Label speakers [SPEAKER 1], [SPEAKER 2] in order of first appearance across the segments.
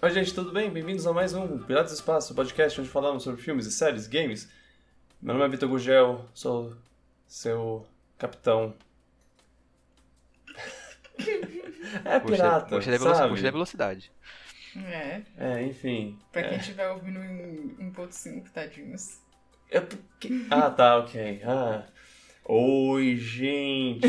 [SPEAKER 1] Oi, gente, tudo bem? Bem-vindos a mais um Piratas do Espaço, podcast onde falamos sobre filmes e séries, games. Meu nome é Vitor Gugel, sou seu capitão. é
[SPEAKER 2] Puxa,
[SPEAKER 1] pirata,
[SPEAKER 2] puxa, da velo-
[SPEAKER 1] sabe?
[SPEAKER 2] puxa da velocidade.
[SPEAKER 3] É,
[SPEAKER 1] É, enfim.
[SPEAKER 3] pra
[SPEAKER 1] é.
[SPEAKER 3] quem estiver ouvindo em 1.5, tadinhos.
[SPEAKER 1] É porque- Ah, tá, ok. Ah. Oi, gente,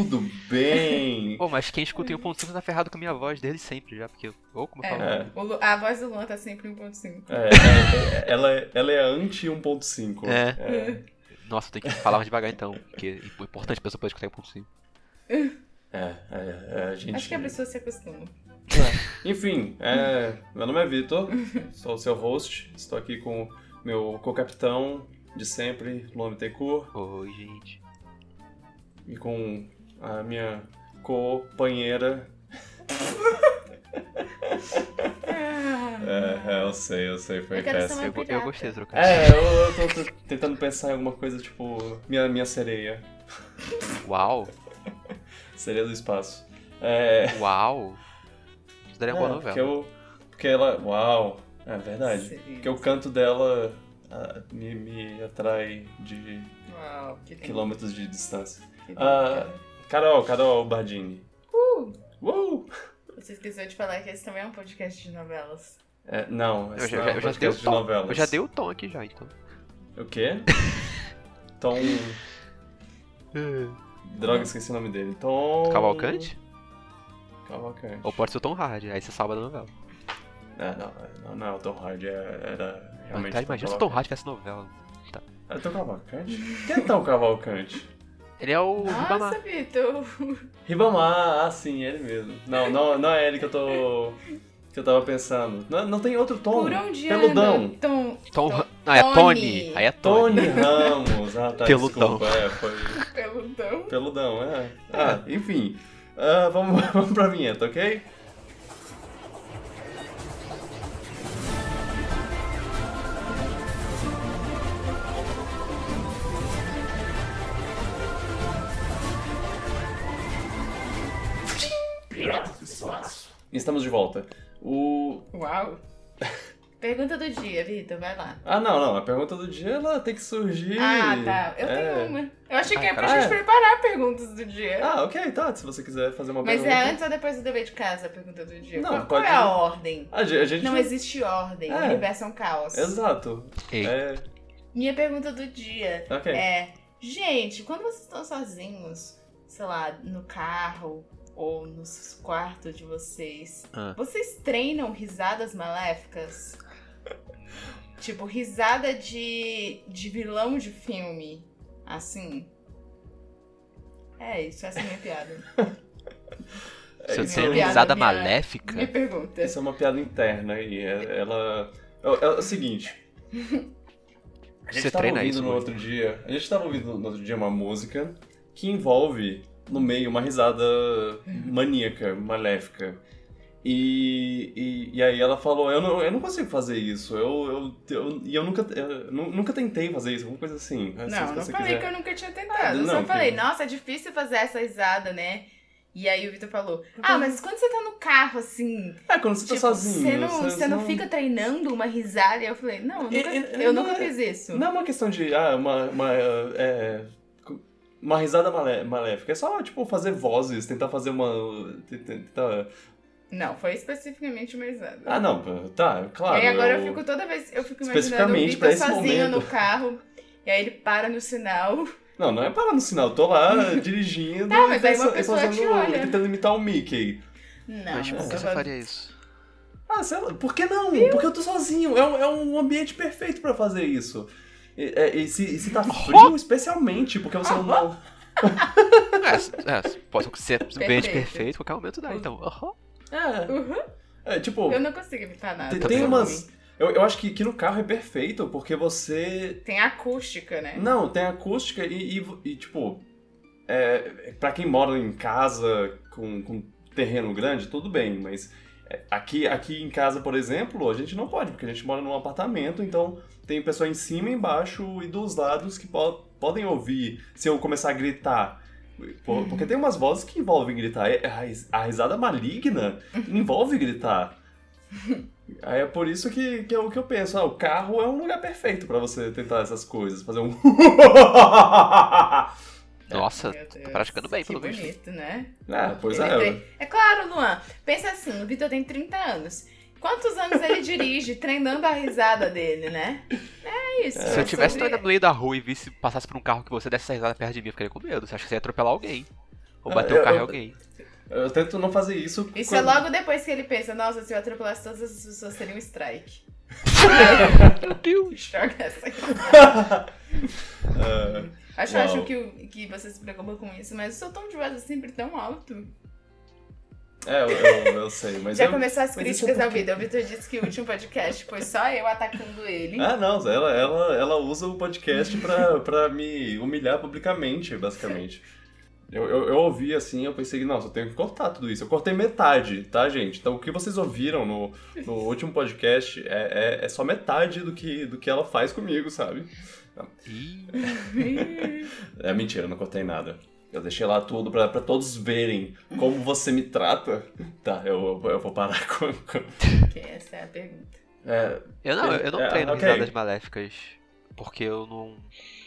[SPEAKER 1] tudo bem?
[SPEAKER 2] Pô, mas quem escuta em 1.5 tá ferrado com a minha voz desde sempre já, porque... Ou como eu
[SPEAKER 3] É.
[SPEAKER 2] falo...
[SPEAKER 1] É.
[SPEAKER 3] O Lu- a voz do Luan tá sempre em 1.5.
[SPEAKER 1] É, é, ela, é- ela é anti 1.5.
[SPEAKER 2] É. Nossa, tem que falar mais devagar então, porque é importante a pessoa pode escutar em 1.5.
[SPEAKER 1] É, é, é, a gente...
[SPEAKER 3] Acho que a pessoa se acostuma.
[SPEAKER 1] Enfim, é, meu nome é Vitor, sou o seu host, estou aqui com meu co-capitão de sempre, Luan Bittencourt,
[SPEAKER 2] Oi, gente.
[SPEAKER 1] e com a minha companheira.
[SPEAKER 3] Ah,
[SPEAKER 1] É, é, eu sei, eu sei, foi
[SPEAKER 3] Eu quero ser
[SPEAKER 1] péssimo.
[SPEAKER 3] uma-
[SPEAKER 2] Eu, go- eu gostei do trocadilho.
[SPEAKER 1] É, eu, eu tô, tô tentando pensar em alguma coisa tipo minha, minha sereia,
[SPEAKER 2] Uau,
[SPEAKER 1] sereia do espaço. É,
[SPEAKER 2] uau. Isso daria uma boa
[SPEAKER 1] é,
[SPEAKER 2] novela.
[SPEAKER 1] porque eu, porque ela, uau, é verdade.
[SPEAKER 3] Seria.
[SPEAKER 1] Porque o canto dela ah, me, me atrai de
[SPEAKER 3] Uau, que lindo.
[SPEAKER 1] quilômetros de distância.
[SPEAKER 3] que lindo,
[SPEAKER 1] Ah.
[SPEAKER 3] cara.
[SPEAKER 1] Carol, Carol Bardini.
[SPEAKER 3] Uh,
[SPEAKER 1] Uou!
[SPEAKER 3] você esqueceu de falar que esse também é um podcast de novelas.
[SPEAKER 1] É, não,
[SPEAKER 2] Eu
[SPEAKER 1] esse
[SPEAKER 2] já,
[SPEAKER 1] não
[SPEAKER 2] já-
[SPEAKER 1] é um
[SPEAKER 2] eu já dei
[SPEAKER 1] podcast
[SPEAKER 2] o
[SPEAKER 1] de
[SPEAKER 2] tom.
[SPEAKER 1] novelas.
[SPEAKER 2] Eu já dei o tom aqui já, então.
[SPEAKER 1] O quê? Tom... Droga, esqueci o nome dele. Tom...
[SPEAKER 2] É. Cavalcante?
[SPEAKER 1] Cavalcante.
[SPEAKER 2] Ou pode ser o Tom Hardy, aí você salva da novela.
[SPEAKER 1] Ah, não, não, não, o Tom Hardy é- era realmente...
[SPEAKER 2] Tá, imagina se o Tom Hardy tivesse novela.
[SPEAKER 1] Cavalcante. É Tom Cavalcante? Quem é Tom Cavalcante?
[SPEAKER 2] Ele é o Ribamar.
[SPEAKER 3] Nossa, Vitor.
[SPEAKER 1] Ribamar, ah, sim, ele mesmo. Não, não, não é ele que eu tô... Que eu tava pensando. Não, não tem outro Tom.
[SPEAKER 3] Por onde
[SPEAKER 1] Peludão.
[SPEAKER 3] anda? Tom.
[SPEAKER 2] Tom...
[SPEAKER 3] Tom-
[SPEAKER 2] Não, é Tony.
[SPEAKER 3] Tony.
[SPEAKER 2] Aí é Tony.
[SPEAKER 1] Tony Ramos. Ah, tá,
[SPEAKER 2] Peludão.
[SPEAKER 1] desculpa. É, foi...
[SPEAKER 3] Peludão.
[SPEAKER 1] Peludão, é. Ah, enfim. Ah, vamos, vamos pra vinheta, ok? Estamos de volta. O.
[SPEAKER 3] Uau. Pergunta do dia, Vitor, vai lá.
[SPEAKER 1] Ah, não, não. A pergunta do dia ela tem que surgir.
[SPEAKER 3] Ah, tá. Eu
[SPEAKER 1] É.
[SPEAKER 3] tenho uma. Eu achei que
[SPEAKER 2] Ai,
[SPEAKER 3] era pra
[SPEAKER 1] caralho.
[SPEAKER 3] gente preparar perguntas do dia.
[SPEAKER 1] Ah, ok, tá. Se você quiser fazer uma
[SPEAKER 3] Mas
[SPEAKER 1] pergunta.
[SPEAKER 3] é antes ou depois do dever de casa a pergunta do dia?
[SPEAKER 1] Não,
[SPEAKER 3] qual, qual
[SPEAKER 1] pode-
[SPEAKER 3] é a ordem?
[SPEAKER 1] A ge- a gente.
[SPEAKER 3] Não existe ordem,
[SPEAKER 1] É.
[SPEAKER 3] o universo é um caos.
[SPEAKER 1] Exato.
[SPEAKER 2] Ei,
[SPEAKER 1] É.
[SPEAKER 3] Minha pergunta do dia
[SPEAKER 1] Ok.
[SPEAKER 3] é: gente, quando vocês estão sozinhos, sei lá, no carro ou nos quartos de vocês,
[SPEAKER 2] Ah.
[SPEAKER 3] vocês treinam risadas maléficas? tipo, risada de, de vilão de filme, assim. É isso, essa é a minha piada.
[SPEAKER 2] se eu
[SPEAKER 1] isso-
[SPEAKER 2] tenho
[SPEAKER 3] piada,
[SPEAKER 2] risada
[SPEAKER 3] minha-
[SPEAKER 2] maléfica...
[SPEAKER 3] minha pergunta.
[SPEAKER 1] Isso é uma piada interna aí. é- Ela. É, é o seguinte. A gente
[SPEAKER 2] Você
[SPEAKER 1] tava
[SPEAKER 2] treina
[SPEAKER 1] ouvindo
[SPEAKER 2] isso,
[SPEAKER 1] no
[SPEAKER 2] Luiz?
[SPEAKER 1] outro dia. A gente tava ouvindo no outro dia uma música que envolve no meio uma risada maníaca, maléfica. E, e, e aí ela falou, eu não, eu não consigo fazer isso, eu, eu, eu, e eu nunca, eu nu- nunca tentei fazer isso, alguma coisa assim. assim,
[SPEAKER 3] Não,
[SPEAKER 1] se
[SPEAKER 3] não
[SPEAKER 1] você
[SPEAKER 3] falei
[SPEAKER 1] quiser.
[SPEAKER 3] que eu nunca tinha tentado.
[SPEAKER 1] Ah,
[SPEAKER 3] eu só
[SPEAKER 1] não,
[SPEAKER 3] falei,
[SPEAKER 1] filho.
[SPEAKER 3] nossa, é difícil fazer essa risada, né? E aí o Vitor falou, ah, mas quando você tá no carro, assim,
[SPEAKER 1] É, quando você
[SPEAKER 3] tipo,
[SPEAKER 1] tá sozinho.
[SPEAKER 3] você, não, você não fica treinando uma risada? E eu falei, não, eu nunca,
[SPEAKER 1] E- e-
[SPEAKER 3] eu
[SPEAKER 1] não
[SPEAKER 3] nunca
[SPEAKER 1] é-
[SPEAKER 3] fiz isso.
[SPEAKER 1] Não é uma questão de, ah, uma, uma, é, uma risada malé- maléfica. É só, tipo, fazer vozes, tentar fazer uma... Tentar...
[SPEAKER 3] Não, foi especificamente uma risada.
[SPEAKER 1] Ah, não, tá, claro.
[SPEAKER 3] e aí agora eu... fico toda vez, eu fico imaginando o
[SPEAKER 1] Especificamente pra
[SPEAKER 3] Vitor
[SPEAKER 1] esse
[SPEAKER 3] sozinho
[SPEAKER 1] momento.
[SPEAKER 3] no carro. E aí ele para no sinal.
[SPEAKER 1] Não, não é parar no sinal, eu tô lá dirigindo
[SPEAKER 3] Tá, mas
[SPEAKER 1] e
[SPEAKER 3] aí uma
[SPEAKER 1] pensa- e
[SPEAKER 3] pessoa
[SPEAKER 1] fazendo-
[SPEAKER 3] te olha.
[SPEAKER 1] tentando imitar o Mickey.
[SPEAKER 3] Não,
[SPEAKER 2] Mas por
[SPEAKER 3] eu
[SPEAKER 2] que
[SPEAKER 3] só
[SPEAKER 2] você
[SPEAKER 3] vou-
[SPEAKER 2] faria isso?
[SPEAKER 1] Ah, sei lá, por que não? Porque eu tô sozinho, é um, é um ambiente perfeito pra fazer isso. E, é, e se, e se tá frio, especialmente, porque você um não...
[SPEAKER 2] É, é, pode ser ambiente
[SPEAKER 3] Perfeito.
[SPEAKER 2] perfeito, qualquer momento dá, então. Aham.
[SPEAKER 1] É,
[SPEAKER 3] Uhum.
[SPEAKER 1] é tipo...
[SPEAKER 3] Eu não consigo evitar nada.
[SPEAKER 1] Tem,
[SPEAKER 2] Tá
[SPEAKER 1] tem
[SPEAKER 2] pensando
[SPEAKER 1] umas. Eu, eu acho que, que no carro é perfeito, porque você.
[SPEAKER 3] Tem acústica, né?
[SPEAKER 1] Não, tem acústica e, e- e, tipo. É, pra quem mora em casa com, com terreno grande, tudo bem, mas é, aqui, aqui em casa, por exemplo, a gente não pode, porque a gente mora num apartamento, então tem pessoa em cima, embaixo e dos lados que po- podem ouvir se eu começar a gritar. Por- Porque tem umas vozes que envolvem gritar. É- A ris- a risada maligna envolve gritar. Aí é por isso que, que é o que eu penso. Ah, o carro é um lugar perfeito pra você tentar essas coisas. Fazer um.
[SPEAKER 2] Nossa,
[SPEAKER 3] Meu Deus.
[SPEAKER 2] tá praticando bem,
[SPEAKER 3] que
[SPEAKER 2] pelo visto.
[SPEAKER 3] bonito, né?
[SPEAKER 1] ah, pois
[SPEAKER 3] Ele
[SPEAKER 1] é.
[SPEAKER 3] tem- É claro, Luan. Pensa assim, o Vitor tem 30 anos. Quantos anos ele dirige treinando a risada dele, né? É isso.
[SPEAKER 2] Se eu tivesse
[SPEAKER 3] sobre-
[SPEAKER 2] no meio da rua e visse, passasse por um carro que você desse essa risada perto de mim, eu ficaria com medo. Você acha que você ia atropelar alguém? Ou
[SPEAKER 1] Ah,
[SPEAKER 2] bater
[SPEAKER 1] eu-
[SPEAKER 2] o carro em
[SPEAKER 1] eu-
[SPEAKER 2] alguém?
[SPEAKER 1] Eu tento não fazer isso.
[SPEAKER 3] Isso
[SPEAKER 1] quando-
[SPEAKER 3] é logo depois que ele pensa, nossa, se eu atropelasse todas as pessoas, seria um strike.
[SPEAKER 2] Meu Deus!
[SPEAKER 3] Joga essa aqui.
[SPEAKER 1] Ah,
[SPEAKER 3] Acho,
[SPEAKER 1] Uau.
[SPEAKER 3] acho que, o- que você se preocupa com isso, mas o seu tom de voz é sempre tão alto.
[SPEAKER 1] é, eu, eu- eu sei, mas.
[SPEAKER 3] Já
[SPEAKER 1] eu...
[SPEAKER 3] começou as
[SPEAKER 1] mas isso é
[SPEAKER 3] críticas ao
[SPEAKER 1] porque-
[SPEAKER 3] vida. O Vitor disse que o último podcast foi só eu atacando ele.
[SPEAKER 1] Ah, não, ela, ela, ela usa o podcast pra, pra me humilhar publicamente, basicamente. Eu, eu, eu ouvi assim, eu pensei, nossa, eu tenho que cortar tudo isso. Eu cortei metade, tá, gente? Então o que vocês ouviram no, no último podcast é, é, é só metade do que, do que ela faz comigo, sabe?
[SPEAKER 2] Ih,
[SPEAKER 1] É mentira, eu não cortei nada. Eu deixei lá tudo pra, pra todos verem como você me trata. Tá, eu, eu vou parar com. com...
[SPEAKER 3] Que essa é a pergunta.
[SPEAKER 1] É,
[SPEAKER 2] eu não, eu não
[SPEAKER 1] É,
[SPEAKER 2] treino
[SPEAKER 1] ok.
[SPEAKER 2] risadas maléficas. Porque eu não.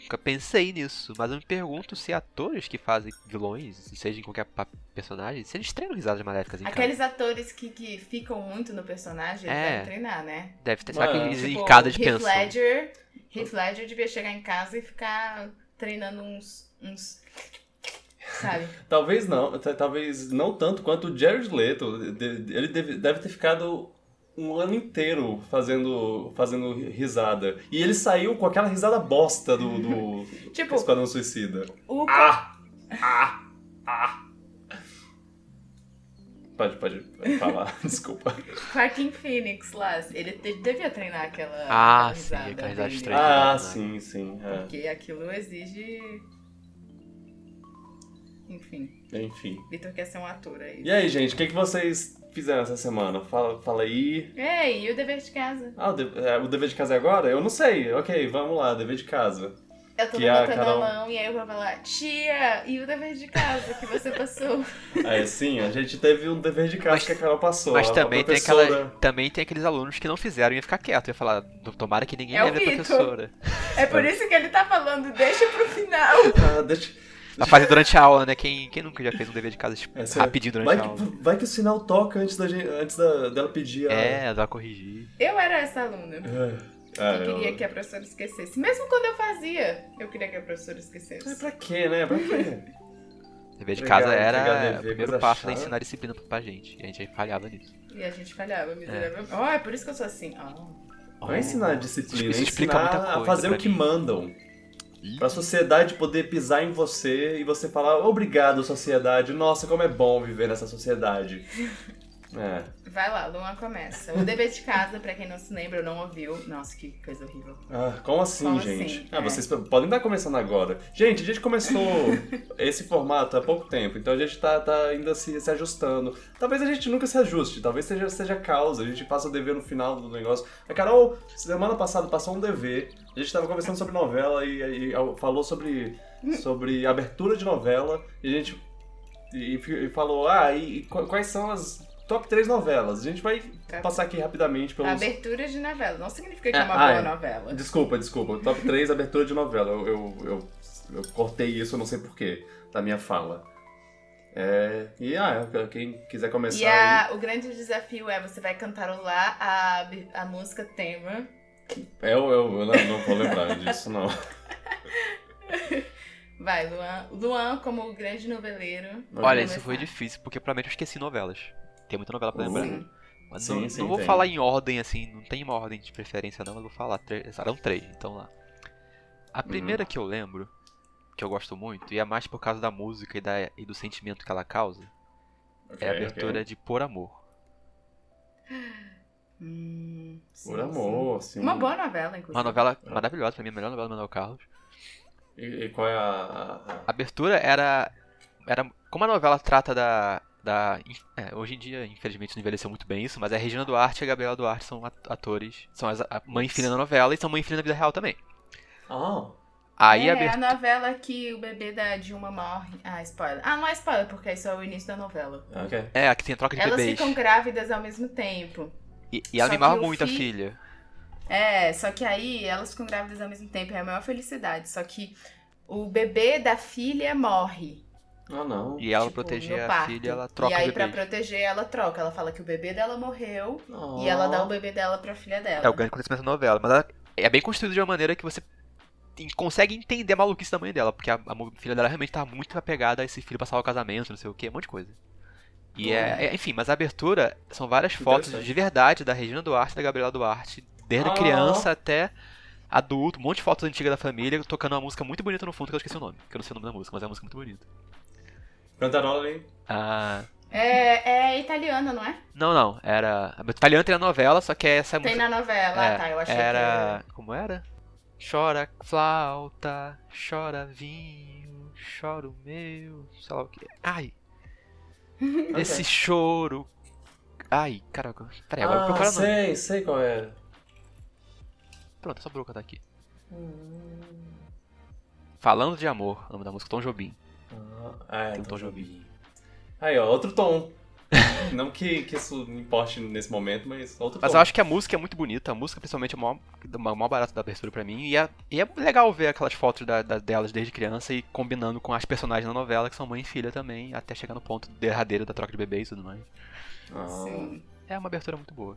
[SPEAKER 2] Nunca pensei nisso, mas eu me pergunto se atores que fazem vilões, seja em qualquer pa- personagem, se eles treinam risadas maléficas em casa.
[SPEAKER 3] Aqueles atores que, que ficam muito no personagem, eles
[SPEAKER 2] É.
[SPEAKER 3] devem treinar, né?
[SPEAKER 2] Deve ter, será que
[SPEAKER 1] Mano.
[SPEAKER 2] eles
[SPEAKER 3] Tipo,
[SPEAKER 2] em casa eles
[SPEAKER 3] Heath
[SPEAKER 2] pensam?
[SPEAKER 3] Ledger, Heath Ledger devia chegar em casa e ficar treinando uns... uns sabe?
[SPEAKER 1] Talvez não, ta- talvez não tanto quanto o Jared Leto. De- de- Ele deve, deve ter ficado um ano inteiro fazendo, fazendo ri- risada. E ele saiu com aquela risada bosta do, do
[SPEAKER 3] Tipo-
[SPEAKER 1] Esquadrão Suicida.
[SPEAKER 3] O
[SPEAKER 1] Ah! Ah! Ah! Pode, pode falar, desculpa.
[SPEAKER 3] Joaquin Phoenix lá, ele te- devia treinar aquela.
[SPEAKER 2] Ah,
[SPEAKER 3] aquela
[SPEAKER 2] sim, aquela risada
[SPEAKER 3] dele.
[SPEAKER 2] estranha. né?
[SPEAKER 1] Ah, sim, sim. é.
[SPEAKER 3] Porque aquilo exige. Enfim,
[SPEAKER 1] Enfim.
[SPEAKER 3] Vitor quer ser um ator aí.
[SPEAKER 1] E aí, gente, o que, que vocês fizeram essa semana? Fala, fala aí.
[SPEAKER 3] Ei, e o dever de casa?
[SPEAKER 1] Ah, o, de- é, o dever de casa é agora? Eu não sei. Ok, vamos lá, dever de casa.
[SPEAKER 3] Eu tô
[SPEAKER 1] Que a
[SPEAKER 3] levantando a
[SPEAKER 1] Carol-
[SPEAKER 3] mão e aí eu vou falar, tia, e o dever de casa que você passou?
[SPEAKER 1] Aí sim, a gente teve um dever de casa
[SPEAKER 2] Mas-
[SPEAKER 1] que a Carol passou.
[SPEAKER 2] Mas
[SPEAKER 1] a- a
[SPEAKER 2] também tem,
[SPEAKER 1] professora.
[SPEAKER 2] aquela, também tem aqueles alunos que não fizeram e ia ficar quieto. Ia falar, "Não, tomara que ninguém
[SPEAKER 3] É o
[SPEAKER 2] leve a
[SPEAKER 3] Vitor.
[SPEAKER 2] professora.
[SPEAKER 3] É por isso que ele tá falando, deixa pro final.
[SPEAKER 1] Ah, deixa...
[SPEAKER 2] Vai fazer durante a aula, né? Quem, quem nunca já fez um dever de casa tipo,
[SPEAKER 1] Essa-
[SPEAKER 2] rapidinho durante
[SPEAKER 1] vai,
[SPEAKER 2] a aula?
[SPEAKER 1] que, vai que o sinal toca antes, da gente- antes da- dela pedir a.
[SPEAKER 2] É, dá pra corrigir.
[SPEAKER 3] Eu era essa aluna.
[SPEAKER 1] Ah,
[SPEAKER 3] que queria
[SPEAKER 1] eu-
[SPEAKER 3] que a professora esquecesse. Mesmo quando eu fazia, eu queria que a professora
[SPEAKER 1] É
[SPEAKER 3] esquecesse.
[SPEAKER 1] pra quê, né? Pra quê?
[SPEAKER 2] Dever de
[SPEAKER 1] Obrigado,
[SPEAKER 2] casa
[SPEAKER 1] obrigado,
[SPEAKER 2] era
[SPEAKER 1] dever,
[SPEAKER 2] o primeiro
[SPEAKER 1] coisa
[SPEAKER 2] passo da
[SPEAKER 1] chata.
[SPEAKER 2] ensinar disciplina pra gente. E a gente falhava nisso.
[SPEAKER 3] E a gente falhava, miseravelmente. Ó, é por isso que eu sou assim. ó.
[SPEAKER 1] Não é ensinar a disciplina,
[SPEAKER 2] Isso
[SPEAKER 1] é
[SPEAKER 2] explica
[SPEAKER 1] ensinar
[SPEAKER 2] muita
[SPEAKER 1] a
[SPEAKER 2] coisa
[SPEAKER 1] fazer o
[SPEAKER 2] pra
[SPEAKER 1] que
[SPEAKER 2] mim.
[SPEAKER 1] mandam.
[SPEAKER 2] Ih.
[SPEAKER 1] Pra sociedade poder pisar em você e você falar obrigado, sociedade. Nossa, como é bom viver nessa sociedade. É.
[SPEAKER 3] Vai lá, Luan começa. O dever de casa, pra quem não se lembra ou não ouviu. Nossa, que coisa horrível.
[SPEAKER 1] Ah, como assim,
[SPEAKER 3] Como
[SPEAKER 1] gente?
[SPEAKER 3] assim?
[SPEAKER 1] Ah,
[SPEAKER 3] É.
[SPEAKER 1] vocês p- podem estar começando agora. Gente, a gente começou esse formato há pouco tempo, então a gente tá, tá ainda se, se ajustando. Talvez a gente nunca se ajuste, talvez seja, seja causa, a gente passa o dever no final do negócio. A Carol, semana passada, passou um dever. A gente tava conversando sobre novela e, e- e falou sobre,
[SPEAKER 3] Hum.
[SPEAKER 1] sobre abertura de novela, e a gente e, e falou, ah, e, e qu- quais são as top três novelas? A gente vai
[SPEAKER 3] Tá.
[SPEAKER 1] passar aqui rapidamente pelos...
[SPEAKER 3] Abertura de novela. Não significa que é
[SPEAKER 1] É,
[SPEAKER 3] uma
[SPEAKER 1] ah,
[SPEAKER 3] boa
[SPEAKER 1] é.
[SPEAKER 3] novela.
[SPEAKER 1] Desculpa, desculpa. Top 3, abertura de novela. Eu, eu, eu, eu cortei isso, eu não sei porquê, da minha fala. É, e ah, quem quiser começar
[SPEAKER 3] E
[SPEAKER 1] aí.
[SPEAKER 3] a- o grande desafio é você vai cantarolar a, a música tema.
[SPEAKER 1] Eu, eu, eu não, não vou lembrar disso, não.
[SPEAKER 3] Vai, Luan. Luan, como o grande noveleiro.
[SPEAKER 2] Olha,
[SPEAKER 3] começar.
[SPEAKER 2] isso foi difícil, porque provavelmente eu esqueci novelas. Tem muita novela pra lembrar.
[SPEAKER 3] Sim.
[SPEAKER 2] Mas
[SPEAKER 1] Sim,
[SPEAKER 2] não,
[SPEAKER 1] sim,
[SPEAKER 2] Assim, não vou
[SPEAKER 1] tem.
[SPEAKER 2] falar em ordem assim, não tem uma ordem de preferência não, eu vou falar três, serão três, então lá.
[SPEAKER 1] Hum.
[SPEAKER 2] A primeira que eu lembro, que eu gosto muito, e é mais por causa da música e, da, e do sentimento que ela causa,
[SPEAKER 1] Ok,
[SPEAKER 2] é a abertura
[SPEAKER 1] ok.
[SPEAKER 2] de Por Amor.
[SPEAKER 3] Hum, sim,
[SPEAKER 1] Por
[SPEAKER 3] sim.
[SPEAKER 1] amor, sim.
[SPEAKER 3] Uma boa novela, inclusive.
[SPEAKER 2] Uma novela
[SPEAKER 1] Ah.
[SPEAKER 2] maravilhosa, pra mim a melhor novela do Manuel Carlos.
[SPEAKER 1] E, e qual é a. a-
[SPEAKER 2] A abertura era. era como a novela trata da. da é, hoje em dia, infelizmente, não envelheceu muito bem isso, mas é a Regina Duarte e a Gabriela Duarte são at- atores. São as, a mãe e filha na novela e são mãe e filha na vida real também.
[SPEAKER 1] Ah,
[SPEAKER 2] Aí
[SPEAKER 3] é,
[SPEAKER 2] a abertura.
[SPEAKER 3] a novela que o bebê da Dilma morre. Ah, spoiler. Ah, não é spoiler, porque isso é o início da novela.
[SPEAKER 1] ok.
[SPEAKER 2] É, a que tem a troca de
[SPEAKER 3] Elas
[SPEAKER 2] bebês.
[SPEAKER 3] ficam grávidas ao mesmo tempo.
[SPEAKER 2] E, e ela
[SPEAKER 3] Só
[SPEAKER 2] mimava
[SPEAKER 3] que o
[SPEAKER 2] muito
[SPEAKER 3] fi-
[SPEAKER 2] a filha.
[SPEAKER 3] É, só que aí elas ficam grávidas ao mesmo tempo, é a maior felicidade. Só que o bebê da filha morre.
[SPEAKER 1] Ah, não.
[SPEAKER 2] E ela
[SPEAKER 3] tipo, no
[SPEAKER 2] proteger a
[SPEAKER 3] parto.
[SPEAKER 2] filha, ela troca
[SPEAKER 3] E aí,
[SPEAKER 2] o
[SPEAKER 3] pra
[SPEAKER 2] bebê.
[SPEAKER 3] proteger, ela troca. Ela fala que o bebê dela morreu
[SPEAKER 1] Ah.
[SPEAKER 3] e ela dá um o bebê dela pra filha dela.
[SPEAKER 2] Oh. É o grande acontecimento da novela. Mas ela é bem construída de uma maneira que você en- consegue entender a maluquice da mãe dela. Porque a, a mo- filha dela realmente tava muito apegada a esse filho passar o casamento, não sei o que, um monte de coisa. E é, é- enfim, mas a abertura são várias fotos
[SPEAKER 1] Interessante.
[SPEAKER 2] de verdade da Regina Duarte e da Gabriela Duarte, desde
[SPEAKER 1] Ah.
[SPEAKER 2] criança até adulto, um monte de fotos antigas da família, tocando uma música muito bonita no fundo, que eu esqueci o nome, que eu não sei o nome da música, mas é uma música muito bonita.
[SPEAKER 1] Cantarola, hein?
[SPEAKER 2] Ah,
[SPEAKER 3] É, é italiana, não é?
[SPEAKER 2] não, não, era. A italiana tem na novela, só que essa
[SPEAKER 3] Tem
[SPEAKER 2] música.
[SPEAKER 3] na novela.
[SPEAKER 2] É,
[SPEAKER 3] ah, tá, eu achei que
[SPEAKER 2] era. Como era? Chora flauta, chora vinho, chora o meu. Sei lá o que. Ai, esse choro. Ai, caraca. Peraí, né? agora
[SPEAKER 1] ah,
[SPEAKER 2] procura o nome.
[SPEAKER 1] sei, sei qual é. era.
[SPEAKER 2] Pronto, só broca tá aqui.
[SPEAKER 1] Hum.
[SPEAKER 2] Falando de amor, o nome da música Tom Jobim.
[SPEAKER 1] Ah, é,
[SPEAKER 2] Tem
[SPEAKER 1] Tom,
[SPEAKER 2] Tom
[SPEAKER 1] Jobim. Aí, ó, outro tom. não que, que isso importe nesse momento, mas outro
[SPEAKER 2] Mas
[SPEAKER 1] tom.
[SPEAKER 2] eu acho que a música é muito bonita, a música principalmente é o maior, o maior barato da abertura pra mim. E é, e é legal ver aquelas fotos da- da- delas desde criança e combinando com as personagens da novela, que são mãe e filha também, até chegar no ponto derradeiro da troca de bebês e tudo mais.
[SPEAKER 1] Ah.
[SPEAKER 3] Sim.
[SPEAKER 2] É uma abertura muito boa.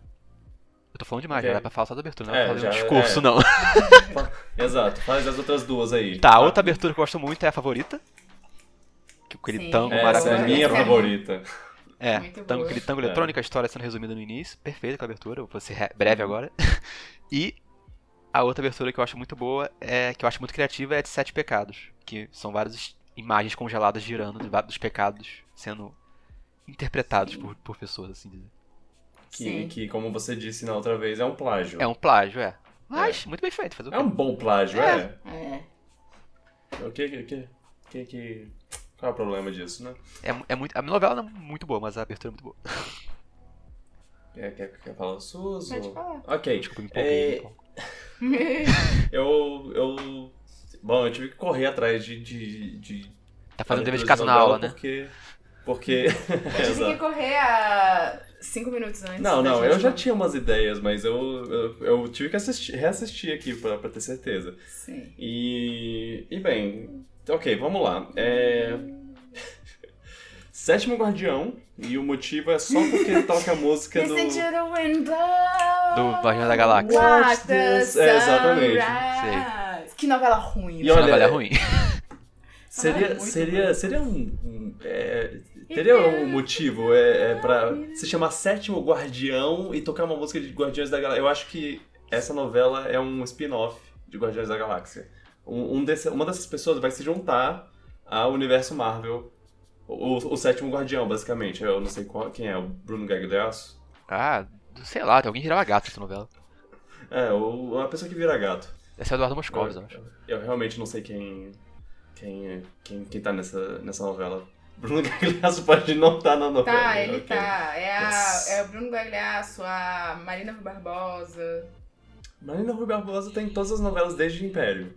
[SPEAKER 2] Eu tô falando demais,
[SPEAKER 1] Ok.
[SPEAKER 2] já dá pra falar só da abertura, não
[SPEAKER 1] É,
[SPEAKER 2] é, pra fazer um
[SPEAKER 1] já-
[SPEAKER 2] discurso,
[SPEAKER 1] é.
[SPEAKER 2] não.
[SPEAKER 1] Exato, faz as outras duas aí.
[SPEAKER 2] Tá, outra abertura que eu gosto muito é a favorita. Que aquele
[SPEAKER 3] Sim.
[SPEAKER 2] tango
[SPEAKER 3] É,
[SPEAKER 1] Essa é a
[SPEAKER 2] maravilhoso.
[SPEAKER 1] minha
[SPEAKER 3] Essa é a
[SPEAKER 1] favorita.
[SPEAKER 2] É,
[SPEAKER 3] Muito
[SPEAKER 2] tango,
[SPEAKER 3] boa.
[SPEAKER 2] aquele tango
[SPEAKER 1] É.
[SPEAKER 2] eletrônico, a história sendo resumida no início. Perfeita aquela abertura, eu vou ser re- breve
[SPEAKER 1] Uhum.
[SPEAKER 2] agora. E a outra abertura que eu acho muito boa, é que eu acho muito criativa, é a de Sete Pecados. Que são várias es- imagens congeladas girando de vários dos pecados sendo interpretados por, por pessoas, assim dizer.
[SPEAKER 1] Que,
[SPEAKER 3] Sim.
[SPEAKER 1] que, como você disse na outra vez, é um plágio.
[SPEAKER 2] É um plágio, é. Mas, muito bem feito, fazer o
[SPEAKER 1] É
[SPEAKER 2] quê?
[SPEAKER 1] um bom plágio, é.
[SPEAKER 3] É.
[SPEAKER 1] O que que, que, que que- Qual é o problema disso, né?
[SPEAKER 2] É, mu- é muito, a novela não é muito boa, mas a abertura é muito boa.
[SPEAKER 1] Quer, quer, quer falar do Suzo?
[SPEAKER 3] Pode falar.
[SPEAKER 1] Ok.
[SPEAKER 2] Desculpa, me empolguei. me
[SPEAKER 1] É,
[SPEAKER 2] empolguei.
[SPEAKER 1] Eu, eu. Bom, eu tive que correr atrás de. de, de
[SPEAKER 2] Tá fazendo dever de
[SPEAKER 1] leituras
[SPEAKER 2] casa na
[SPEAKER 1] novela
[SPEAKER 2] aula, né?
[SPEAKER 1] Porque. Porque.
[SPEAKER 3] Dizem que
[SPEAKER 1] Exato.
[SPEAKER 3] correr a cinco minutos antes. né, um
[SPEAKER 1] Não,
[SPEAKER 3] da
[SPEAKER 1] não,
[SPEAKER 3] gente
[SPEAKER 1] eu já
[SPEAKER 3] começar.
[SPEAKER 1] tinha umas ideias, mas eu, eu, eu tive que assistir, reassistir aqui pra, pra ter certeza.
[SPEAKER 3] Sim.
[SPEAKER 1] E. E bem. Ok, vamos lá. É. Sétimo Guardião, e o motivo é só porque toca a música do.
[SPEAKER 3] Listen to the wind blow.
[SPEAKER 2] Do Guardiões da Galáxia.
[SPEAKER 3] Watch
[SPEAKER 1] Watch
[SPEAKER 3] the
[SPEAKER 1] this- É, exatamente.
[SPEAKER 3] sunrise. Que novela ruim.
[SPEAKER 1] E
[SPEAKER 2] Essa
[SPEAKER 1] olha,
[SPEAKER 2] novela é ruim.
[SPEAKER 1] Seria,
[SPEAKER 3] Ah, muito
[SPEAKER 1] seria, seria um, um, é, teria um motivo é, é para se chamar Sétimo Guardião e tocar uma música de Guardiões da Galáxia. Eu acho que essa novela é um spin-off de Guardiões da Galáxia. Um, um desse- uma dessas pessoas vai se juntar ao universo Marvel, o, o Sétimo Guardião, basicamente. Eu não sei qual- quem é, o Bruno Gagliasso?
[SPEAKER 2] Ah, sei lá, tem alguém que virava gato nessa novela.
[SPEAKER 1] É, o, a pessoa que vira gato.
[SPEAKER 2] Esse é o Eduardo Moscovis, eu acho.
[SPEAKER 1] Eu realmente não sei quem. quem, quem, quem tá nessa, nessa novela. Bruno Gagliasso pode não estar na novela.
[SPEAKER 3] Tá, ele
[SPEAKER 1] ok.
[SPEAKER 3] tá. É, a,
[SPEAKER 1] Yes.
[SPEAKER 3] é o Bruno Galhaço, a Marina Rui Barbosa.
[SPEAKER 1] Marina Rui Barbosa tá em todas as novelas desde o Império.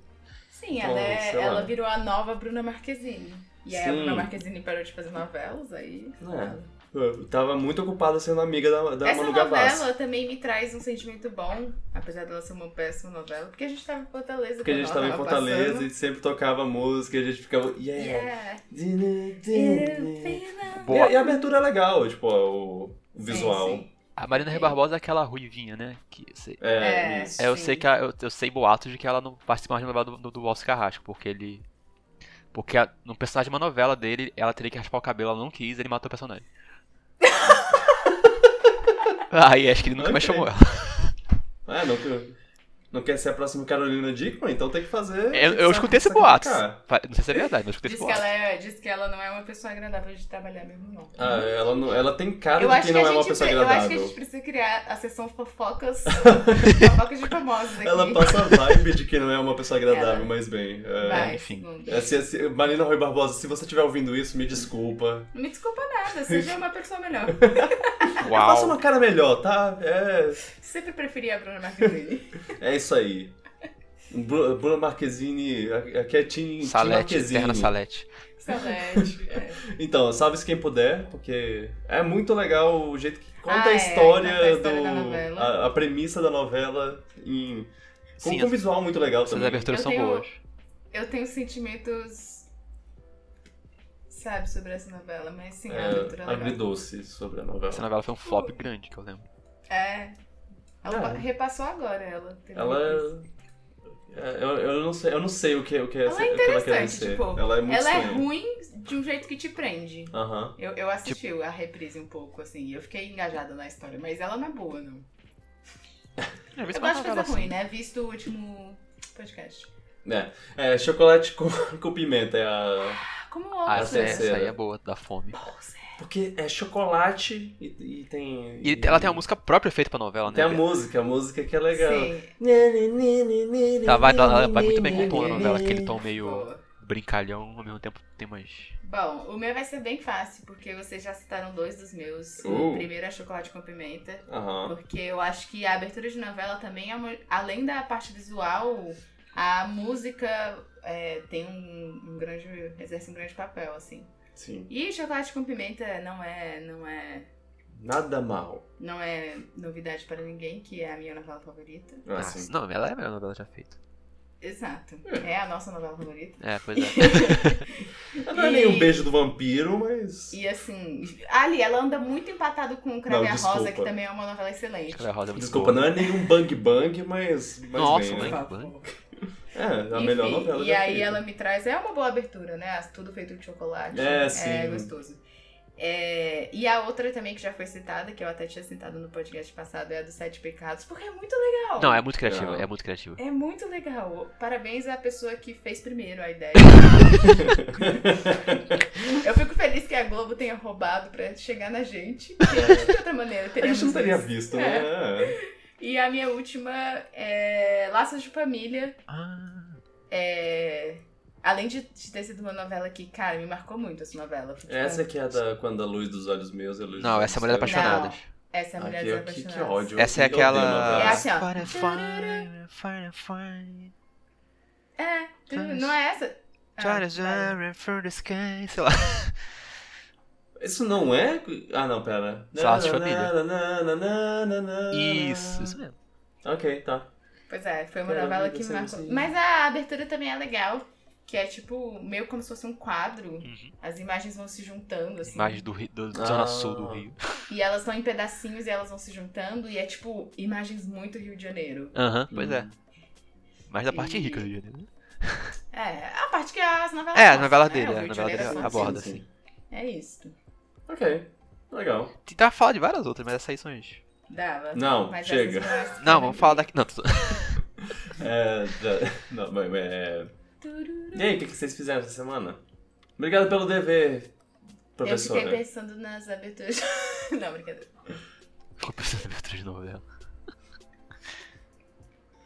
[SPEAKER 3] Sim,
[SPEAKER 1] Então,
[SPEAKER 3] ela, é-
[SPEAKER 1] sei lá.
[SPEAKER 3] ela virou a nova Bruna Marquezine. E aí a
[SPEAKER 1] Sim.
[SPEAKER 3] Bruna Marquezine parou de fazer novelas, aí...
[SPEAKER 1] É. Eu tava muito ocupada sendo amiga da, da
[SPEAKER 3] Essa
[SPEAKER 1] Manu
[SPEAKER 3] novela
[SPEAKER 1] Gavassi.
[SPEAKER 3] também me traz um sentimento bom, apesar dela ser uma péssima novela, porque a gente tava em Fortaleza.
[SPEAKER 1] Porque a gente
[SPEAKER 3] quando
[SPEAKER 1] tava
[SPEAKER 3] ela
[SPEAKER 1] em Fortaleza
[SPEAKER 3] tá passando. É,
[SPEAKER 1] e sempre tocava música e a gente ficava. Yeah!
[SPEAKER 3] Yeah.
[SPEAKER 1] E,
[SPEAKER 2] Boa.
[SPEAKER 1] a- e a abertura é legal, tipo, o, o visual.
[SPEAKER 3] Sim, sim.
[SPEAKER 2] A Marina Rui Barbosa é aquela ruivinha, né? Que se-
[SPEAKER 1] É,
[SPEAKER 3] É.
[SPEAKER 1] isso.
[SPEAKER 2] é, eu
[SPEAKER 3] Sim.
[SPEAKER 2] sei que a- eu, eu sei boatos de que ela não participa mais de novela do, do, do Alcio Carrasco, porque ele. Porque a- no personagem de uma novela dele, ela teria que raspar o cabelo, ela não quis, ele matou o personagem. Aí acho que ele nunca mais
[SPEAKER 1] Ok.
[SPEAKER 2] chamou ela.
[SPEAKER 1] Ah, não, que- não quer ser a próxima Carolina Dickman, então tem que fazer.
[SPEAKER 2] É, Eu,
[SPEAKER 1] tem que
[SPEAKER 2] eu
[SPEAKER 1] sa-
[SPEAKER 2] escutei esse boato.
[SPEAKER 1] sacrificar.
[SPEAKER 2] Não sei se é verdade, mas eu escutei
[SPEAKER 3] Diz
[SPEAKER 2] esse
[SPEAKER 3] que,
[SPEAKER 2] boato.
[SPEAKER 3] ela é, diz que ela não é uma pessoa agradável de trabalhar mesmo, não.
[SPEAKER 1] Ah, ela, não- ela tem cara
[SPEAKER 3] Né? Eu
[SPEAKER 1] de
[SPEAKER 3] acho,
[SPEAKER 1] quem
[SPEAKER 3] que a
[SPEAKER 1] não é
[SPEAKER 3] gente,
[SPEAKER 1] uma pessoa
[SPEAKER 3] eu acho que a
[SPEAKER 1] agradável.
[SPEAKER 3] gente precisa criar a sessão fofocas, fofocas de famosos aqui.
[SPEAKER 1] Ela passa a vibe de quem não é uma pessoa agradável,
[SPEAKER 3] Ela-
[SPEAKER 1] mas bem. é.
[SPEAKER 3] Vai,
[SPEAKER 2] enfim.
[SPEAKER 3] não-
[SPEAKER 1] É, se- se- Marina Rui Barbosa, se você estiver ouvindo isso, me desculpa.
[SPEAKER 3] Não me desculpa nada, seja uma pessoa melhor.
[SPEAKER 1] Faça
[SPEAKER 2] Uau!
[SPEAKER 1] uma cara melhor, tá? É,
[SPEAKER 3] Sempre preferi a Bruna Marquezine.
[SPEAKER 1] é isso aí. Bru- Bruna Marquezine, a- aqui é Tim, Tim
[SPEAKER 2] Salete,
[SPEAKER 1] Marquezine.
[SPEAKER 2] Eterna Salete.
[SPEAKER 3] Salete, é.
[SPEAKER 1] Então, salve-se quem puder, porque é muito legal o jeito que conta
[SPEAKER 3] Ah,
[SPEAKER 1] a
[SPEAKER 3] é,
[SPEAKER 1] história,
[SPEAKER 3] conta a história
[SPEAKER 1] do,
[SPEAKER 3] da novela.
[SPEAKER 1] a, a premissa da novela em, com,
[SPEAKER 2] Sim,
[SPEAKER 1] com um
[SPEAKER 2] as-
[SPEAKER 1] visual muito legal
[SPEAKER 2] essas
[SPEAKER 1] também.
[SPEAKER 2] aberturas
[SPEAKER 3] Eu
[SPEAKER 2] são
[SPEAKER 3] tenho-
[SPEAKER 2] boas.
[SPEAKER 3] Eu tenho sentimentos, sabe, sobre essa novela, mas sim, a leitura
[SPEAKER 1] É,
[SPEAKER 3] é legal.
[SPEAKER 1] agridoce sobre a novela.
[SPEAKER 2] Essa novela foi um flop grande, que eu lembro.
[SPEAKER 3] É. Ela
[SPEAKER 1] É.
[SPEAKER 3] pa- repassou agora, ela. teve isso.
[SPEAKER 1] Ela é, eu, eu não sei, eu não sei o que o que
[SPEAKER 3] Ela é
[SPEAKER 1] essa- o que ela quer
[SPEAKER 3] interessante,
[SPEAKER 1] dizer.
[SPEAKER 3] tipo,
[SPEAKER 1] ela é muito
[SPEAKER 3] Ela é
[SPEAKER 1] estranha.
[SPEAKER 3] ruim de um jeito que te prende.
[SPEAKER 1] Aham.
[SPEAKER 3] Eu, eu assisti a reprise um pouco, assim, e eu fiquei engajada na história, mas ela não é boa, não.
[SPEAKER 2] É, mas
[SPEAKER 3] Eu
[SPEAKER 2] é uma
[SPEAKER 3] gosto de
[SPEAKER 2] novela
[SPEAKER 3] coisa
[SPEAKER 2] assim.
[SPEAKER 3] ruim, né? Visto o último podcast.
[SPEAKER 1] É, é, chocolate com, com pimenta é a
[SPEAKER 3] Ah, como
[SPEAKER 2] Ah,
[SPEAKER 3] outros.
[SPEAKER 2] essa,
[SPEAKER 1] terceira.
[SPEAKER 2] essa aí é boa, da fome.
[SPEAKER 1] porque é chocolate e, e tem
[SPEAKER 2] E ela tem uma música própria feita pra novela, né?
[SPEAKER 1] Tem a música, a música que é legal. Né,
[SPEAKER 3] Sim.
[SPEAKER 2] Ela vai, ela vai muito bem com o tom da
[SPEAKER 3] Sim.
[SPEAKER 2] novela, aquele tom meio
[SPEAKER 3] Boa.
[SPEAKER 2] brincalhão, ao mesmo tempo tem umas.
[SPEAKER 3] Bom, o meu vai ser bem fácil, porque vocês já citaram dois dos meus.
[SPEAKER 1] Uh.
[SPEAKER 3] O primeiro é Chocolate com Pimenta.
[SPEAKER 1] Aham.
[SPEAKER 3] Porque eu acho que a abertura de novela também é uma- além da parte visual, a música é, tem um, um grande exerce um grande papel assim.
[SPEAKER 1] Sim.
[SPEAKER 3] E chocolate com pimenta não é não é
[SPEAKER 1] Nada mal.
[SPEAKER 3] não é novidade para ninguém que é a minha novela favorita.
[SPEAKER 2] Ah,
[SPEAKER 1] Assim.
[SPEAKER 2] não, ela é a melhor novela já feita.
[SPEAKER 3] Exato. É a nossa novela favorita.
[SPEAKER 2] É, pois é.
[SPEAKER 1] Não é
[SPEAKER 3] E-
[SPEAKER 1] nem um beijo do vampiro, mas.
[SPEAKER 3] E assim, ali ela anda muito empatado com o Crave
[SPEAKER 1] Não,
[SPEAKER 3] a Rosa, que
[SPEAKER 1] desculpa.
[SPEAKER 3] também é uma novela excelente.
[SPEAKER 2] Aquela rosa é muito
[SPEAKER 1] Desculpa,
[SPEAKER 2] boa.
[SPEAKER 1] não é nenhum bang bang, mas. mas
[SPEAKER 2] Nossa,
[SPEAKER 1] bem, né?
[SPEAKER 2] bang.
[SPEAKER 3] Por
[SPEAKER 2] bom.
[SPEAKER 3] favor.
[SPEAKER 1] É, a
[SPEAKER 3] Enfim,
[SPEAKER 1] melhor novela.
[SPEAKER 3] E
[SPEAKER 1] já
[SPEAKER 3] aí
[SPEAKER 1] feita.
[SPEAKER 3] ela me traz. É uma boa abertura, né? As- Tudo feito de chocolate.
[SPEAKER 1] É, sim.
[SPEAKER 3] gostoso. É, e a outra também que já foi citada, que eu até tinha citado no podcast passado, é a dos Sete Pecados, porque é muito legal.
[SPEAKER 2] Não, é muito criativa,
[SPEAKER 1] Não.
[SPEAKER 2] é muito criativa.
[SPEAKER 3] É muito legal. Parabéns à pessoa que fez primeiro a ideia. eu fico feliz que a Globo tenha roubado pra chegar na gente. Porque de outra maneira
[SPEAKER 1] É. A
[SPEAKER 3] teríamos
[SPEAKER 1] gente não teria
[SPEAKER 3] isso.
[SPEAKER 1] visto, né? É.
[SPEAKER 3] E a minha última é Laços de Família,
[SPEAKER 2] Ah,
[SPEAKER 3] É, Além de de ter sido uma novela que, cara, me marcou muito essa novela. Foi, tipo,
[SPEAKER 1] Essa que é a da Quando a Luz dos Olhos Meus é a Luz
[SPEAKER 2] não,
[SPEAKER 1] dos
[SPEAKER 2] essa é a Mulher
[SPEAKER 1] Olhos Seus.
[SPEAKER 2] Apaixonadas.
[SPEAKER 3] Essa é a Mulher
[SPEAKER 1] Aqui, ó, que, que
[SPEAKER 3] Desapaixonada.
[SPEAKER 1] ódio.
[SPEAKER 2] Essa é
[SPEAKER 1] Eu odeio
[SPEAKER 2] aquela.
[SPEAKER 1] novela.
[SPEAKER 3] É assim, ó.
[SPEAKER 2] Firefly, firefly,
[SPEAKER 3] É, tu- não é essa? Ah,
[SPEAKER 2] Johnny's
[SPEAKER 3] vai.
[SPEAKER 2] running through the sky, sei lá.
[SPEAKER 1] Isso não é. Ah, não, pera.
[SPEAKER 2] Sala de família.
[SPEAKER 1] Nananana.
[SPEAKER 2] Isso, isso mesmo.
[SPEAKER 1] Ok, tá.
[SPEAKER 3] Pois é, foi uma
[SPEAKER 1] Quero
[SPEAKER 3] novela
[SPEAKER 1] ver
[SPEAKER 3] que me
[SPEAKER 1] você
[SPEAKER 3] marcou.
[SPEAKER 1] assim.
[SPEAKER 3] Mas a abertura também é legal, que é tipo, meio como se fosse um quadro.
[SPEAKER 2] Uhum.
[SPEAKER 3] As imagens vão se juntando, assim.
[SPEAKER 2] Imagem do, Rio- do, do
[SPEAKER 1] Ah.
[SPEAKER 2] Zona Sul do Rio.
[SPEAKER 3] E elas estão em pedacinhos e elas vão se juntando. E é tipo, imagens muito Rio de Janeiro.
[SPEAKER 2] Aham, pois
[SPEAKER 1] Hum.
[SPEAKER 2] é. Mais da
[SPEAKER 3] E-
[SPEAKER 2] parte rica do Rio de Janeiro. né?
[SPEAKER 3] É, a parte que as novelas
[SPEAKER 2] É, a
[SPEAKER 3] mostram,
[SPEAKER 2] novela
[SPEAKER 3] né?
[SPEAKER 2] dele,
[SPEAKER 3] O
[SPEAKER 2] a
[SPEAKER 3] Rio de
[SPEAKER 2] novela
[SPEAKER 3] Janeiro é
[SPEAKER 2] dele
[SPEAKER 3] só assim.
[SPEAKER 2] aborda,
[SPEAKER 1] sim.
[SPEAKER 2] assim.
[SPEAKER 3] É isso.
[SPEAKER 1] Ok, legal.
[SPEAKER 2] Dá pra falar Tá de várias outras, mas essas aí são as.
[SPEAKER 3] Dava.
[SPEAKER 1] Não,
[SPEAKER 3] Mas
[SPEAKER 1] chega.
[SPEAKER 3] essas foram as-
[SPEAKER 2] Não, vamos falar daqui. Não, tô...
[SPEAKER 1] É, da- não, mas- mas- é...
[SPEAKER 3] Tururu.
[SPEAKER 1] E aí, o que que vocês fizeram essa semana? Obrigado pelo dever,
[SPEAKER 3] Eu
[SPEAKER 1] professora.
[SPEAKER 3] fiquei pensando nas aberturas. Não, brincadeira.
[SPEAKER 2] Ficou pensando em abertura de novela.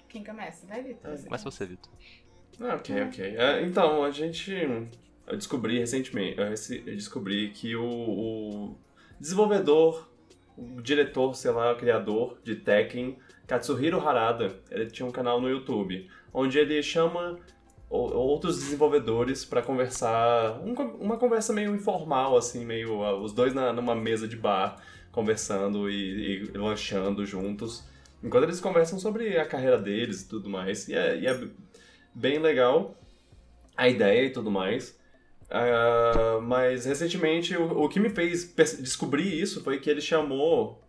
[SPEAKER 3] Quem começa? Vai, Vitor. Você
[SPEAKER 2] Mas você, Vitor.
[SPEAKER 1] Ah, ok, ok. É, então, a gente. Eu descobri recentemente. Eu rece- eu descobri que o, o desenvolvedor, o diretor, sei lá, o criador de Tekken, Katsuhiro Harada, ele tinha um canal no YouTube, onde ele chama o- outros desenvolvedores pra conversar. um co- uma conversa meio informal, assim, meio. ah, Os dois na- numa mesa de bar, conversando e- e lanchando juntos. Enquanto eles conversam sobre a carreira deles e tudo mais. E é, e é bem legal a ideia e tudo mais. Ah, mas recentemente o, o que me fez perce- descobrir isso foi que ele chamou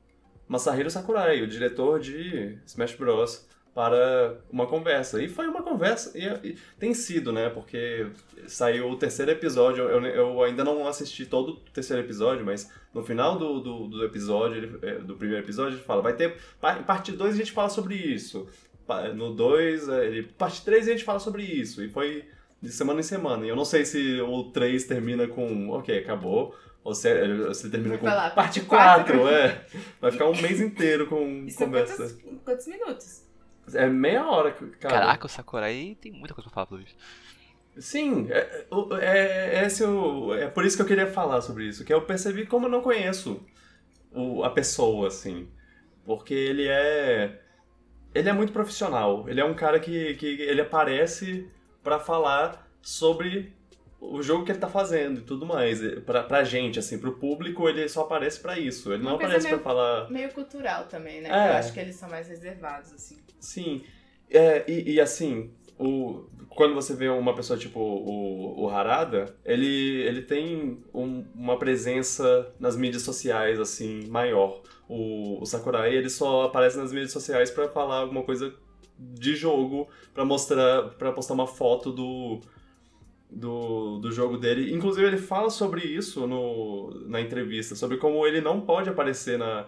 [SPEAKER 1] Masahiro Sakurai, o diretor de Smash Bros, para uma conversa. E foi uma conversa, e, e tem sido, né? Porque saiu o terceiro episódio, eu, eu ainda não assisti todo o terceiro episódio, mas no final do, do, do episódio, ele- eh, do primeiro episódio, ele fala: vai ter Pa- em Parte 2 a gente fala sobre isso. Pa- No 2, ele... parte 3 a gente fala sobre isso. E foi de semana em semana. E eu não sei se o 3 termina com ok, acabou. Ou se, eh, se ele termina com
[SPEAKER 3] Vai lá,
[SPEAKER 1] parte
[SPEAKER 3] parte quatro.
[SPEAKER 1] 4, é. Vai ficar um mês inteiro com
[SPEAKER 3] Isso
[SPEAKER 1] conversa.
[SPEAKER 3] quantos, quantos minutos?
[SPEAKER 1] É meia hora, cara.
[SPEAKER 2] Caraca, o Sakurai tem muita coisa pra falar, pelo visto.
[SPEAKER 1] Sim, é, o- é, esse é o- é por isso que eu queria falar sobre isso, que eu percebi como eu não conheço o- a pessoa, assim. Porque ele é. ele é muito profissional. Ele é um cara que, que ele aparece pra falar sobre o jogo que ele tá fazendo e tudo mais. Pra, pra gente, assim, pro público, ele só aparece pra isso. Ele
[SPEAKER 3] Uma
[SPEAKER 1] não
[SPEAKER 3] coisa
[SPEAKER 1] aparece
[SPEAKER 3] meio-
[SPEAKER 1] pra falar.
[SPEAKER 3] Meio cultural também, né?
[SPEAKER 1] É.
[SPEAKER 3] Eu acho que eles são mais reservados, assim.
[SPEAKER 1] Sim. É, e, e assim, o, quando você vê uma pessoa tipo o, o Harada, ele, ele tem um- uma presença nas mídias sociais, assim, maior. O, o Sakurai, ele só aparece nas mídias sociais pra falar alguma coisa de jogo, pra mostrar, para postar uma foto do, do, do jogo dele. Inclusive, ele fala sobre isso no, na entrevista, sobre como ele não pode aparecer na,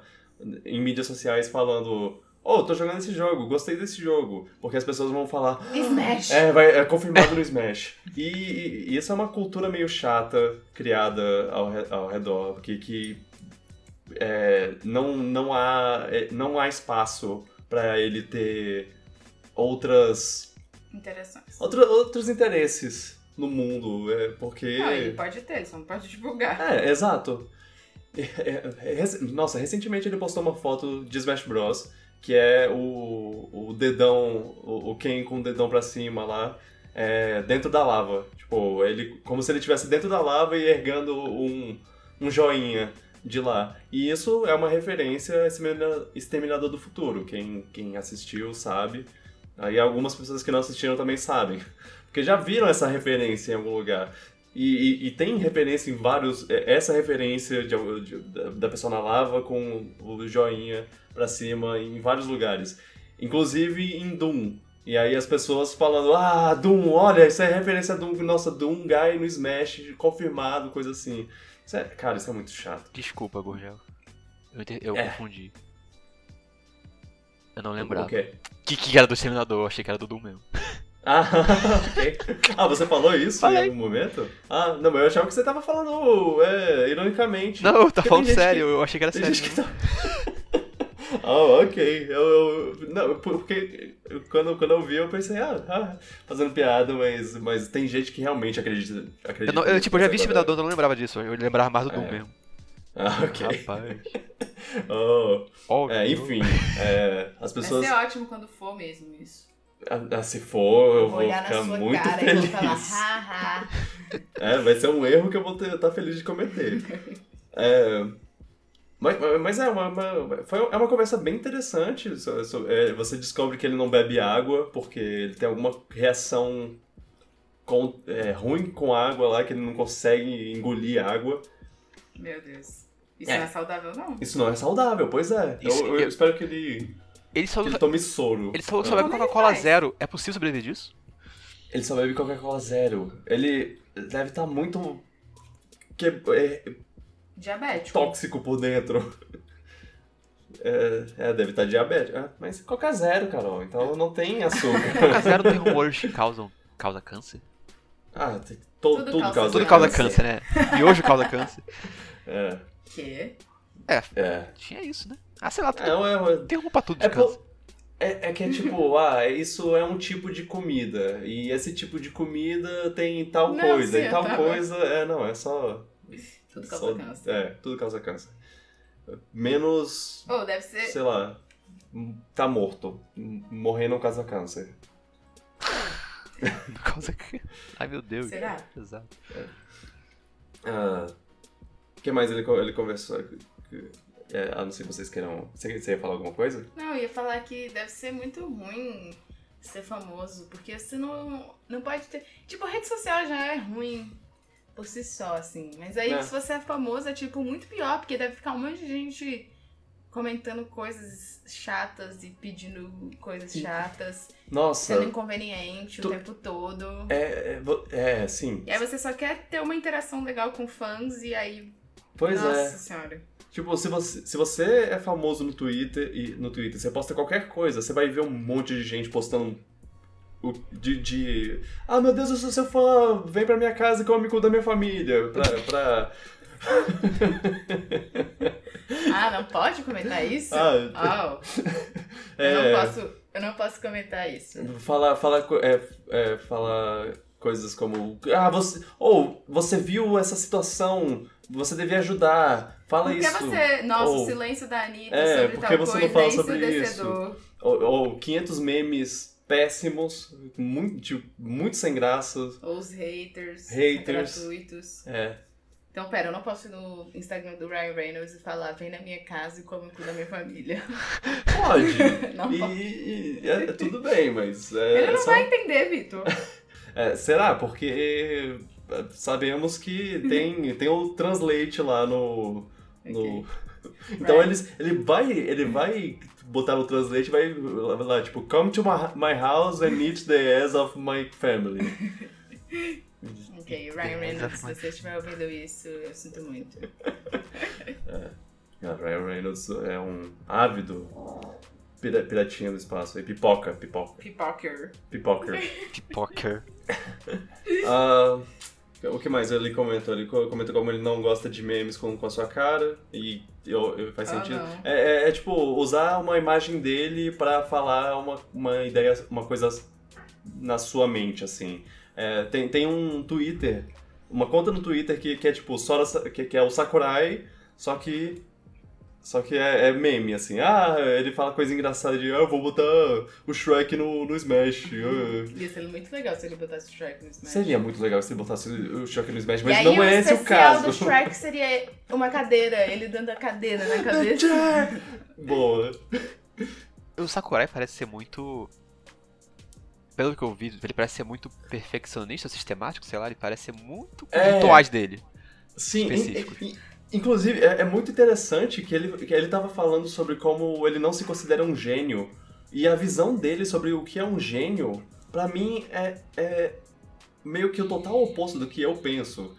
[SPEAKER 1] em mídias sociais falando Oh, tô jogando esse jogo, gostei desse jogo. Porque as pessoas vão falar.
[SPEAKER 3] Smash!
[SPEAKER 1] É, vai, é confirmado no Smash. E, e- e isso é uma cultura meio chata criada ao, re- ao redor, que, que é, não, não, há, é, não há espaço pra ele ter outras,
[SPEAKER 3] Interessantes.
[SPEAKER 1] outra- outros interesses no mundo. É, porque.
[SPEAKER 3] Não, ele pode ter, ele só não pode divulgar.
[SPEAKER 1] É, exato. É, é, rec- Nossa, recentemente ele postou uma foto de Smash Bros. Que é o, o dedão, o, o Ken com o dedão pra cima lá, é, dentro da lava. Tipo, ele, como se ele estivesse dentro da lava e ergando um, um joinha de lá. E isso é uma referência a Extermina- Exterminador do Futuro. Quem, quem assistiu sabe. Aí algumas pessoas que não assistiram também sabem. Porque já viram essa referência em algum lugar. E, e- e tem referência em vários. é, Essa referência de al- de- da- da pessoa na lava com o joinha pra cima em vários lugares. Inclusive em Doom. E aí as pessoas falando, ah, Doom, olha, isso é referência a Doom, nossa, Doom Guy no Smash, confirmado, coisa assim. Isso é- cara, isso é muito chato.
[SPEAKER 2] Desculpa, Gurgel. Eu, ente- eu
[SPEAKER 1] É.
[SPEAKER 2] confundi. Eu não lembrava.
[SPEAKER 1] Ok.
[SPEAKER 2] Que, que era do Exterminador, achei que era do Doom mesmo.
[SPEAKER 1] Ah, ok. Ah, você falou isso em
[SPEAKER 2] Falei.
[SPEAKER 1] algum momento? Ah, não, mas eu achava que você tava falando, é, ironicamente.
[SPEAKER 2] Não, tá
[SPEAKER 1] Tem
[SPEAKER 2] falando
[SPEAKER 1] gente que-
[SPEAKER 2] sério, eu achei que era
[SPEAKER 1] Tem
[SPEAKER 2] sério.
[SPEAKER 1] gente que tá. Ah, ok. Eu, eu- não, porque quando, quando eu vi, eu pensei, ah, ah, fazendo piada, mas, mas tem gente que realmente acredita. acredita
[SPEAKER 2] Eu, não- eu,
[SPEAKER 1] nisso,
[SPEAKER 2] tipo, eu já
[SPEAKER 1] né,
[SPEAKER 2] vi
[SPEAKER 1] Samuel?
[SPEAKER 2] Exterminador, eu não lembrava disso, eu lembrava mais do Doom
[SPEAKER 1] É.
[SPEAKER 2] mesmo.
[SPEAKER 1] Ah, ok.
[SPEAKER 2] Rapaz.
[SPEAKER 1] Oh,
[SPEAKER 2] Óbvio.
[SPEAKER 1] é, enfim, é, as pessoas.
[SPEAKER 3] Vai ser ótimo quando for mesmo isso.
[SPEAKER 1] Ah, ah, se for, eu
[SPEAKER 3] vou
[SPEAKER 1] vou,
[SPEAKER 3] olhar na
[SPEAKER 1] ficar
[SPEAKER 3] sua
[SPEAKER 1] muito
[SPEAKER 3] cara
[SPEAKER 1] feliz.
[SPEAKER 3] e vou falar, haha.
[SPEAKER 1] É, vai ser um erro que eu vou estar feliz de cometer. É, mas, mas é uma, uma- foi, é uma conversa bem interessante. so- so- é, você descobre que ele não bebe água porque ele tem alguma reação com- é, ruim com água lá, que ele não consegue engolir água.
[SPEAKER 3] Meu Deus. Isso
[SPEAKER 1] É.
[SPEAKER 3] não é saudável, não.
[SPEAKER 1] Isso não é saudável, pois é. Eu,
[SPEAKER 2] Isso-
[SPEAKER 1] eu
[SPEAKER 2] eu-
[SPEAKER 1] espero que ele,
[SPEAKER 2] Ele só,
[SPEAKER 1] que ele tome soro.
[SPEAKER 2] ele só,
[SPEAKER 1] É.
[SPEAKER 2] só bebe
[SPEAKER 3] Como ele
[SPEAKER 2] Coca-Cola
[SPEAKER 3] faz?
[SPEAKER 2] zero. É possível sobreviver disso?
[SPEAKER 1] Ele só bebe Coca-Cola zero. Ele deve estar muito que, é,
[SPEAKER 3] Diabético.
[SPEAKER 1] tóxico por dentro. É, é, deve estar diabético. Ah, mas Coca Zero, Carol, então não tem açúcar.
[SPEAKER 2] Coca zero tem rumores que causam causa câncer?
[SPEAKER 1] ah, tem- to-
[SPEAKER 3] Tudo
[SPEAKER 1] tudo,
[SPEAKER 3] causa
[SPEAKER 1] causa
[SPEAKER 2] Tudo
[SPEAKER 3] Câncer.
[SPEAKER 2] causa câncer, né? Miojo causa câncer.
[SPEAKER 1] É,
[SPEAKER 3] Que?
[SPEAKER 1] é.
[SPEAKER 2] Tinha isso, né? Ah, sei lá,
[SPEAKER 1] É,
[SPEAKER 2] tudo,
[SPEAKER 1] é, é,
[SPEAKER 2] tem rumo pra tudo de
[SPEAKER 1] é,
[SPEAKER 2] câncer.
[SPEAKER 1] po- é- é que é tipo, ah, isso é um tipo de comida. E esse tipo de comida tem tal
[SPEAKER 3] Não,
[SPEAKER 1] coisa.
[SPEAKER 3] sim,
[SPEAKER 1] e tal
[SPEAKER 3] tá bom.
[SPEAKER 1] coisa. É, não, é só.
[SPEAKER 3] Tudo
[SPEAKER 1] só-
[SPEAKER 3] causa câncer.
[SPEAKER 1] É, tudo causa câncer. Menos,
[SPEAKER 3] Ou deve ser.
[SPEAKER 1] sei lá, tá morto. um Morrer não causa câncer.
[SPEAKER 2] Não causa câncer. Ai, meu Deus.
[SPEAKER 3] Será?
[SPEAKER 2] Exato.
[SPEAKER 1] Ah, o que mais ele, co- ele conversou? É, a não ser que vocês queiram. Você, você ia falar alguma coisa?
[SPEAKER 3] Não, eu ia falar que deve ser muito ruim ser famoso, porque você não, não pode ter. Tipo, a rede social já é ruim por si só, assim. Mas aí,
[SPEAKER 1] É.
[SPEAKER 3] se você é famoso, é tipo muito pior, porque deve ficar um monte de gente comentando coisas chatas e pedindo coisas
[SPEAKER 1] Sim.
[SPEAKER 3] chatas, sendo
[SPEAKER 1] Nossa,
[SPEAKER 3] inconveniente
[SPEAKER 1] Tu-
[SPEAKER 3] o tempo todo.
[SPEAKER 1] é, é, vo- é, sim.
[SPEAKER 3] E aí você só quer ter uma interação legal com fãs e aí.
[SPEAKER 1] Pois
[SPEAKER 3] nossa
[SPEAKER 1] é.
[SPEAKER 3] senhora.
[SPEAKER 1] Tipo, se você, se você é famoso no Twitter e no Twitter você posta qualquer coisa, você vai ver um monte de gente postando o- de, de. Ah, meu Deus, eu sou seu fã, vem pra minha casa e come cu da minha família. Pra, pra,
[SPEAKER 3] Ah, não pode comentar isso?
[SPEAKER 1] Ah,
[SPEAKER 3] Oh. Eu,
[SPEAKER 1] é,
[SPEAKER 3] não posso, eu não posso comentar isso.
[SPEAKER 1] Falar, falar, co- é, é, falar coisas como. Ah, você. Ou você viu essa situação Você devia ajudar. Fala
[SPEAKER 3] Por que
[SPEAKER 1] isso.
[SPEAKER 3] você. Nossa,
[SPEAKER 1] Ou-
[SPEAKER 3] o silêncio da Anitta
[SPEAKER 1] É,
[SPEAKER 3] sobre
[SPEAKER 1] por
[SPEAKER 3] tal
[SPEAKER 1] que você não
[SPEAKER 3] coisa
[SPEAKER 1] fala
[SPEAKER 3] é
[SPEAKER 1] sobre isso?
[SPEAKER 3] ensurdecedor.
[SPEAKER 1] Ou, ou 500 memes péssimos, muito, tipo, muito sem graça.
[SPEAKER 3] Ou os haters,
[SPEAKER 1] Haters.
[SPEAKER 3] gratuitos.
[SPEAKER 1] É.
[SPEAKER 3] Então, pera, eu não posso ir no Instagram do Ryan Reynolds e falar, vem na minha casa e come o cu da minha família.
[SPEAKER 1] Pode.
[SPEAKER 3] Não
[SPEAKER 1] E,
[SPEAKER 3] posso.
[SPEAKER 1] e- é, tudo bem, mas. É,
[SPEAKER 3] Ele não
[SPEAKER 1] só-
[SPEAKER 3] vai entender, Vitor.
[SPEAKER 1] é, será? Porque é, sabemos que
[SPEAKER 3] Uhum.
[SPEAKER 1] tem, tem o translate lá no. no-
[SPEAKER 3] Ok.
[SPEAKER 1] Então
[SPEAKER 3] Right.
[SPEAKER 1] eles, ele vai. Ele vai botar no translate e vai lá, tipo, come to my, my house and eat the ass of my family.
[SPEAKER 3] Ok, Ryan Reynolds, se você estiver ouvindo isso, eu sinto muito.
[SPEAKER 1] Ah, Ryan Reynolds é um ávido pira- piratinha do espaço. E pipoca, pipoca,
[SPEAKER 3] Pipocker.
[SPEAKER 1] pipoca.
[SPEAKER 2] Pipocker.
[SPEAKER 1] Ah, o que mais ele comentou? Ele co- comentou como ele não gosta de memes com, com a sua cara e eu, eu- faz
[SPEAKER 3] Ah,
[SPEAKER 1] sentido.
[SPEAKER 3] não.
[SPEAKER 1] É, é- é, tipo usar uma imagem dele pra falar uma, uma ideia, uma coisa na sua mente, assim. É, tem, tem um Twitter, uma conta no Twitter que, que é tipo Sora, Sa- que, que é o Sakurai, só que só que é, é meme, assim. Ah, ele fala coisa engraçada de ah, eu vou botar o Shrek no, no Smash. ah."
[SPEAKER 3] Ia ser muito legal se ele botasse o Shrek no Smash.
[SPEAKER 1] Seria muito legal se ele botasse o Shrek no Smash,
[SPEAKER 3] e
[SPEAKER 1] mas
[SPEAKER 3] aí,
[SPEAKER 1] não é esse o
[SPEAKER 3] especial
[SPEAKER 1] caso.
[SPEAKER 3] do Shrek seria uma cadeira, ele dando a cadeira na cabeça.
[SPEAKER 1] Boa.
[SPEAKER 2] O Sakurai parece ser muito. Pelo que eu vi, ele parece ser muito perfeccionista, sistemático, sei lá, ele parece ser muito com os
[SPEAKER 1] É.
[SPEAKER 2] rituais dele.
[SPEAKER 1] Sim, in-
[SPEAKER 2] Específico.
[SPEAKER 1] in- inclusive é, é muito interessante que ele, que ele tava falando sobre como ele não se considera um gênio. E a visão dele sobre o que é um gênio, pra mim, é, é meio que o total oposto do que eu penso.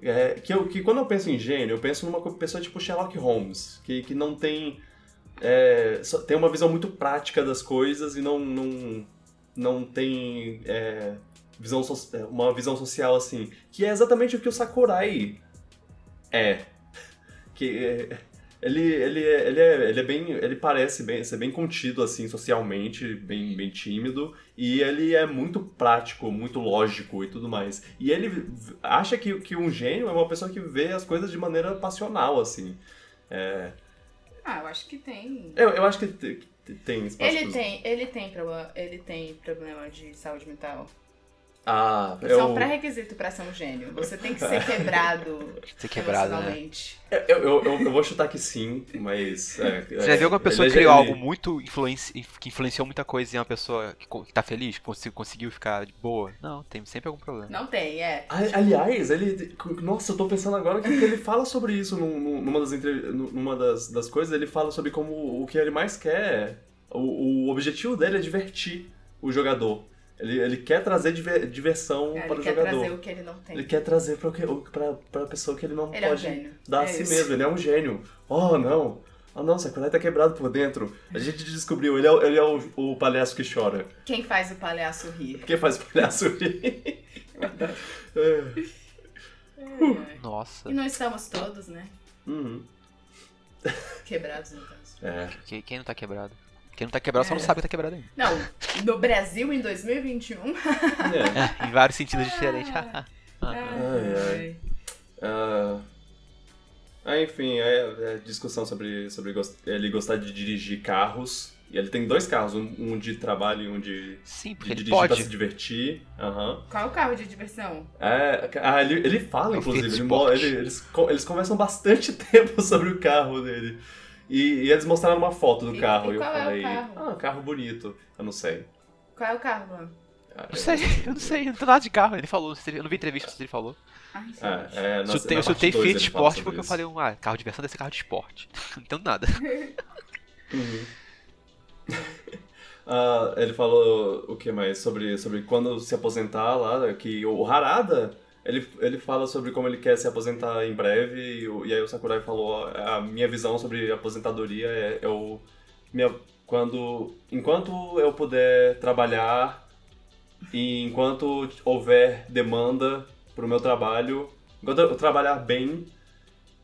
[SPEAKER 1] É, que, eu, que quando eu penso em gênio, eu penso numa co- pessoa tipo Sherlock Holmes, que, que não tem. é, só- tem uma visão muito prática das coisas e não, não, não tem é, visão so- é, uma visão social assim. Que é exatamente o que o Sakurai é. Que é, ele, ele, é- ele, é, ele é bem. Ele parece bem, ser bem contido, assim, socialmente, bem, bem tímido. E ele é muito prático, muito lógico e tudo mais. E ele v- acha que, que um gênio é uma pessoa que vê as coisas de maneira passional, assim.
[SPEAKER 3] Ah, eu acho que tem.
[SPEAKER 1] Eu, eu acho que te- te- tem espaço
[SPEAKER 3] Ele
[SPEAKER 1] pros-
[SPEAKER 3] tem, ele tem problema, ele tem problema de saúde mental.
[SPEAKER 1] Ah,
[SPEAKER 3] Isso é um
[SPEAKER 1] eu,
[SPEAKER 3] pré-requisito pra ser um gênio. Você tem que ser quebrado
[SPEAKER 2] Ser quebrado, né?
[SPEAKER 3] emocionalmente.
[SPEAKER 1] eu, eu, eu- eu vou chutar que sim, mas. é,
[SPEAKER 2] Você já
[SPEAKER 1] é,
[SPEAKER 2] viu alguma pessoa
[SPEAKER 1] ele-
[SPEAKER 2] que criou
[SPEAKER 1] ele-
[SPEAKER 2] algo muito influenci... que influenciou muita coisa e é uma pessoa que, co- que tá feliz, que consi- conseguiu ficar de boa? Não, tem sempre algum problema.
[SPEAKER 3] Não tem, é.
[SPEAKER 1] A- Aliás, ele. Nossa, eu tô pensando agora que ele fala sobre isso num- num- numa, das, entre- numa das, das coisas. Ele fala sobre como o que ele mais quer. O, o objetivo dele é divertir o jogador. Ele, ele quer trazer diver- diversão
[SPEAKER 3] É, Ele
[SPEAKER 1] Um para o
[SPEAKER 3] quer
[SPEAKER 1] jogador.
[SPEAKER 3] trazer o que ele não tem.
[SPEAKER 1] Ele
[SPEAKER 3] Ele,
[SPEAKER 1] quer trazer pra, o que- o- pra, pra pessoa que ele não
[SPEAKER 3] é um
[SPEAKER 1] pode
[SPEAKER 3] gênio.
[SPEAKER 1] dar
[SPEAKER 3] é
[SPEAKER 1] a si
[SPEAKER 3] isso.
[SPEAKER 1] mesmo. Ele é um gênio. Oh, não. Oh, não, Sakurai tá quebrado por dentro. A gente descobriu. Ele é, o- ele é o, o palhaço que chora.
[SPEAKER 3] Quem faz o palhaço rir?
[SPEAKER 1] Quem faz palhaço rir? É.
[SPEAKER 3] É.
[SPEAKER 2] Nossa,
[SPEAKER 3] E não estamos todos, né?
[SPEAKER 1] Uhum.
[SPEAKER 3] Quebrados, no caso.
[SPEAKER 1] É.
[SPEAKER 2] que- quem não tá quebrado? Quem não tá quebrado
[SPEAKER 3] É.
[SPEAKER 2] só não sabe que tá quebrado ainda.
[SPEAKER 3] Não, no Brasil em 2021.
[SPEAKER 1] É.
[SPEAKER 2] em vários sentidos diferentes.
[SPEAKER 3] É.
[SPEAKER 2] Ah,
[SPEAKER 1] ai. Ah, ah, enfim, é, é discussão sobre, sobre gos- ele gostar de dirigir carros. E ele tem dois carros, um, um de trabalho e um de, de
[SPEAKER 2] Sim, porque ele
[SPEAKER 1] dirigir pra se
[SPEAKER 2] pode.
[SPEAKER 1] divertir. Aham.
[SPEAKER 3] Qual é o carro de diversão?
[SPEAKER 1] É, ah, ele, ele fala,
[SPEAKER 2] É o
[SPEAKER 1] inclusive,
[SPEAKER 2] Fiat
[SPEAKER 1] ele
[SPEAKER 2] Sport.
[SPEAKER 1] mo- ele- eles, co- eles conversam bastante tempo sobre o carro dele. E, e eles mostraram uma foto do
[SPEAKER 3] E-
[SPEAKER 1] carro
[SPEAKER 3] e
[SPEAKER 1] e, eu
[SPEAKER 3] qual é o
[SPEAKER 1] falei,
[SPEAKER 3] carro?
[SPEAKER 1] ah, carro bonito. Eu não sei.
[SPEAKER 3] Qual é o carro, Luan?
[SPEAKER 1] Ah, eu
[SPEAKER 2] Não sei, eu não sei, eu não tô nada de carro. Ele falou, eu não vi entrevista, se ele falou.
[SPEAKER 3] Ai,
[SPEAKER 1] Ah,
[SPEAKER 3] gente.
[SPEAKER 1] é, na-
[SPEAKER 2] Chutei-
[SPEAKER 1] na
[SPEAKER 2] eu
[SPEAKER 1] parte dois
[SPEAKER 2] chutei Fiat
[SPEAKER 1] ele fala
[SPEAKER 2] Sport
[SPEAKER 1] sobre
[SPEAKER 2] porque eu
[SPEAKER 1] isso.
[SPEAKER 2] falei, ah, carro de diversão deve ser carro de esporte. Não entendo nada.
[SPEAKER 1] Ah, ele falou o que mais? Sobre, sobre quando se aposentar lá, né? que o Harada, ele, ele fala sobre como ele quer se aposentar em breve, e, o- e aí o Sakurai falou, ó, é, a minha visão sobre aposentadoria é eu me a- quando enquanto eu puder trabalhar e enquanto houver demanda pro meu trabalho, enquanto eu trabalhar bem,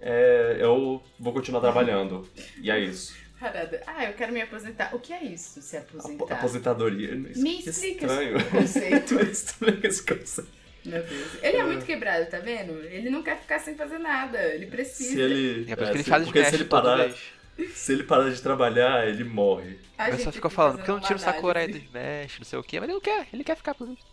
[SPEAKER 1] é, eu vou continuar trabalhando. E é isso.
[SPEAKER 3] Parada. Ah, eu quero me aposentar. O que é isso, se
[SPEAKER 1] Apo-
[SPEAKER 3] aposentar?
[SPEAKER 1] Aposentadoria. né? Isso
[SPEAKER 3] Me
[SPEAKER 1] que
[SPEAKER 3] explica
[SPEAKER 1] estranho.
[SPEAKER 3] esse conceito.
[SPEAKER 1] Tu explica esse é conceito.
[SPEAKER 3] Meu Deus. Ele é muito quebrado, tá vendo? Ele não quer ficar sem fazer nada. Ele precisa.
[SPEAKER 1] Se ele,
[SPEAKER 2] É por isso que ele
[SPEAKER 1] se-
[SPEAKER 2] faz
[SPEAKER 1] porque
[SPEAKER 2] os
[SPEAKER 1] se
[SPEAKER 2] testes
[SPEAKER 1] ele
[SPEAKER 2] toda
[SPEAKER 1] parar,
[SPEAKER 2] vez.
[SPEAKER 1] se ele parar de trabalhar, ele morre.
[SPEAKER 3] A
[SPEAKER 2] O pessoal
[SPEAKER 3] gente
[SPEAKER 2] fica
[SPEAKER 3] fica
[SPEAKER 2] falando,
[SPEAKER 3] fazendo
[SPEAKER 2] porque eu não tiro o
[SPEAKER 3] uma
[SPEAKER 2] Sakurai do
[SPEAKER 3] análise.
[SPEAKER 2] Smash, não sei o quê, mas ele não quer, ele quer ficar por dentro.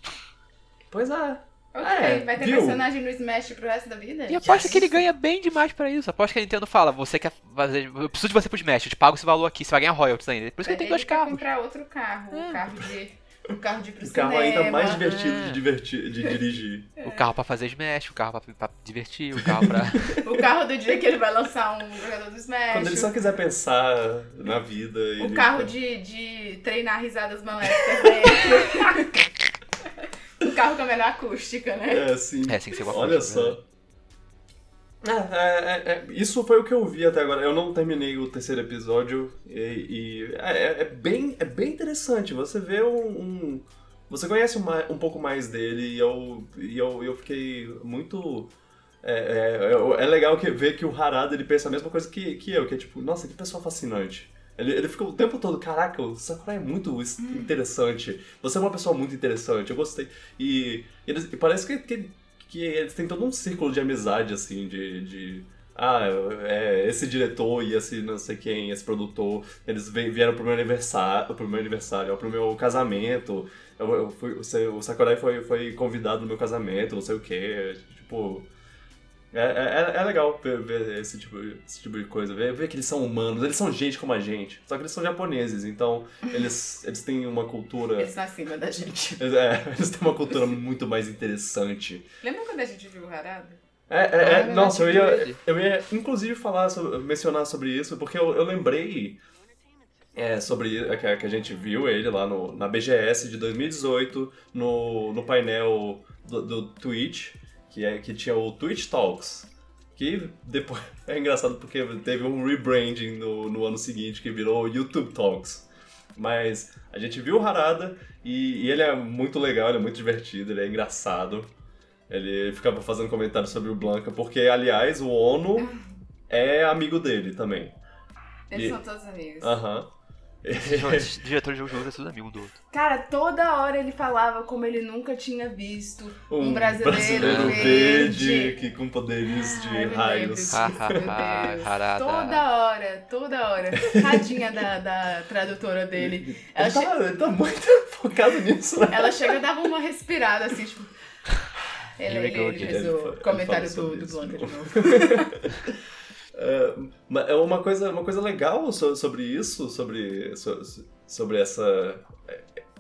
[SPEAKER 1] Pois é.
[SPEAKER 3] Ok,
[SPEAKER 1] É,
[SPEAKER 3] vai ter
[SPEAKER 1] viu?
[SPEAKER 3] personagem no Smash pro resto da vida?
[SPEAKER 2] E aposto que ele ganha bem demais pra isso. Aposto que a Nintendo fala, você quer fazer. Eu preciso de você pro Smash, eu te pago esse valor aqui, você vai ganhar royalties ainda. Por isso que ele tem dois
[SPEAKER 3] quer
[SPEAKER 2] carros.
[SPEAKER 3] comprar outro carro.
[SPEAKER 2] É.
[SPEAKER 3] Um carro de. Um carro de ir pro
[SPEAKER 1] O carro
[SPEAKER 3] cinema.
[SPEAKER 1] ainda mais divertido
[SPEAKER 2] É.
[SPEAKER 1] de, divertir, de dirigir.
[SPEAKER 2] O carro pra fazer Smash, o carro pra, pra divertir, o carro pra.
[SPEAKER 3] O carro do dia que ele vai lançar um jogador do Smash.
[SPEAKER 1] Quando ele só quiser pensar na vida.
[SPEAKER 3] O
[SPEAKER 1] ele-
[SPEAKER 3] carro de, de treinar risadas maléficas dele. o carro com a melhor acústica, né?
[SPEAKER 1] É, assim.
[SPEAKER 2] É, sem ser uma
[SPEAKER 1] Olha
[SPEAKER 2] coisa,
[SPEAKER 1] só. É, é, é, é, isso foi o que eu vi até agora. Eu não terminei o terceiro episódio e, e é, é- é bem, é bem interessante. Você vê um, um- você conhece um, ma- um pouco mais dele e eu, e eu, eu fiquei muito é, é, eu- é legal que, ver que o Harada ele pensa a mesma coisa que, que eu, que é tipo, nossa, que pessoa fascinante. Ele, ele ficou o tempo todo, caraca, o Sakurai é muito es- interessante. Você é uma pessoa muito interessante, eu gostei. E, eles, e parece que, que que eles têm todo um círculo de amizade, assim, de. de ah, é, esse diretor e esse não sei quem, esse produtor, eles vem- vieram pro meu aniversário, pro meu aniversário, ó, pro meu casamento. Eu, eu fui, o Sa- o Sakurai foi, foi convidado no meu casamento, não sei o quê. Tipo. É, é, é- é legal ver, ver esse, tipo, esse tipo de coisa, ver, ver que eles são humanos, eles são gente como a gente. Só que eles são japoneses, então eles, eles têm uma cultura.
[SPEAKER 3] Eles estão acima da gente.
[SPEAKER 1] é, eles têm uma cultura muito mais interessante.
[SPEAKER 3] Lembra quando a gente viu o Harada?
[SPEAKER 1] É, é, é,
[SPEAKER 2] Ah,
[SPEAKER 1] nossa, eu
[SPEAKER 2] verdade.
[SPEAKER 1] ia, eu ia inclusive falar sobre- mencionar sobre isso, porque eu, eu lembrei é, sobre é, que, a- que a gente viu ele lá no, na BGS de 2018, no, no painel do, do Twitch, que, é, que tinha o Twitch Talks. Que depois. É engraçado porque teve um rebranding no, no ano seguinte que virou YouTube Talks. Mas a gente viu o Harada e, e ele é muito legal, ele é muito divertido, ele é engraçado. Ele ficava fazendo comentários sobre o Blanca, porque, aliás, o Ono é amigo dele também.
[SPEAKER 3] Eles
[SPEAKER 1] E-
[SPEAKER 3] são todos amigos.
[SPEAKER 1] Aham.
[SPEAKER 2] Esses diretores de jogo é tudo amigo um do outro.
[SPEAKER 3] Cara, toda hora ele falava como ele nunca tinha visto um, brasileiro,
[SPEAKER 1] brasileiro
[SPEAKER 3] verde.
[SPEAKER 1] verde que com poderes
[SPEAKER 3] Ai,
[SPEAKER 1] de
[SPEAKER 3] eu me
[SPEAKER 1] raios.
[SPEAKER 2] Ha,
[SPEAKER 3] lembro
[SPEAKER 2] ha, ha,
[SPEAKER 3] Deus.
[SPEAKER 2] harada.
[SPEAKER 3] Toda hora, toda hora. Tadinha da, da tradutora dele. Ela,
[SPEAKER 1] Ele
[SPEAKER 3] che-
[SPEAKER 1] tá, ele tá muito focado nisso, né?
[SPEAKER 3] ela chega e dava uma respirada, assim, tipo... Ele,
[SPEAKER 2] Here we
[SPEAKER 3] ele,
[SPEAKER 2] go
[SPEAKER 3] ele
[SPEAKER 2] again.
[SPEAKER 3] fez
[SPEAKER 1] Ele fa-
[SPEAKER 3] o
[SPEAKER 1] ele fala
[SPEAKER 3] comentário do,
[SPEAKER 1] sobre
[SPEAKER 3] do
[SPEAKER 1] isso,
[SPEAKER 3] Blanca de
[SPEAKER 1] né?
[SPEAKER 3] novo.
[SPEAKER 1] É, mas é uma coisa, uma coisa legal so- sobre isso, sobre, so- sobre essa, é,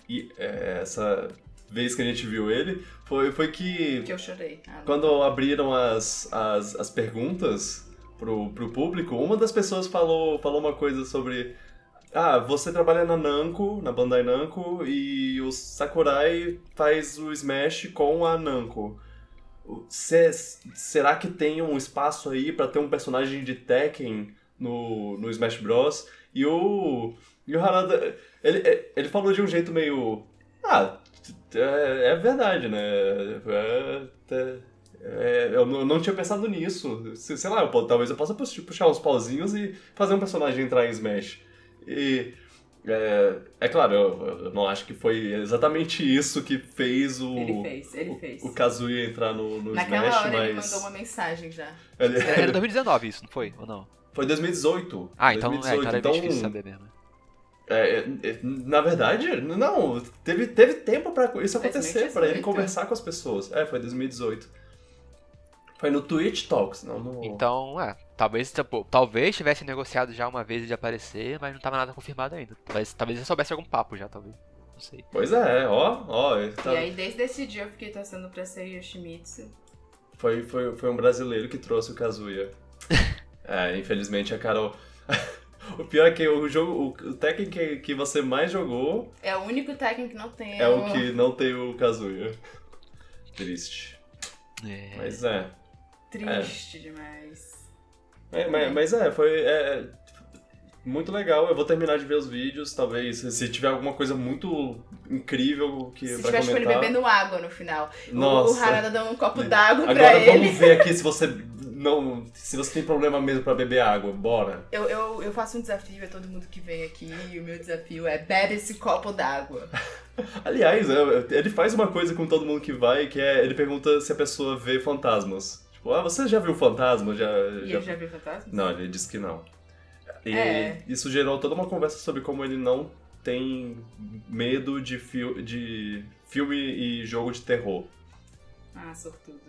[SPEAKER 1] e- é, essa vez que a gente viu ele, foi, foi que
[SPEAKER 3] Que eu chorei. Ah, não.
[SPEAKER 1] Quando abriram as, as, as perguntas pro, pro público, uma das pessoas falou, falou uma coisa sobre. Ah, você trabalha na Namco, na Bandai Namco, e o Sakurai faz o Smash com a Namco. O- se- será que tem um espaço aí pra ter um personagem de Tekken no, no Smash Bros? E o, e o Harada, ele, ele falou de um jeito meio... Ah, é, é verdade, né? É, é- é, eu não, não tinha pensado nisso. Se- Sei lá, eu po- talvez eu possa pux- puxar uns pauzinhos e fazer um personagem entrar em Smash. E. É, é claro, eu, eu não acho que foi exatamente isso que fez o.
[SPEAKER 3] Ele fez, ele
[SPEAKER 1] o-
[SPEAKER 3] fez.
[SPEAKER 1] O, Kazuya entrar no, no
[SPEAKER 3] Naquela
[SPEAKER 1] Smash,
[SPEAKER 3] hora
[SPEAKER 1] mas.
[SPEAKER 3] ele mandou uma mensagem já.
[SPEAKER 1] Ele-
[SPEAKER 2] Era era 2019 isso, não foi? Ou não?
[SPEAKER 1] Foi 2018.
[SPEAKER 2] Ah, então, é,
[SPEAKER 1] 2018,
[SPEAKER 2] então era
[SPEAKER 1] então,
[SPEAKER 2] bem difícil saber mesmo.
[SPEAKER 1] é, é, é, na verdade, não, teve, teve tempo pra isso acontecer, pra ele
[SPEAKER 3] 2018.
[SPEAKER 1] conversar com as pessoas. É, foi 2018. Foi no Twitch Talks, não no...
[SPEAKER 2] Então, é, talvez, tipo, talvez tivesse negociado já uma vez de aparecer, mas não tava nada confirmado ainda. Talvez, talvez já soubesse algum papo já, talvez. Não sei.
[SPEAKER 1] Pois é, ó, ó, ele tá-
[SPEAKER 3] E aí, desde esse dia, eu fiquei torcendo pra ser Yoshimitsu.
[SPEAKER 1] foi, foi, foi um brasileiro que trouxe o Kazuya. é, infelizmente a Carol... o pior é que o jogo, o, o Tekken que, que você mais jogou
[SPEAKER 3] É o único Tekken que não tem.
[SPEAKER 1] é o que não tem o Kazuya. Triste.
[SPEAKER 2] É,
[SPEAKER 1] Mas é...
[SPEAKER 3] Triste demais.
[SPEAKER 1] É,
[SPEAKER 3] né?
[SPEAKER 1] mas, mas é, foi é, muito legal. Eu vou terminar de ver os vídeos, talvez. Se tiver alguma coisa muito incrível que
[SPEAKER 3] Se
[SPEAKER 1] pra
[SPEAKER 3] tivesse com ele
[SPEAKER 1] comentar.
[SPEAKER 3] bebendo água no final. O- O
[SPEAKER 1] Nossa.
[SPEAKER 3] Harada dá um copo d'água pra
[SPEAKER 1] Agora
[SPEAKER 3] ele.
[SPEAKER 1] vamos ver aqui se você Não, se você tem problema mesmo pra beber água, bora.
[SPEAKER 3] Eu, eu, eu faço um desafio a todo mundo que vem aqui, e o meu desafio é bebe esse copo d'água.
[SPEAKER 1] Aliás, é, ele faz uma coisa com todo mundo que vai, que é ele pergunta se a pessoa vê fantasmas. Tipo, ah, você já viu fantasma? Já,
[SPEAKER 3] E
[SPEAKER 1] já-
[SPEAKER 3] eu já vi fantasma?
[SPEAKER 1] Não, ele disse que não. E
[SPEAKER 3] É.
[SPEAKER 1] isso gerou toda uma conversa sobre como ele não tem medo de, fi de filme e jogo de terror.
[SPEAKER 3] Ah, sortudo.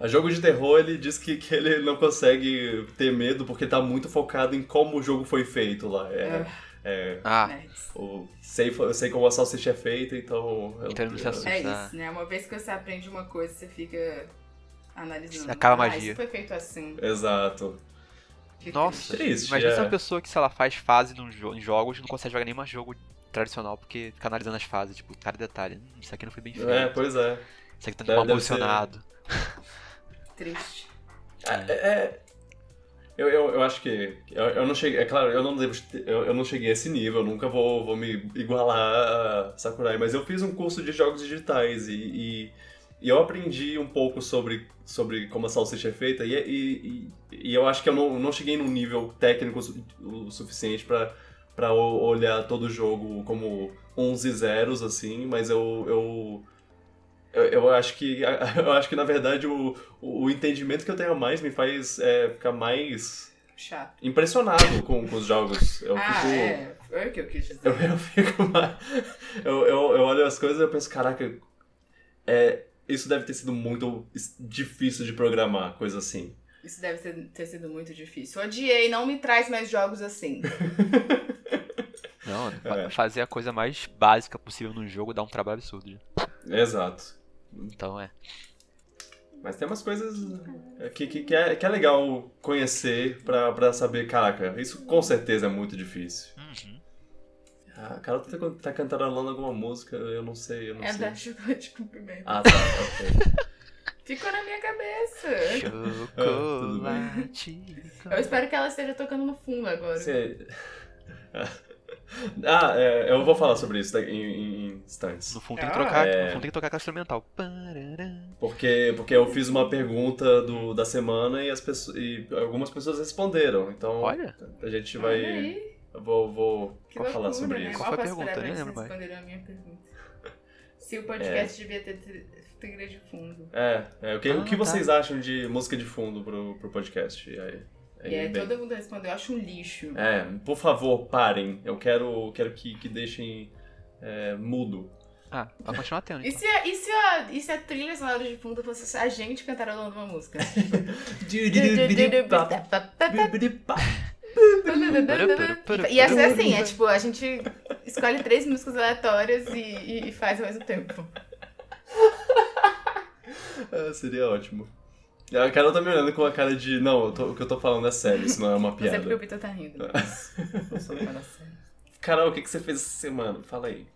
[SPEAKER 1] A jogo de terror, ele diz que, que ele não consegue ter medo porque tá muito focado em como o jogo foi feito lá. É, é,
[SPEAKER 2] Ah,
[SPEAKER 3] Nerds.
[SPEAKER 1] o- sei, eu sei como a salsicha é feita, então... eu-
[SPEAKER 2] Então ele não se assusta.
[SPEAKER 3] É
[SPEAKER 2] Tá.
[SPEAKER 3] isso, né? Uma vez que você aprende uma coisa, você fica analisando.
[SPEAKER 2] Acaba a
[SPEAKER 3] ah,
[SPEAKER 2] magia.
[SPEAKER 3] Isso foi feito assim.
[SPEAKER 1] Exato.
[SPEAKER 3] Que
[SPEAKER 2] nossa.
[SPEAKER 1] Triste,
[SPEAKER 2] Imagina
[SPEAKER 1] é.
[SPEAKER 2] se uma pessoa que, sei lá, faz fase num jo- em jogos e não consegue jogar nenhum jogo tradicional porque fica analisando as fases, tipo, cada detalhe. Hum, isso aqui não foi bem feito.
[SPEAKER 1] É, pois é.
[SPEAKER 2] Isso aqui tá
[SPEAKER 1] Deve-
[SPEAKER 2] mal
[SPEAKER 1] deve ser-
[SPEAKER 2] posicionado.
[SPEAKER 3] Triste.
[SPEAKER 1] É, é- eu, eu, eu acho que. Eu, eu não cheguei. É claro, eu não, devo, eu, eu não cheguei a esse nível, eu nunca vou, vou me igualar a Sakurai, mas eu fiz um curso de jogos digitais e, e, e eu aprendi um pouco sobre, sobre como a salsicha é feita e, e, e, e eu acho que eu não, não cheguei num nível técnico su- o suficiente pra, pra o- olhar todo o jogo como 11 zeros, assim, mas eu. eu eu, eu acho que eu acho que na verdade o, o o entendimento que eu tenho a mais me faz é, ficar mais
[SPEAKER 3] Chato.
[SPEAKER 1] impressionado com, com os jogos. Eu
[SPEAKER 3] ah,
[SPEAKER 1] fico.
[SPEAKER 3] é. Foi o que eu quis dizer.
[SPEAKER 1] Eu, eu fico mais. Eu, eu, eu olho as coisas e eu penso, caraca, é, isso deve ter sido muito es- difícil de programar, coisa assim.
[SPEAKER 3] Isso deve ter, ter sido muito difícil. Odiei, não me traz mais jogos assim.
[SPEAKER 2] Não, fa-
[SPEAKER 1] É.
[SPEAKER 2] fazer a coisa mais básica possível num jogo dá um trabalho absurdo. né?
[SPEAKER 1] Exato.
[SPEAKER 2] Então é.
[SPEAKER 1] Mas tem umas coisas que, que, que, é, que é legal conhecer pra, pra saber, caraca, isso com certeza é muito difícil.
[SPEAKER 2] Uhum.
[SPEAKER 1] Ah, a Carol tá, tá cantarolando alguma música, eu não sei, eu não
[SPEAKER 3] É
[SPEAKER 1] sei.
[SPEAKER 3] da chuva de cumprimento.
[SPEAKER 1] Ah, tá, ok.
[SPEAKER 3] Ficou na minha cabeça.
[SPEAKER 1] Ah, tudo
[SPEAKER 2] Chocolate.
[SPEAKER 3] Eu espero que ela esteja tocando no fundo agora.
[SPEAKER 1] Você- ah, é, eu vou falar sobre isso em, em- em instantes.
[SPEAKER 2] No fundo tem que
[SPEAKER 3] Ah,
[SPEAKER 2] trocar,
[SPEAKER 1] é.
[SPEAKER 2] no fundo tem que trocar com a instrumental. Parará.
[SPEAKER 1] Porque, porque eu fiz uma pergunta do, da semana e, as pessoas, e algumas pessoas responderam. Então
[SPEAKER 2] Olha.
[SPEAKER 1] a gente
[SPEAKER 3] Olha
[SPEAKER 1] vai.
[SPEAKER 3] aí,
[SPEAKER 1] eu Vou, vou
[SPEAKER 3] que
[SPEAKER 1] falar
[SPEAKER 3] loucura,
[SPEAKER 1] sobre
[SPEAKER 3] né?
[SPEAKER 1] isso.
[SPEAKER 2] Qual foi a
[SPEAKER 3] Mal posso
[SPEAKER 2] pergunta,
[SPEAKER 3] esperar pra
[SPEAKER 2] né,
[SPEAKER 3] eles
[SPEAKER 2] Ana Maria?
[SPEAKER 3] responderem a minha pergunta. Se o podcast devia ter tri- trilha de fundo.
[SPEAKER 1] É, é, o que, o
[SPEAKER 2] Ah,
[SPEAKER 1] que
[SPEAKER 2] tá.
[SPEAKER 1] vocês acham de música de fundo pro, pro podcast? E aí, aí,
[SPEAKER 3] e aí
[SPEAKER 1] É, bem.
[SPEAKER 3] todo mundo respondeu, eu acho um lixo.
[SPEAKER 1] É, por favor, parem. Eu quero, quero que, que deixem é, mudo.
[SPEAKER 2] Ah, vai continuar tendo.
[SPEAKER 3] E
[SPEAKER 2] Então.
[SPEAKER 3] se, a, e, se a, e se a trilha sonora de fundo fosse a gente cantarolando uma música?
[SPEAKER 2] então.
[SPEAKER 3] E ia ser assim, é tipo, a gente escolhe três músicas aleatórias e, e- e faz ao mesmo tempo.
[SPEAKER 1] Ah, seria ótimo. A Carol tá me olhando com a cara de. Não, eu tô- o que eu tô falando é sério, isso não é uma
[SPEAKER 3] Mas é porque o
[SPEAKER 1] piada.
[SPEAKER 3] Vitor tá rindo. mas Não sou assim. cara séria.
[SPEAKER 1] Carol, o que, que você fez essa semana? Fala aí.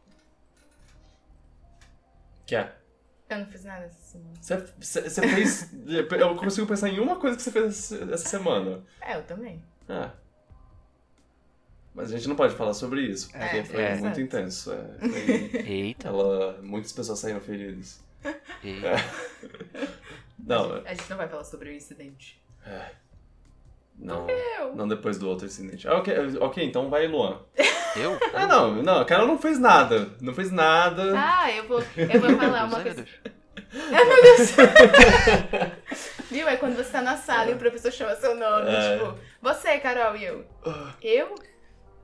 [SPEAKER 1] Que é?
[SPEAKER 3] Eu não fiz nada assim. essa semana.
[SPEAKER 1] Você, você você fez. eu consigo pensar em uma coisa que você fez essa- essa semana.
[SPEAKER 3] É, eu também.
[SPEAKER 1] Ah. Mas a gente não pode falar sobre isso, porque
[SPEAKER 3] É,
[SPEAKER 1] foi
[SPEAKER 2] é.
[SPEAKER 1] muito
[SPEAKER 3] Exato.
[SPEAKER 1] intenso. É, foi-
[SPEAKER 3] assim.
[SPEAKER 2] Eita,
[SPEAKER 1] ela, muitas pessoas saíram feridas.
[SPEAKER 2] eita.
[SPEAKER 3] a,
[SPEAKER 1] Não,
[SPEAKER 3] gente, a gente não vai falar sobre o incidente.
[SPEAKER 1] não.
[SPEAKER 3] Eu.
[SPEAKER 1] Não depois do outro incidente. Ah, ok, ok, então vai, Luan.
[SPEAKER 2] Eu?
[SPEAKER 1] Ah, não, não, a Carol não fez nada. Não fez nada.
[SPEAKER 3] Ah, eu vou, eu vou falar uma
[SPEAKER 2] Ai, meu
[SPEAKER 3] coisa.
[SPEAKER 2] Deus.
[SPEAKER 3] Viu? É quando você tá na sala e o professor chama seu nome.
[SPEAKER 1] É. Ah.
[SPEAKER 3] Tipo, você, Carol, e eu. Eu?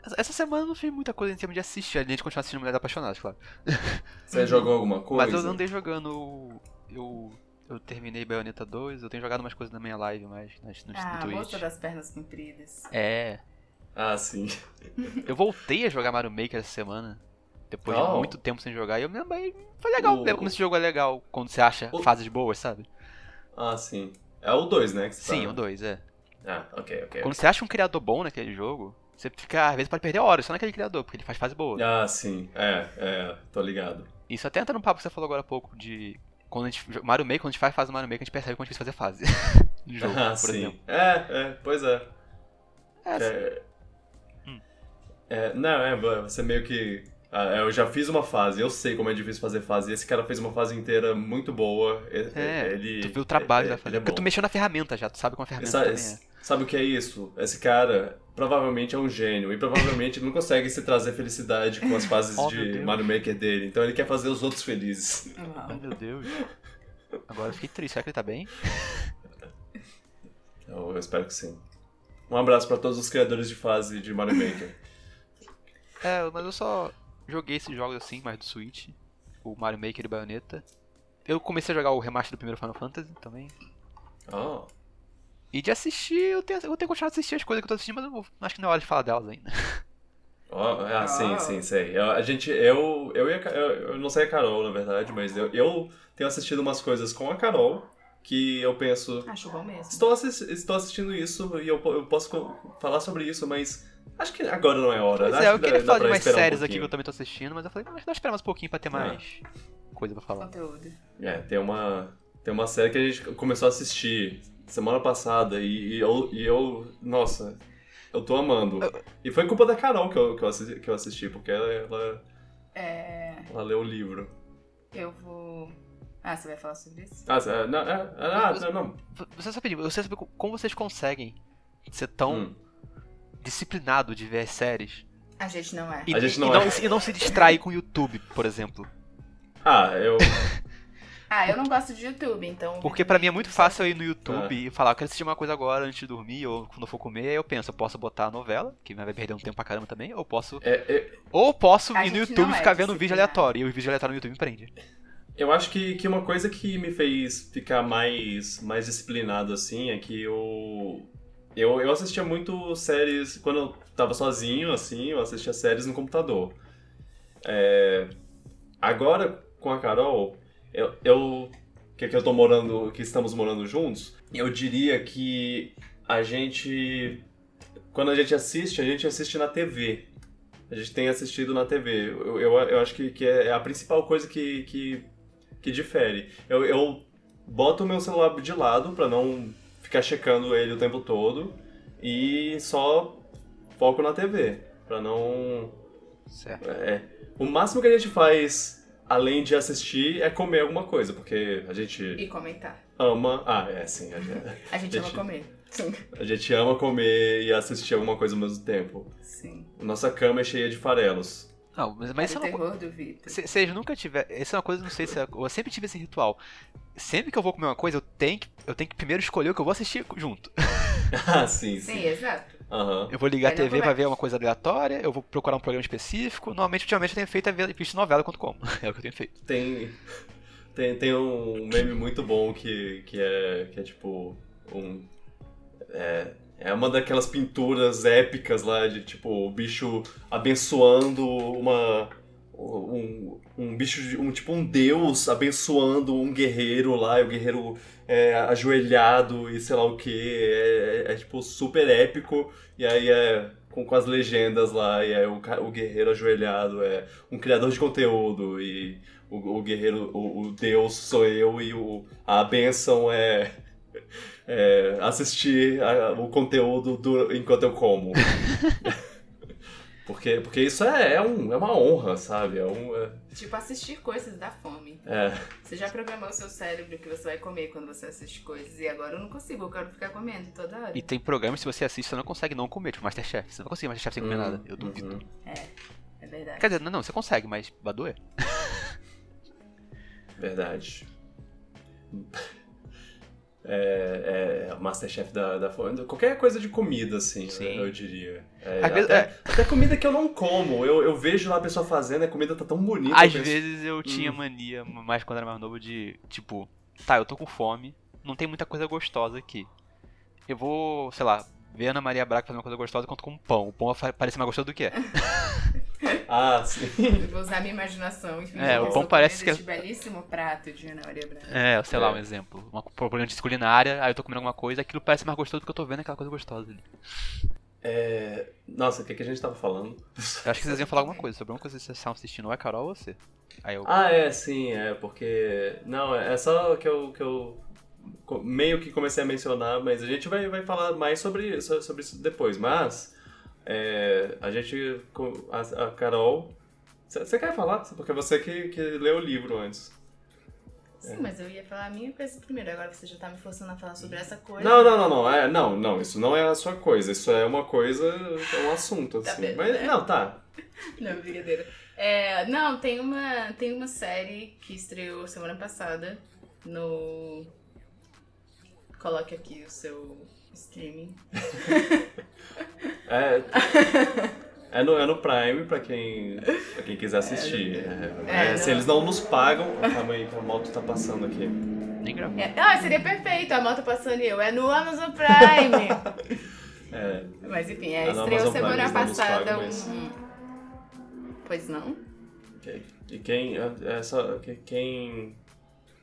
[SPEAKER 2] Essa- Essa semana eu não fiz muita coisa em termos de assistir, além de continuar assistindo Mulheres Apaixonadas, claro.
[SPEAKER 1] Você jogou alguma coisa?
[SPEAKER 2] Mas eu andei jogando. o- Eu, eu terminei Bayonetta 2, eu tenho jogado umas coisas na minha live, mas nas, nos,
[SPEAKER 3] Ah,
[SPEAKER 2] no
[SPEAKER 3] moça
[SPEAKER 2] Twitch.
[SPEAKER 3] das pernas compridas.
[SPEAKER 2] É.
[SPEAKER 1] Ah, sim.
[SPEAKER 2] Eu voltei a jogar Mario Maker essa semana. Depois de
[SPEAKER 1] Oh.
[SPEAKER 2] muito tempo sem jogar, e eu me lembrei. Foi legal.
[SPEAKER 1] O-
[SPEAKER 2] É como esse jogo é legal quando você acha
[SPEAKER 1] O-
[SPEAKER 2] fases boas, sabe?
[SPEAKER 1] Ah, sim. É o 2, né? que você
[SPEAKER 2] Sim,
[SPEAKER 1] tá-
[SPEAKER 2] o 2, é.
[SPEAKER 1] Ah, ok, ok.
[SPEAKER 2] Quando você acha um criador bom naquele jogo, você fica, às vezes, pode perder horas só naquele criador, porque ele faz fase boa.
[SPEAKER 1] Ah, sim. É, é, tô ligado.
[SPEAKER 2] Isso até entra no papo que você falou agora há pouco de. Quando a gente. Mario Maker, quando a gente faz fase do Mario Maker, a gente percebe quando a gente fazer fase. no jogo,
[SPEAKER 1] ah,
[SPEAKER 2] por
[SPEAKER 1] sim.
[SPEAKER 2] exemplo.
[SPEAKER 1] É, é, pois é.
[SPEAKER 2] É, Hum.
[SPEAKER 1] É, é, não, é, você meio que Ah, eu já fiz uma fase, eu sei como é difícil fazer fase. Esse cara fez uma fase inteira muito boa. e-
[SPEAKER 2] É,
[SPEAKER 1] ele,
[SPEAKER 2] tu viu o trabalho
[SPEAKER 1] é-
[SPEAKER 2] da
[SPEAKER 1] ele
[SPEAKER 2] fase.
[SPEAKER 1] é
[SPEAKER 2] Porque
[SPEAKER 1] bom.
[SPEAKER 2] tu mexeu na ferramenta já, tu sabe como a ferramenta
[SPEAKER 1] Sa-
[SPEAKER 2] também é.
[SPEAKER 1] Sabe o que é isso? Esse cara provavelmente é um gênio e provavelmente ele não consegue se trazer felicidade com as fases
[SPEAKER 2] Oh, meu
[SPEAKER 1] de
[SPEAKER 2] Deus.
[SPEAKER 1] Mario Maker dele. Então ele quer fazer os outros felizes.
[SPEAKER 2] Ai, meu Deus. Agora eu fiquei triste, será que ele tá bem?
[SPEAKER 1] Eu, eu espero que sim. Um abraço pra todos os criadores de fase de Mario Maker.
[SPEAKER 2] É, mas eu só joguei esses jogos assim, mais do Switch. O Mario Maker e Bayonetta. Eu comecei a jogar o remaster do primeiro Final Fantasy também.
[SPEAKER 1] Oh.
[SPEAKER 2] E de assistir, eu tenho, eu tenho continuado a assistir as coisas que eu tô assistindo, mas eu vou- acho que não é hora de falar delas ainda.
[SPEAKER 1] Ó, ah, sim,
[SPEAKER 2] Oh.
[SPEAKER 3] Ah.
[SPEAKER 1] sim, sei. Eu- a gente, eu, eu, e a Ca- eu, eu não sei a Carol, na verdade, mas eu, eu tenho assistido umas coisas com a Carol que eu penso,
[SPEAKER 3] Acho bom mesmo.
[SPEAKER 1] estou, assis- estou assistindo isso e eu, po- eu posso co- falar sobre isso, mas acho que agora não é hora.
[SPEAKER 2] Pois
[SPEAKER 1] acho
[SPEAKER 2] é, eu
[SPEAKER 1] que dá-
[SPEAKER 2] queria
[SPEAKER 1] dá
[SPEAKER 2] falar de
[SPEAKER 1] pra
[SPEAKER 2] mais
[SPEAKER 1] esperar um
[SPEAKER 2] séries aqui que eu
[SPEAKER 1] pouquinho.
[SPEAKER 2] também tô assistindo, mas eu falei, mas dá esperar mais um pouquinho pra ter mais coisa pra falar.
[SPEAKER 3] Conteúdo.
[SPEAKER 1] É, tem uma, tem uma série que a gente começou a assistir semana passada e, e eu, e eu, nossa, eu tô amando. E foi culpa da Carol que eu, que eu, assisti, que eu assisti, porque ela, ela,
[SPEAKER 3] É,
[SPEAKER 1] ela leu o livro.
[SPEAKER 3] eu vou. Ah, você vai falar sobre isso?
[SPEAKER 1] Ah, cê- não, é- é- ah, não, não.
[SPEAKER 2] V- Você só pediu, eu sei saber co- como vocês conseguem ser tão
[SPEAKER 1] Hum.
[SPEAKER 2] disciplinado de ver as séries
[SPEAKER 3] A gente não é.
[SPEAKER 2] e,
[SPEAKER 1] A gente
[SPEAKER 2] e-
[SPEAKER 1] não
[SPEAKER 2] e
[SPEAKER 1] é.
[SPEAKER 2] se- e não se distrair com o YouTube, por exemplo.
[SPEAKER 1] Ah, eu.
[SPEAKER 3] Ah, eu não gosto de YouTube, então.
[SPEAKER 2] Porque pra mim é muito fácil eu ir no YouTube e falar, eu quero assistir uma coisa agora antes de dormir ou quando eu for comer, aí eu penso, eu posso botar a novela, que vai perder um tempo pra caramba também, ou posso,
[SPEAKER 1] é- é-
[SPEAKER 2] ou posso
[SPEAKER 3] A
[SPEAKER 2] ir no
[SPEAKER 3] gente
[SPEAKER 2] YouTube
[SPEAKER 3] não
[SPEAKER 2] e
[SPEAKER 3] é
[SPEAKER 2] ficar vendo vídeo
[SPEAKER 3] disciplinado.
[SPEAKER 2] aleatório, e o vídeo aleatório no YouTube me prende.
[SPEAKER 1] eu acho que, que uma coisa que me fez ficar mais, mais disciplinado assim é que eu, eu. Eu assistia muito séries. Quando eu tava sozinho, assim, eu assistia séries no computador. É, agora, com a Carol, eu. eu que, que eu tô morando. Que estamos morando juntos, eu diria que a gente. Quando a gente assiste, a gente assiste na TV. A gente tem assistido na TV. Eu, eu, eu acho que, que é a principal coisa que, que, que difere. Eu, eu boto o meu celular de lado pra não ficar checando ele o tempo todo e só foco na TV. Pra não.
[SPEAKER 2] Certo.
[SPEAKER 1] é. o máximo que a gente faz além de assistir é comer alguma coisa, porque a gente
[SPEAKER 3] E comentar.
[SPEAKER 1] ama. Ah, é, sim. A gente,
[SPEAKER 3] A gente ama
[SPEAKER 1] Deixa-
[SPEAKER 3] comer. Sim.
[SPEAKER 1] a gente ama comer e assistir alguma coisa ao mesmo tempo.
[SPEAKER 3] Sim.
[SPEAKER 1] Nossa cama é cheia de farelos.
[SPEAKER 2] Não, mas, mas isso
[SPEAKER 3] o
[SPEAKER 2] é uma
[SPEAKER 3] terror do Vitor.
[SPEAKER 2] Se- Vocês nunca tiveram. Essa é uma coisa, não sei se é. Eu sempre tive esse ritual. Sempre que eu vou comer uma coisa, eu tenho que, eu tenho que primeiro escolher o que eu vou assistir junto.
[SPEAKER 1] ah, sim,
[SPEAKER 3] Sim,
[SPEAKER 1] sim.
[SPEAKER 3] exato.
[SPEAKER 1] Aham.
[SPEAKER 2] Eu vou ligar a
[SPEAKER 3] Aí não
[SPEAKER 2] TV pra ver
[SPEAKER 3] começa.
[SPEAKER 2] uma coisa aleatória, eu vou procurar um programa específico. Normalmente, ultimamente, eu tenho feito a ver- visto novela quando como. É o que eu tenho feito.
[SPEAKER 1] Tem, tem, tem um meme muito bom que, que, é, que é tipo um. É, é uma daquelas pinturas épicas lá de tipo o bicho abençoando uma. Um, um bicho, de- um tipo um deus abençoando um guerreiro lá, e o guerreiro é, ajoelhado e sei lá o que, é, é, é, tipo super épico, e aí é com, com as legendas lá, e aí o, ca- o guerreiro ajoelhado é um criador de conteúdo, e o, o guerreiro, o, o deus sou eu e o, a benção é, é assistir a- o conteúdo do- enquanto eu como. porque, porque isso é, é, um, é uma honra, sabe? É um, é,
[SPEAKER 3] Tipo, assistir coisas dá fome.
[SPEAKER 1] é.
[SPEAKER 3] Você já programou seu cérebro que você vai comer quando você assiste coisas. E agora eu não consigo, eu quero ficar comendo toda hora.
[SPEAKER 2] E tem programas, se você assiste, você não consegue não comer, tipo Masterchef. Você não vai conseguir Masterchef sem comer
[SPEAKER 1] Hum,
[SPEAKER 2] é nada. Eu duvido.
[SPEAKER 1] uhum.
[SPEAKER 3] É verdade.
[SPEAKER 2] Quer dizer, não, não, você consegue, mas vai doer.
[SPEAKER 1] Verdade. É, é o Masterchef da, da fome. Qualquer coisa de comida, assim,
[SPEAKER 2] Sim.
[SPEAKER 1] eu, eu diria. É,
[SPEAKER 2] Às
[SPEAKER 1] até,
[SPEAKER 2] vezes- é.
[SPEAKER 1] até comida que eu não como. Eu, eu vejo lá a pessoa fazendo, a comida tá tão bonita. eu
[SPEAKER 2] Às
[SPEAKER 1] penso,
[SPEAKER 2] vezes eu tinha mania, mais quando era mais novo, de tipo, tá, eu tô com fome, não tem muita coisa gostosa aqui. Eu vou, sei lá, ver Ana Maria Braga fazer uma coisa gostosa enquanto como um pão. O pão fa- parece mais gostoso do que é.
[SPEAKER 1] Ah, sim.
[SPEAKER 3] Eu vou usar minha imaginação. Enfim,
[SPEAKER 2] É,
[SPEAKER 3] eu
[SPEAKER 2] o
[SPEAKER 3] tô
[SPEAKER 2] pão parece
[SPEAKER 3] comendo
[SPEAKER 2] que é-
[SPEAKER 3] Este belíssimo prato de Ana Maria Braga.
[SPEAKER 2] É, sei lá,
[SPEAKER 1] É.
[SPEAKER 2] um exemplo. Uma problema de culinária, aí eu tô comendo alguma coisa, aquilo parece mais gostoso do que eu tô vendo aquela coisa gostosa ali.
[SPEAKER 1] É, Nossa, o que, que a gente tava falando?
[SPEAKER 2] Eu acho que vocês iam falar alguma coisa sobre alguma coisa que vocês estavam assistindo, ou é Carol ou você. Aí eu.
[SPEAKER 1] Ah, é, sim, é, porque. Não, é só que eu, que eu co- meio que comecei a mencionar, mas a gente vai, vai falar mais sobre, so- sobre isso depois. Mas é, a gente. co- A, a Carol Você quer falar? Porque é você que, que leu o livro antes.
[SPEAKER 3] Sim, mas eu ia falar a minha coisa primeiro. Agora você já tá me forçando a falar sobre essa coisa.
[SPEAKER 1] Não, não, não, não. É, não, não, isso não é a sua coisa. Isso é uma coisa, é um assunto,
[SPEAKER 3] Tá
[SPEAKER 1] assim.
[SPEAKER 3] vendo,
[SPEAKER 1] Mas
[SPEAKER 3] né?
[SPEAKER 1] não, tá.
[SPEAKER 3] Não, brincadeira. É, não, tem uma, tem uma série que estreou semana passada no. Coloque aqui o seu streaming.
[SPEAKER 1] É. É no, é no Prime, pra quem, pra quem quiser assistir. É,
[SPEAKER 3] É,
[SPEAKER 1] é, se
[SPEAKER 3] não.
[SPEAKER 1] eles não nos pagam. Calma aí, que a moto tá passando aqui.
[SPEAKER 2] Nem gravou.
[SPEAKER 3] É, ah, seria perfeito, a moto passando e eu. É no Amazon Prime!
[SPEAKER 1] É,
[SPEAKER 3] mas enfim,
[SPEAKER 1] É
[SPEAKER 3] é,
[SPEAKER 1] no
[SPEAKER 3] estreou
[SPEAKER 1] Amazon Prime,
[SPEAKER 3] semana
[SPEAKER 1] eles não nos
[SPEAKER 3] passada
[SPEAKER 1] pagam, mas-
[SPEAKER 3] um. Pois não?
[SPEAKER 1] ok. E quem. É, é só, que- quem.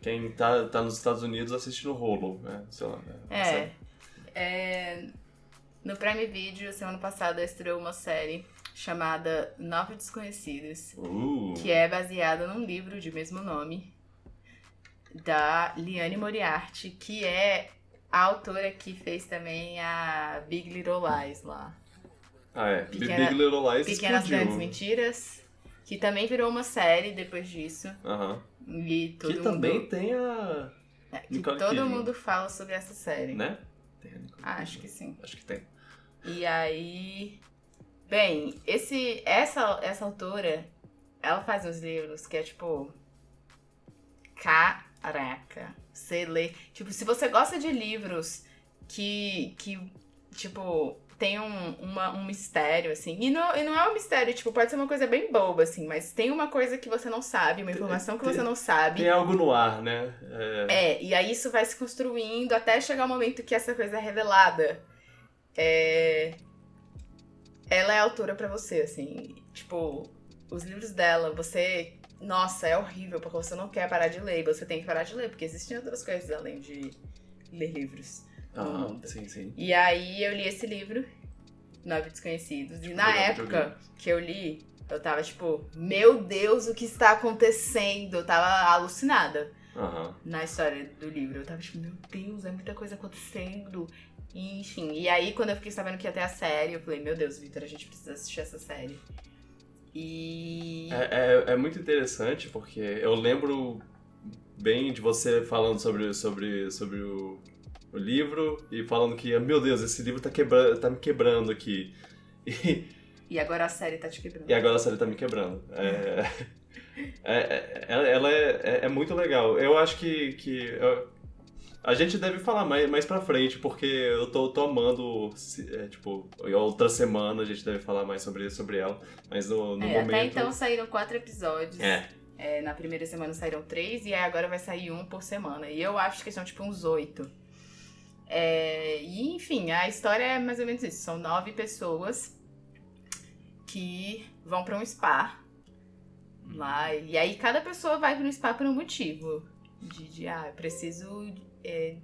[SPEAKER 1] Quem tá, tá nos Estados Unidos assiste no rolo, né? Sei lá.
[SPEAKER 3] É. É, No Prime Video, semana passada, estreou uma série chamada Nove Desconhecidos.
[SPEAKER 1] Uh,
[SPEAKER 3] que é baseada num livro de mesmo nome da Liane Moriarty, que é a autora que fez também a Big Little Lies lá,
[SPEAKER 1] ah, é.
[SPEAKER 3] Pequena-
[SPEAKER 1] Big Little Lies
[SPEAKER 3] Pequenas Grandes
[SPEAKER 1] explodiu.
[SPEAKER 3] Mentiras, que também virou uma série depois disso
[SPEAKER 1] Aham.
[SPEAKER 3] e todo
[SPEAKER 1] Que
[SPEAKER 3] mundo
[SPEAKER 1] também tem a.
[SPEAKER 3] é, que
[SPEAKER 1] Nicole
[SPEAKER 3] todo
[SPEAKER 1] Kidman.
[SPEAKER 3] mundo fala sobre essa série.
[SPEAKER 1] Né? Tem a Nicole
[SPEAKER 3] Acho
[SPEAKER 1] Kidman.
[SPEAKER 3] que sim.
[SPEAKER 1] Acho que tem.
[SPEAKER 3] E aí, bem, esse essa essa autora, ela faz uns livros que é tipo caraca, você lê, tipo, se você gosta de livros que que tipo tem um, uma- um mistério, assim. E não, e não é um mistério, tipo, pode ser uma coisa bem boba, assim, mas tem uma coisa que você não sabe, uma informação que você não sabe.
[SPEAKER 1] Tem algo no ar, né? É,
[SPEAKER 3] É, e aí isso vai se construindo até chegar o momento que essa coisa é revelada. É... Ela é a autora pra você, assim. Tipo, os livros dela, você. Nossa, é horrível, porque você não quer parar de ler. e Você tem que parar de ler, porque existem outras coisas além de ler livros.
[SPEAKER 1] Aham, ah, sim, sim.
[SPEAKER 3] E aí eu li esse livro, Nove Desconhecidos. E na
[SPEAKER 1] Jogar
[SPEAKER 3] época
[SPEAKER 1] videogame.
[SPEAKER 3] que eu li, eu tava tipo, meu Deus, o que está acontecendo? Eu tava alucinada
[SPEAKER 1] Aham.
[SPEAKER 3] na história do livro. Eu tava tipo, meu Deus, é muita coisa acontecendo. E, Enfim, e aí quando eu fiquei sabendo que ia ter a série, eu falei, meu Deus, Vitor, a gente precisa assistir essa série. E.
[SPEAKER 1] É, é, é muito interessante porque eu lembro bem de você falando sobre, sobre, sobre o, o livro e falando que, meu Deus, esse livro tá, quebra tá me quebrando aqui. E,
[SPEAKER 3] E agora a série tá te quebrando.
[SPEAKER 1] e agora a série tá me quebrando. É, é, é- ela ela é, é, é muito legal. Eu acho que, que eu- a gente deve falar mais, mais pra frente, porque eu tô, tô amando, se- é, tipo, outra semana a gente deve falar mais sobre, sobre ela. Mas no, no
[SPEAKER 3] É,
[SPEAKER 1] momento...
[SPEAKER 3] até então saíram quatro episódios.
[SPEAKER 1] É,
[SPEAKER 3] É, na primeira semana saíram três e aí agora vai sair um por semana. E eu acho que são tipo uns oito. É, e enfim, a história é mais ou menos isso. São nove pessoas que vão pra um spa lá. E aí cada pessoa vai pra um spa por um motivo. De, de, ah, eu preciso. é,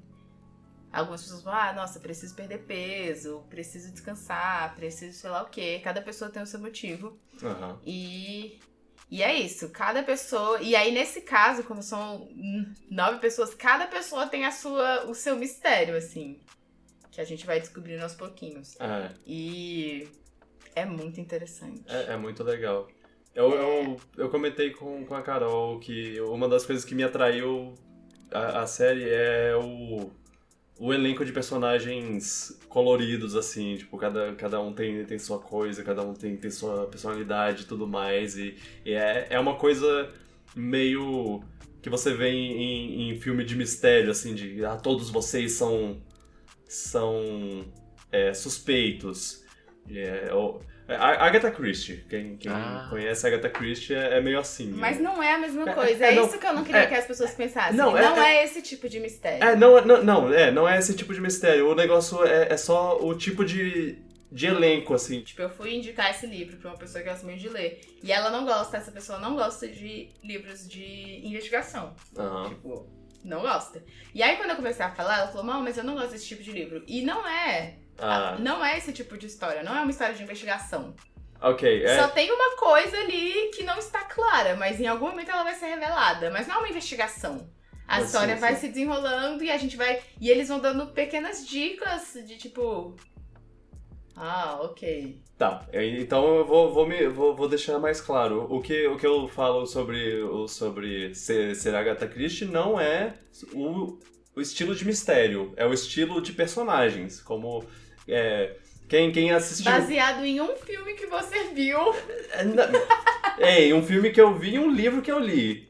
[SPEAKER 3] algumas pessoas falam, ah, nossa, preciso perder peso, preciso descansar, preciso sei lá o quê. Cada pessoa tem o seu motivo.
[SPEAKER 1] aham.
[SPEAKER 3] E, e é isso, cada pessoa. E aí, nesse caso, como são hum, nove pessoas, cada pessoa tem a sua, o seu mistério, assim. Que a gente vai descobrindo aos pouquinhos.
[SPEAKER 1] É.
[SPEAKER 3] E é muito interessante.
[SPEAKER 1] É, é muito legal. Eu, eu, eu comentei com, com a Carol que uma das coisas que me atraiu a, a série é o, o elenco de personagens coloridos, assim, tipo, cada, cada um tem, tem sua coisa, cada um tem, tem sua personalidade e tudo mais. E, e é, é uma coisa meio que você vê em, em- em filme de mistério, assim, de ah, todos vocês são, são é, suspeitos. É, ou- é, a- Agatha Christie, quem, quem
[SPEAKER 2] Ah.
[SPEAKER 1] conhece Agatha Christie é, é meio assim.
[SPEAKER 3] Mas
[SPEAKER 1] né?
[SPEAKER 3] não é a mesma
[SPEAKER 1] É,
[SPEAKER 3] coisa.
[SPEAKER 1] é,
[SPEAKER 3] É,
[SPEAKER 1] não,
[SPEAKER 3] isso que eu não queria
[SPEAKER 1] é,
[SPEAKER 3] que as pessoas pensassem. Não,
[SPEAKER 1] não,
[SPEAKER 3] é,
[SPEAKER 1] é,
[SPEAKER 3] esse tipo de mistério.
[SPEAKER 1] É, não, não, não, é, não é esse tipo de mistério. O negócio é, é só o tipo de, de elenco, assim.
[SPEAKER 3] Tipo, eu fui indicar esse livro pra uma pessoa que gosta muito de ler. E ela não gosta, essa pessoa não gosta de livros de investigação.
[SPEAKER 1] Aham.
[SPEAKER 3] Tipo, não gosta. E aí quando eu comecei a falar, ela falou, não, mas eu não gosto desse tipo de livro. E não é.
[SPEAKER 1] Ah,
[SPEAKER 3] Não é esse tipo de história, não é uma história de investigação.
[SPEAKER 1] ok. É,
[SPEAKER 3] Só tem uma coisa ali que não está clara, mas em algum momento ela vai ser revelada. Mas não é uma investigação. A
[SPEAKER 1] Ah, Sim,
[SPEAKER 3] história vai
[SPEAKER 1] sim.
[SPEAKER 3] se desenrolando e a gente vai. E eles vão dando pequenas dicas de tipo. Ah, ok.
[SPEAKER 1] Tá, é, então eu vou, vou, me, vou, vou deixar mais claro. O que, o que eu falo sobre, o- sobre ser, ser Agatha Christie não é o, o estilo de mistério, é o estilo de personagens. Como é, quem, quem assistiu.
[SPEAKER 3] Baseado em um filme que você viu.
[SPEAKER 1] É, na- Ei, um filme que eu vi e um livro que eu li.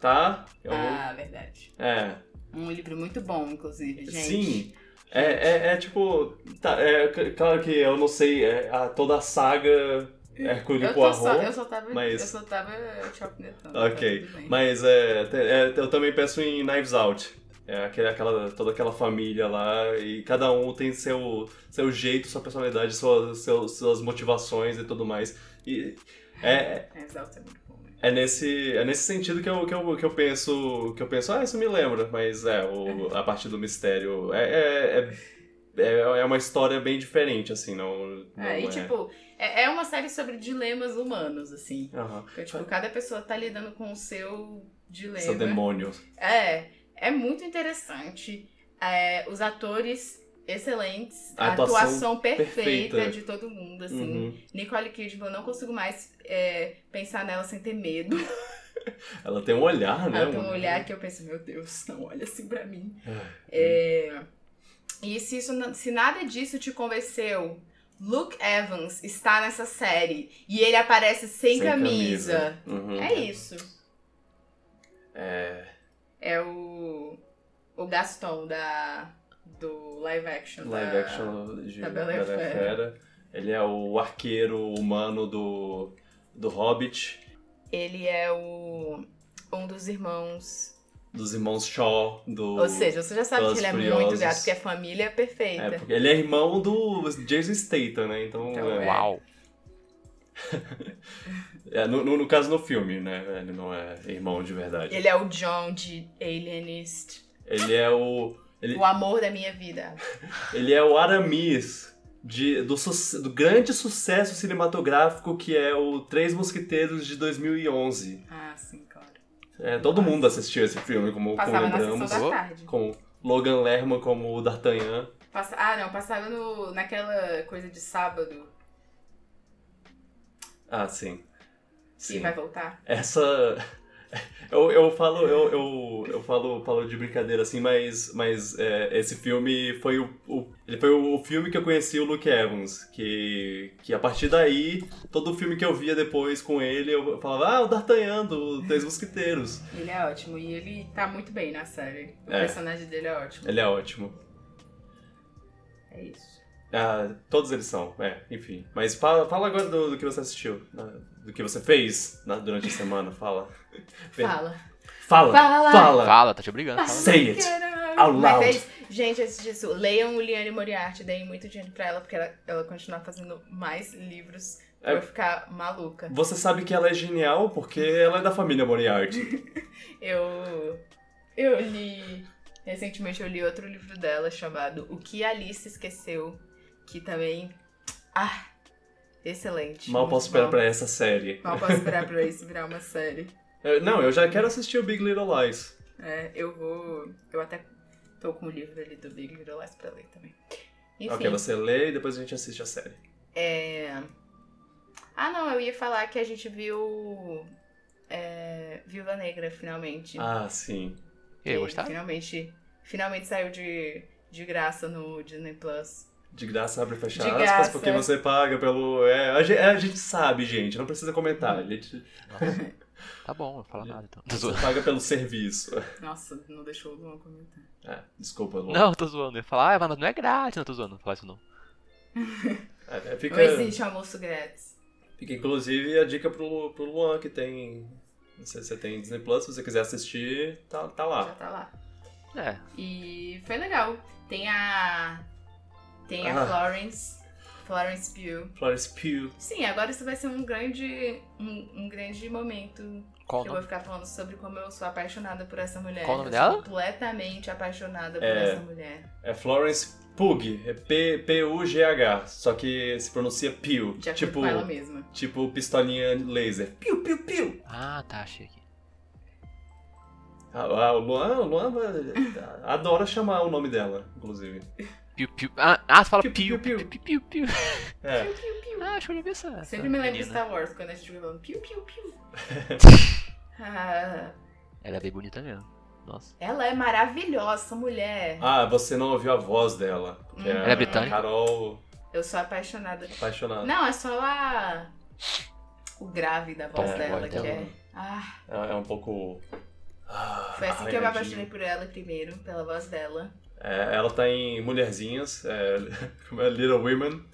[SPEAKER 1] Tá? Eu-
[SPEAKER 3] Ah, verdade.
[SPEAKER 1] É.
[SPEAKER 3] Um livro muito bom, inclusive, gente.
[SPEAKER 1] Sim. É, é, é tipo. Tá, é, c- claro que eu não sei é, a, toda a saga Hercule
[SPEAKER 3] Eu, tô só,
[SPEAKER 1] Poirot.
[SPEAKER 3] eu só tava.
[SPEAKER 1] mas-
[SPEAKER 3] Eu só tava te alfinetando. tá
[SPEAKER 1] Ok.
[SPEAKER 3] tudo bem.
[SPEAKER 1] Mas é, te- é, eu também penso em Knives Out. É aquele, aquela, toda aquela família lá e cada um tem seu, seu jeito, sua personalidade, sua, seu- suas motivações e tudo mais. E é,
[SPEAKER 3] É, Exalta é muito bom. né?
[SPEAKER 1] é, nesse, é nesse sentido que eu, que, eu, que eu penso. Que eu penso, ah, isso me lembra, mas é, o- a parte do mistério. É, é, é, é- é uma história bem diferente, assim, não. não
[SPEAKER 3] É, e tipo, é, é uma série sobre dilemas humanos, assim.
[SPEAKER 1] Aham.
[SPEAKER 3] Então, tipo, cada pessoa tá lidando com o seu dilema.
[SPEAKER 1] Seu demônio.
[SPEAKER 3] É, é muito interessante. É, os atores excelentes, a,
[SPEAKER 1] A atuação
[SPEAKER 3] perfeita,
[SPEAKER 1] perfeita.
[SPEAKER 3] de todo mundo, assim.
[SPEAKER 1] Uhum.
[SPEAKER 3] Nicole Kidman, eu não consigo mais é, pensar nela sem ter medo.
[SPEAKER 1] Ela tem um olhar, né?
[SPEAKER 3] Ela tem um olhar que eu penso, meu Deus, não olha assim pra mim.
[SPEAKER 1] Ah,
[SPEAKER 3] É, e se, isso, não- se nada disso te convenceu, Luke Evans está nessa série e ele aparece sem, camisa.
[SPEAKER 1] Uhum.
[SPEAKER 3] É isso.
[SPEAKER 1] É,
[SPEAKER 3] É o, o Gaston da, do live action.
[SPEAKER 1] live
[SPEAKER 3] da-
[SPEAKER 1] action de
[SPEAKER 3] da
[SPEAKER 1] Bela
[SPEAKER 3] Bela
[SPEAKER 1] e
[SPEAKER 3] e
[SPEAKER 1] a Fera. Ele é o arqueiro humano do, do Hobbit,
[SPEAKER 3] Ele é o um dos irmãos.
[SPEAKER 1] dos irmãos Shaw, do...
[SPEAKER 3] Ou seja, você já sabe
[SPEAKER 1] Velozes
[SPEAKER 3] que ele é
[SPEAKER 1] Furiosos.
[SPEAKER 3] muito gato, porque a família é
[SPEAKER 1] É,
[SPEAKER 3] perfeita.
[SPEAKER 1] porque ele é irmão do Jason Statham, né? Então,
[SPEAKER 3] Então,
[SPEAKER 1] é-
[SPEAKER 3] é.
[SPEAKER 2] Uau.
[SPEAKER 1] é, no, no- no caso, no filme, né? Ele não é irmão de verdade.
[SPEAKER 3] Ele é o John de Alienist.
[SPEAKER 1] Ele é o... Ele-
[SPEAKER 3] O amor da minha vida.
[SPEAKER 1] Ele é o Aramis de, do, su- do grande sucesso cinematográfico que é o Três Mosquiteiros de 2011.
[SPEAKER 3] Ah, sim, claro.
[SPEAKER 1] É, todo mundo assistiu esse filme, como
[SPEAKER 3] Passava na sessão
[SPEAKER 1] lembramos.
[SPEAKER 2] Oh.
[SPEAKER 3] da tarde.
[SPEAKER 1] Com Logan Lerman como o D'Artagnan.
[SPEAKER 3] Passa- Ah, não, passava no... naquela coisa de sábado
[SPEAKER 1] Ah, sim.
[SPEAKER 3] que
[SPEAKER 1] Sim.
[SPEAKER 3] vai voltar.
[SPEAKER 1] Essa. Eu, eu falo, eu, eu, eu falo, falo de brincadeira assim, mas, mas é, esse filme foi o, o- Ele foi o filme que eu conheci o Luke Evans. Que, que a partir daí, todo filme que eu via depois com ele, eu falava, ah, o D'Artagnan, do Três Mosquiteiros.
[SPEAKER 3] Ele é ótimo e ele tá muito bem na série. O
[SPEAKER 1] É.
[SPEAKER 3] personagem dele é ótimo.
[SPEAKER 1] Ele é ótimo.
[SPEAKER 3] É isso.
[SPEAKER 1] Ah, todos eles são, é, enfim. Mas fala, fala agora do, do que você assistiu, né, do que você fez na- durante a semana, fala. Bem,
[SPEAKER 3] Fala.
[SPEAKER 1] Fala!
[SPEAKER 3] Fala!
[SPEAKER 1] Fala!
[SPEAKER 2] Fala, tá te obrigando. Fala.
[SPEAKER 1] Say it! Out
[SPEAKER 3] Mas
[SPEAKER 1] loud.
[SPEAKER 3] é isso. Gente, antes disso, leiam o Liane Moriarty, deem muito dinheiro pra ela, porque ela, ela continuar fazendo mais livros pra
[SPEAKER 1] É.
[SPEAKER 3] eu ficar maluca.
[SPEAKER 1] Você sabe que ela é genial porque ela é da família Moriarty.
[SPEAKER 3] Eu. Eu li. Recentemente eu li outro livro dela chamado O que Alice Esqueceu, que também. Ah! Excelente.
[SPEAKER 1] Mal
[SPEAKER 3] muito
[SPEAKER 1] posso esperar
[SPEAKER 3] bom.
[SPEAKER 1] pra essa série.
[SPEAKER 3] Mal posso esperar pra isso virar uma série.
[SPEAKER 1] Eu- não, eu já quero assistir o Big Little Lies.
[SPEAKER 3] É, eu vou. Eu até tô com o livro ali do Big Little Lies pra ler também. Enfim.
[SPEAKER 1] Ok, você lê e depois a gente assiste a série.
[SPEAKER 3] É... Ah, não, eu ia falar que a gente viu é... Viúva Negra, finalmente.
[SPEAKER 1] Ah, sim.
[SPEAKER 2] E aí,
[SPEAKER 3] Que
[SPEAKER 2] gostaram?
[SPEAKER 3] Finalmente, finalmente saiu de, de graça no Disney Plus.
[SPEAKER 1] De graça abre e fecha
[SPEAKER 3] De
[SPEAKER 1] aspas,
[SPEAKER 3] graça.
[SPEAKER 1] porque você paga pelo. É, a, ge- é, a gente, sabe, gente, não precisa comentar. A gente
[SPEAKER 2] Tá bom, não fala nada então. Tô
[SPEAKER 1] você
[SPEAKER 2] zoando.
[SPEAKER 1] paga pelo serviço.
[SPEAKER 3] Nossa, não deixou o Luan comentar.
[SPEAKER 1] É, desculpa, Lu.
[SPEAKER 2] Não, tô zoando. Eu ia falar, ah, mas não é grátis, não tô zoando, não fala isso não.
[SPEAKER 1] É, é, fica,
[SPEAKER 3] Não existe almoço grátis.
[SPEAKER 1] fica, inclusive, a dica pro, pro Luan, que tem. Não sei se você tem Disney Plus, se você quiser assistir, tá, tá
[SPEAKER 3] Já
[SPEAKER 2] Ah.
[SPEAKER 1] lá.
[SPEAKER 3] tá lá.
[SPEAKER 2] É,
[SPEAKER 3] E foi legal. Tem a. Tem a
[SPEAKER 1] Ah.
[SPEAKER 3] Florence. Florence Pugh.
[SPEAKER 1] Florence Pugh.
[SPEAKER 3] Sim, agora isso vai ser um grande. Um, um grande momento
[SPEAKER 2] qual o
[SPEAKER 3] Eu vou
[SPEAKER 2] nome?
[SPEAKER 3] ficar falando sobre como eu sou apaixonada por essa mulher.
[SPEAKER 2] Qual o nome
[SPEAKER 3] Eu sou
[SPEAKER 2] dela?
[SPEAKER 3] Completamente apaixonada por
[SPEAKER 1] É.
[SPEAKER 3] essa mulher.
[SPEAKER 1] É Florence Pug, é P- P-U-G-H, só que se pronuncia Pew,
[SPEAKER 3] De acordo
[SPEAKER 1] tipo,
[SPEAKER 3] com ela mesma.
[SPEAKER 1] tipo pistolinha laser. Piu, piu, piu.
[SPEAKER 2] Ah, tá, achei aqui.
[SPEAKER 1] Ah, ah, o Luan, o Luan ah, adora chamar o nome dela, inclusive.
[SPEAKER 2] Piu, piu. Ah, ah, você fala
[SPEAKER 1] Piu,
[SPEAKER 2] piu,
[SPEAKER 1] piu,
[SPEAKER 2] piu,
[SPEAKER 1] piu.
[SPEAKER 2] piu, piu, piu,
[SPEAKER 1] É.
[SPEAKER 2] Ah, acho que eu já vi essa.
[SPEAKER 3] Sempre me lembro de
[SPEAKER 2] menina.
[SPEAKER 3] Star Wars quando a gente fica falando piu, piu, piu. Ah,
[SPEAKER 2] Ela é bem bonita mesmo. Nossa.
[SPEAKER 3] ela é maravilhosa, essa mulher.
[SPEAKER 1] Ah, você não ouviu a voz dela. que
[SPEAKER 3] Hum.
[SPEAKER 2] Ela é britânica?
[SPEAKER 1] Carol,
[SPEAKER 3] Eu sou apaixonada.
[SPEAKER 1] apaixonada.
[SPEAKER 3] Não, é só a... o grave da voz
[SPEAKER 2] Tom
[SPEAKER 3] dela,
[SPEAKER 2] Ford,
[SPEAKER 3] que
[SPEAKER 2] ela-
[SPEAKER 3] é. Ah,
[SPEAKER 1] Ela é um pouco. ah,
[SPEAKER 3] foi assim que eu me
[SPEAKER 1] arranhadinha.
[SPEAKER 3] apaixonei por ela primeiro, pela voz dela.
[SPEAKER 1] É, ela tá em Mulherzinhas, é, como é Little Women.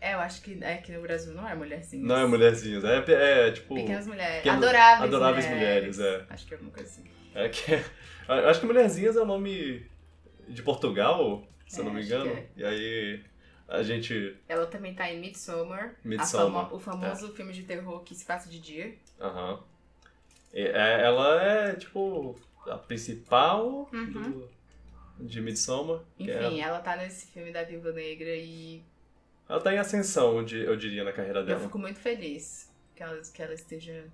[SPEAKER 3] É, eu acho que aqui no Brasil não é mulherzinha.
[SPEAKER 1] Não é Mulherzinhas, é, é, tipo.
[SPEAKER 3] Pequenas mulheres.
[SPEAKER 1] Pequenas-
[SPEAKER 3] adoráveis,
[SPEAKER 1] adoráveis mulheres,
[SPEAKER 3] é. Acho que é alguma coisa assim.
[SPEAKER 1] é que- eu acho que Mulherzinhas é o nome de Portugal, se eu
[SPEAKER 3] É,
[SPEAKER 1] não me
[SPEAKER 3] acho que
[SPEAKER 1] engano.
[SPEAKER 3] é.
[SPEAKER 1] E aí a gente.
[SPEAKER 3] Ela também tá em Midsommar. a
[SPEAKER 1] Midsommar, É.
[SPEAKER 3] famo- o famoso filme de terror que se passa de dia.
[SPEAKER 1] Aham. E- é, ela é, tipo, a principal
[SPEAKER 3] Uhum.
[SPEAKER 1] do, de Midsommar. que é-
[SPEAKER 3] Enfim, ela tá nesse filme da Viúva Negra e
[SPEAKER 1] ela tá em ascensão, eu di- eu diria, na carreira
[SPEAKER 3] eu
[SPEAKER 1] dela.
[SPEAKER 3] fico muito feliz que ela, que ela esteja.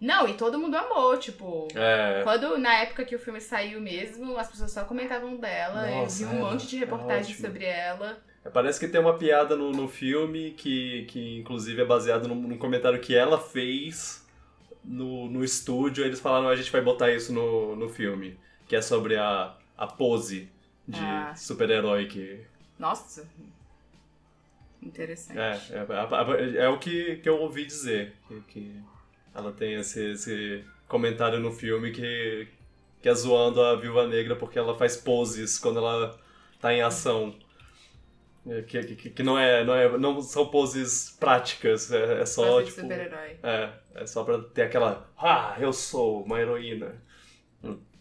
[SPEAKER 3] Não, e todo mundo amou, tipo.
[SPEAKER 1] É.
[SPEAKER 3] Quando, na época que o filme saiu mesmo, as pessoas só comentavam dela.
[SPEAKER 1] Nossa,
[SPEAKER 3] eu vi um
[SPEAKER 1] ela
[SPEAKER 3] monte de
[SPEAKER 1] é
[SPEAKER 3] reportagens
[SPEAKER 1] ótima.
[SPEAKER 3] sobre ela.
[SPEAKER 1] Parece que tem uma piada no, no filme que, que inclusive é baseado num, num comentário que ela fez no, no estúdio. Eles falaram, a gente vai botar isso no, no filme. Que é sobre a, a pose de
[SPEAKER 3] Ah.
[SPEAKER 1] super-herói que...
[SPEAKER 3] Nossa. Interessante.
[SPEAKER 1] É, é, é- é o que, que eu ouvi dizer. Que, que ela tem esse, esse comentário no filme que, que é zoando a Viúva Negra porque ela faz poses quando ela tá em ação. É, Que, que, que não, é, não é. Não são poses práticas, é, é só,
[SPEAKER 3] Fazer de
[SPEAKER 1] tipo.
[SPEAKER 3] super-herói.
[SPEAKER 1] É, é só pra ter aquela. Ah, eu sou uma heroína.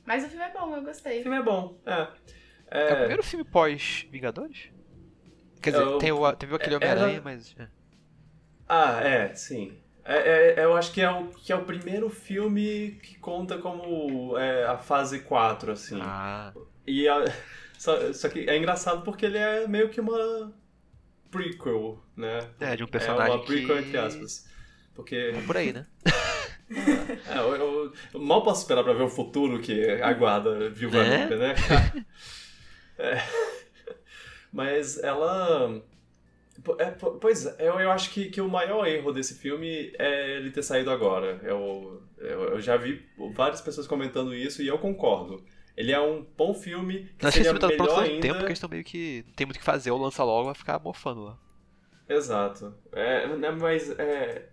[SPEAKER 3] Mas o filme é bom, eu
[SPEAKER 1] O
[SPEAKER 3] gostei.
[SPEAKER 1] filme é bom, é.
[SPEAKER 2] É, o primeiro filme pós-Vingadores? Quer dizer,
[SPEAKER 1] É, o-
[SPEAKER 2] tem o, teve aquele
[SPEAKER 1] é,
[SPEAKER 2] Homem-Aranha,
[SPEAKER 1] era-
[SPEAKER 2] mas. é.
[SPEAKER 1] Ah, é, sim. É, é- eu acho que é, o, que é o primeiro filme que conta como é, a fase 4, assim.
[SPEAKER 2] Ah.
[SPEAKER 1] E a- só, só que é engraçado porque ele é meio que uma prequel, né?
[SPEAKER 2] É, de um
[SPEAKER 1] é
[SPEAKER 2] personagem.
[SPEAKER 1] uma prequel,
[SPEAKER 2] que-
[SPEAKER 1] entre aspas. Porque
[SPEAKER 2] Por aí, né?
[SPEAKER 1] é, eu, eu- eu mal posso esperar pra ver o futuro que aguarda Viúva
[SPEAKER 2] Né?
[SPEAKER 1] Negra, né? É. Mas ela. po- é, po- pois é, eu, eu acho que, que o maior erro desse filme é ele ter saído agora. Eu, eu, eu já vi várias pessoas comentando isso e eu concordo. Ele é um bom filme que
[SPEAKER 2] Não achei que
[SPEAKER 1] seria
[SPEAKER 2] esse filme tá pronto
[SPEAKER 1] melhor
[SPEAKER 2] tanto
[SPEAKER 1] ainda.
[SPEAKER 2] tempo que eles estão meio que. Não tem muito o que fazer, ou lança logo, vai ficar mofando lá.
[SPEAKER 1] Exato. É, né, mas é,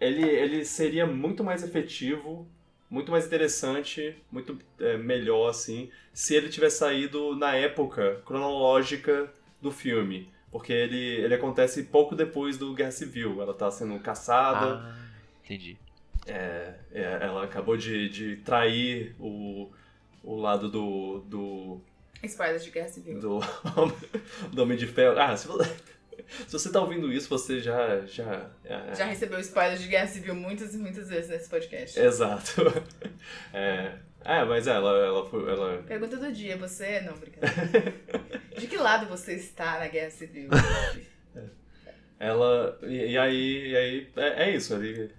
[SPEAKER 1] ele, ele seria muito mais efetivo, muito mais interessante, muito é, melhor, assim, se ele tivesse saído na época cronológica do filme. Porque ele, ele acontece pouco depois do Guerra Civil. Ela tá sendo caçada,
[SPEAKER 2] Ah, entendi.
[SPEAKER 1] é, é, ela acabou de, de trair o, o lado do, do
[SPEAKER 3] Spoilers de Guerra Civil.
[SPEAKER 1] do, do Homem de Ferro. Ah, se você, se você tá ouvindo isso, você já. já, é,
[SPEAKER 3] Já recebeu spoilers de Guerra Civil muitas e muitas vezes nesse podcast.
[SPEAKER 1] Exato. É, é, mas ela, ela, foi- ela.
[SPEAKER 3] Pergunta do dia, você... Não, brincadeira. de que lado você está na Guerra Civil?
[SPEAKER 1] ela e, e aí, e aí é, é isso. Ele,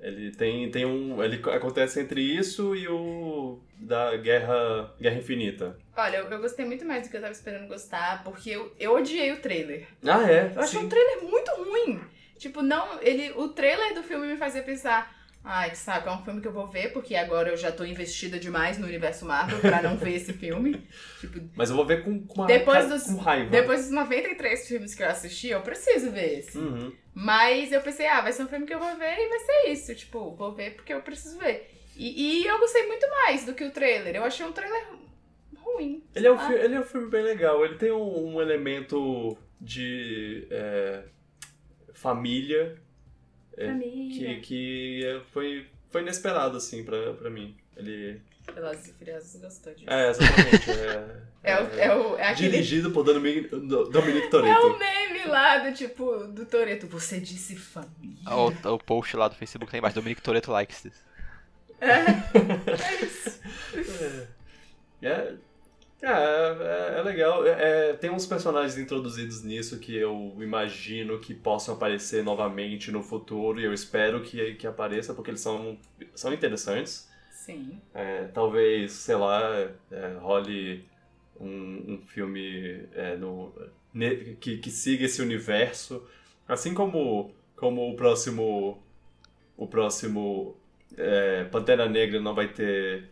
[SPEAKER 1] ele tem, tem um. Ele acontece entre isso e o. Da Guerra, Guerra Infinita.
[SPEAKER 3] Olha, eu, eu gostei muito mais do que eu tava esperando gostar, porque eu, eu odiei o trailer.
[SPEAKER 1] Ah, é?
[SPEAKER 3] Eu achei
[SPEAKER 1] sim.
[SPEAKER 3] um trailer muito ruim. Tipo, não, ele, o trailer do filme me fazia pensar, ai, que saco, é um filme que eu vou ver, porque agora eu já tô investida demais no universo Marvel pra não ver esse filme. Tipo,
[SPEAKER 1] Mas eu vou ver com, com, uma,
[SPEAKER 3] Depois
[SPEAKER 1] ca-
[SPEAKER 3] dos-
[SPEAKER 1] com raiva.
[SPEAKER 3] depois dos 93 filmes que eu assisti, eu preciso ver esse.
[SPEAKER 1] Uhum.
[SPEAKER 3] Mas eu pensei, ah, vai ser um filme que eu vou ver e vai ser isso. Tipo, vou ver porque eu preciso ver. E, e eu gostei muito mais do que o trailer. Eu achei um trailer ruim.
[SPEAKER 1] Ele é, um
[SPEAKER 3] Ah.
[SPEAKER 1] fi- ele é um filme bem legal. Ele tem um, um elemento de é, família
[SPEAKER 3] Pra mim.
[SPEAKER 1] É que, que é- foi, foi inesperado, assim, pra, pra mim. Ele.
[SPEAKER 3] Velozes e Furiosos gostou disso.
[SPEAKER 1] É, exatamente. É,
[SPEAKER 3] É, o, é, o, é aquele
[SPEAKER 1] Dirigido por Dominic, Do- Dominic
[SPEAKER 3] É o
[SPEAKER 1] Toretto.
[SPEAKER 3] meme lá do tipo, do Toreto. Você disse família.
[SPEAKER 2] Ah, O, o post lá do Facebook lá embaixo, Dominic Toreto likes this.
[SPEAKER 3] É isso.
[SPEAKER 1] É, é, é, é legal. É, é, tem uns personagens introduzidos nisso que eu imagino que possam aparecer novamente no futuro e eu espero que, que apareça, porque eles são, são interessantes.
[SPEAKER 3] Sim.
[SPEAKER 1] É, talvez, sei lá, é, role um, um filme é, no, ne- que, que siga esse universo. Assim como, como o próximo. O próximo. é, Pantera Negra não vai ter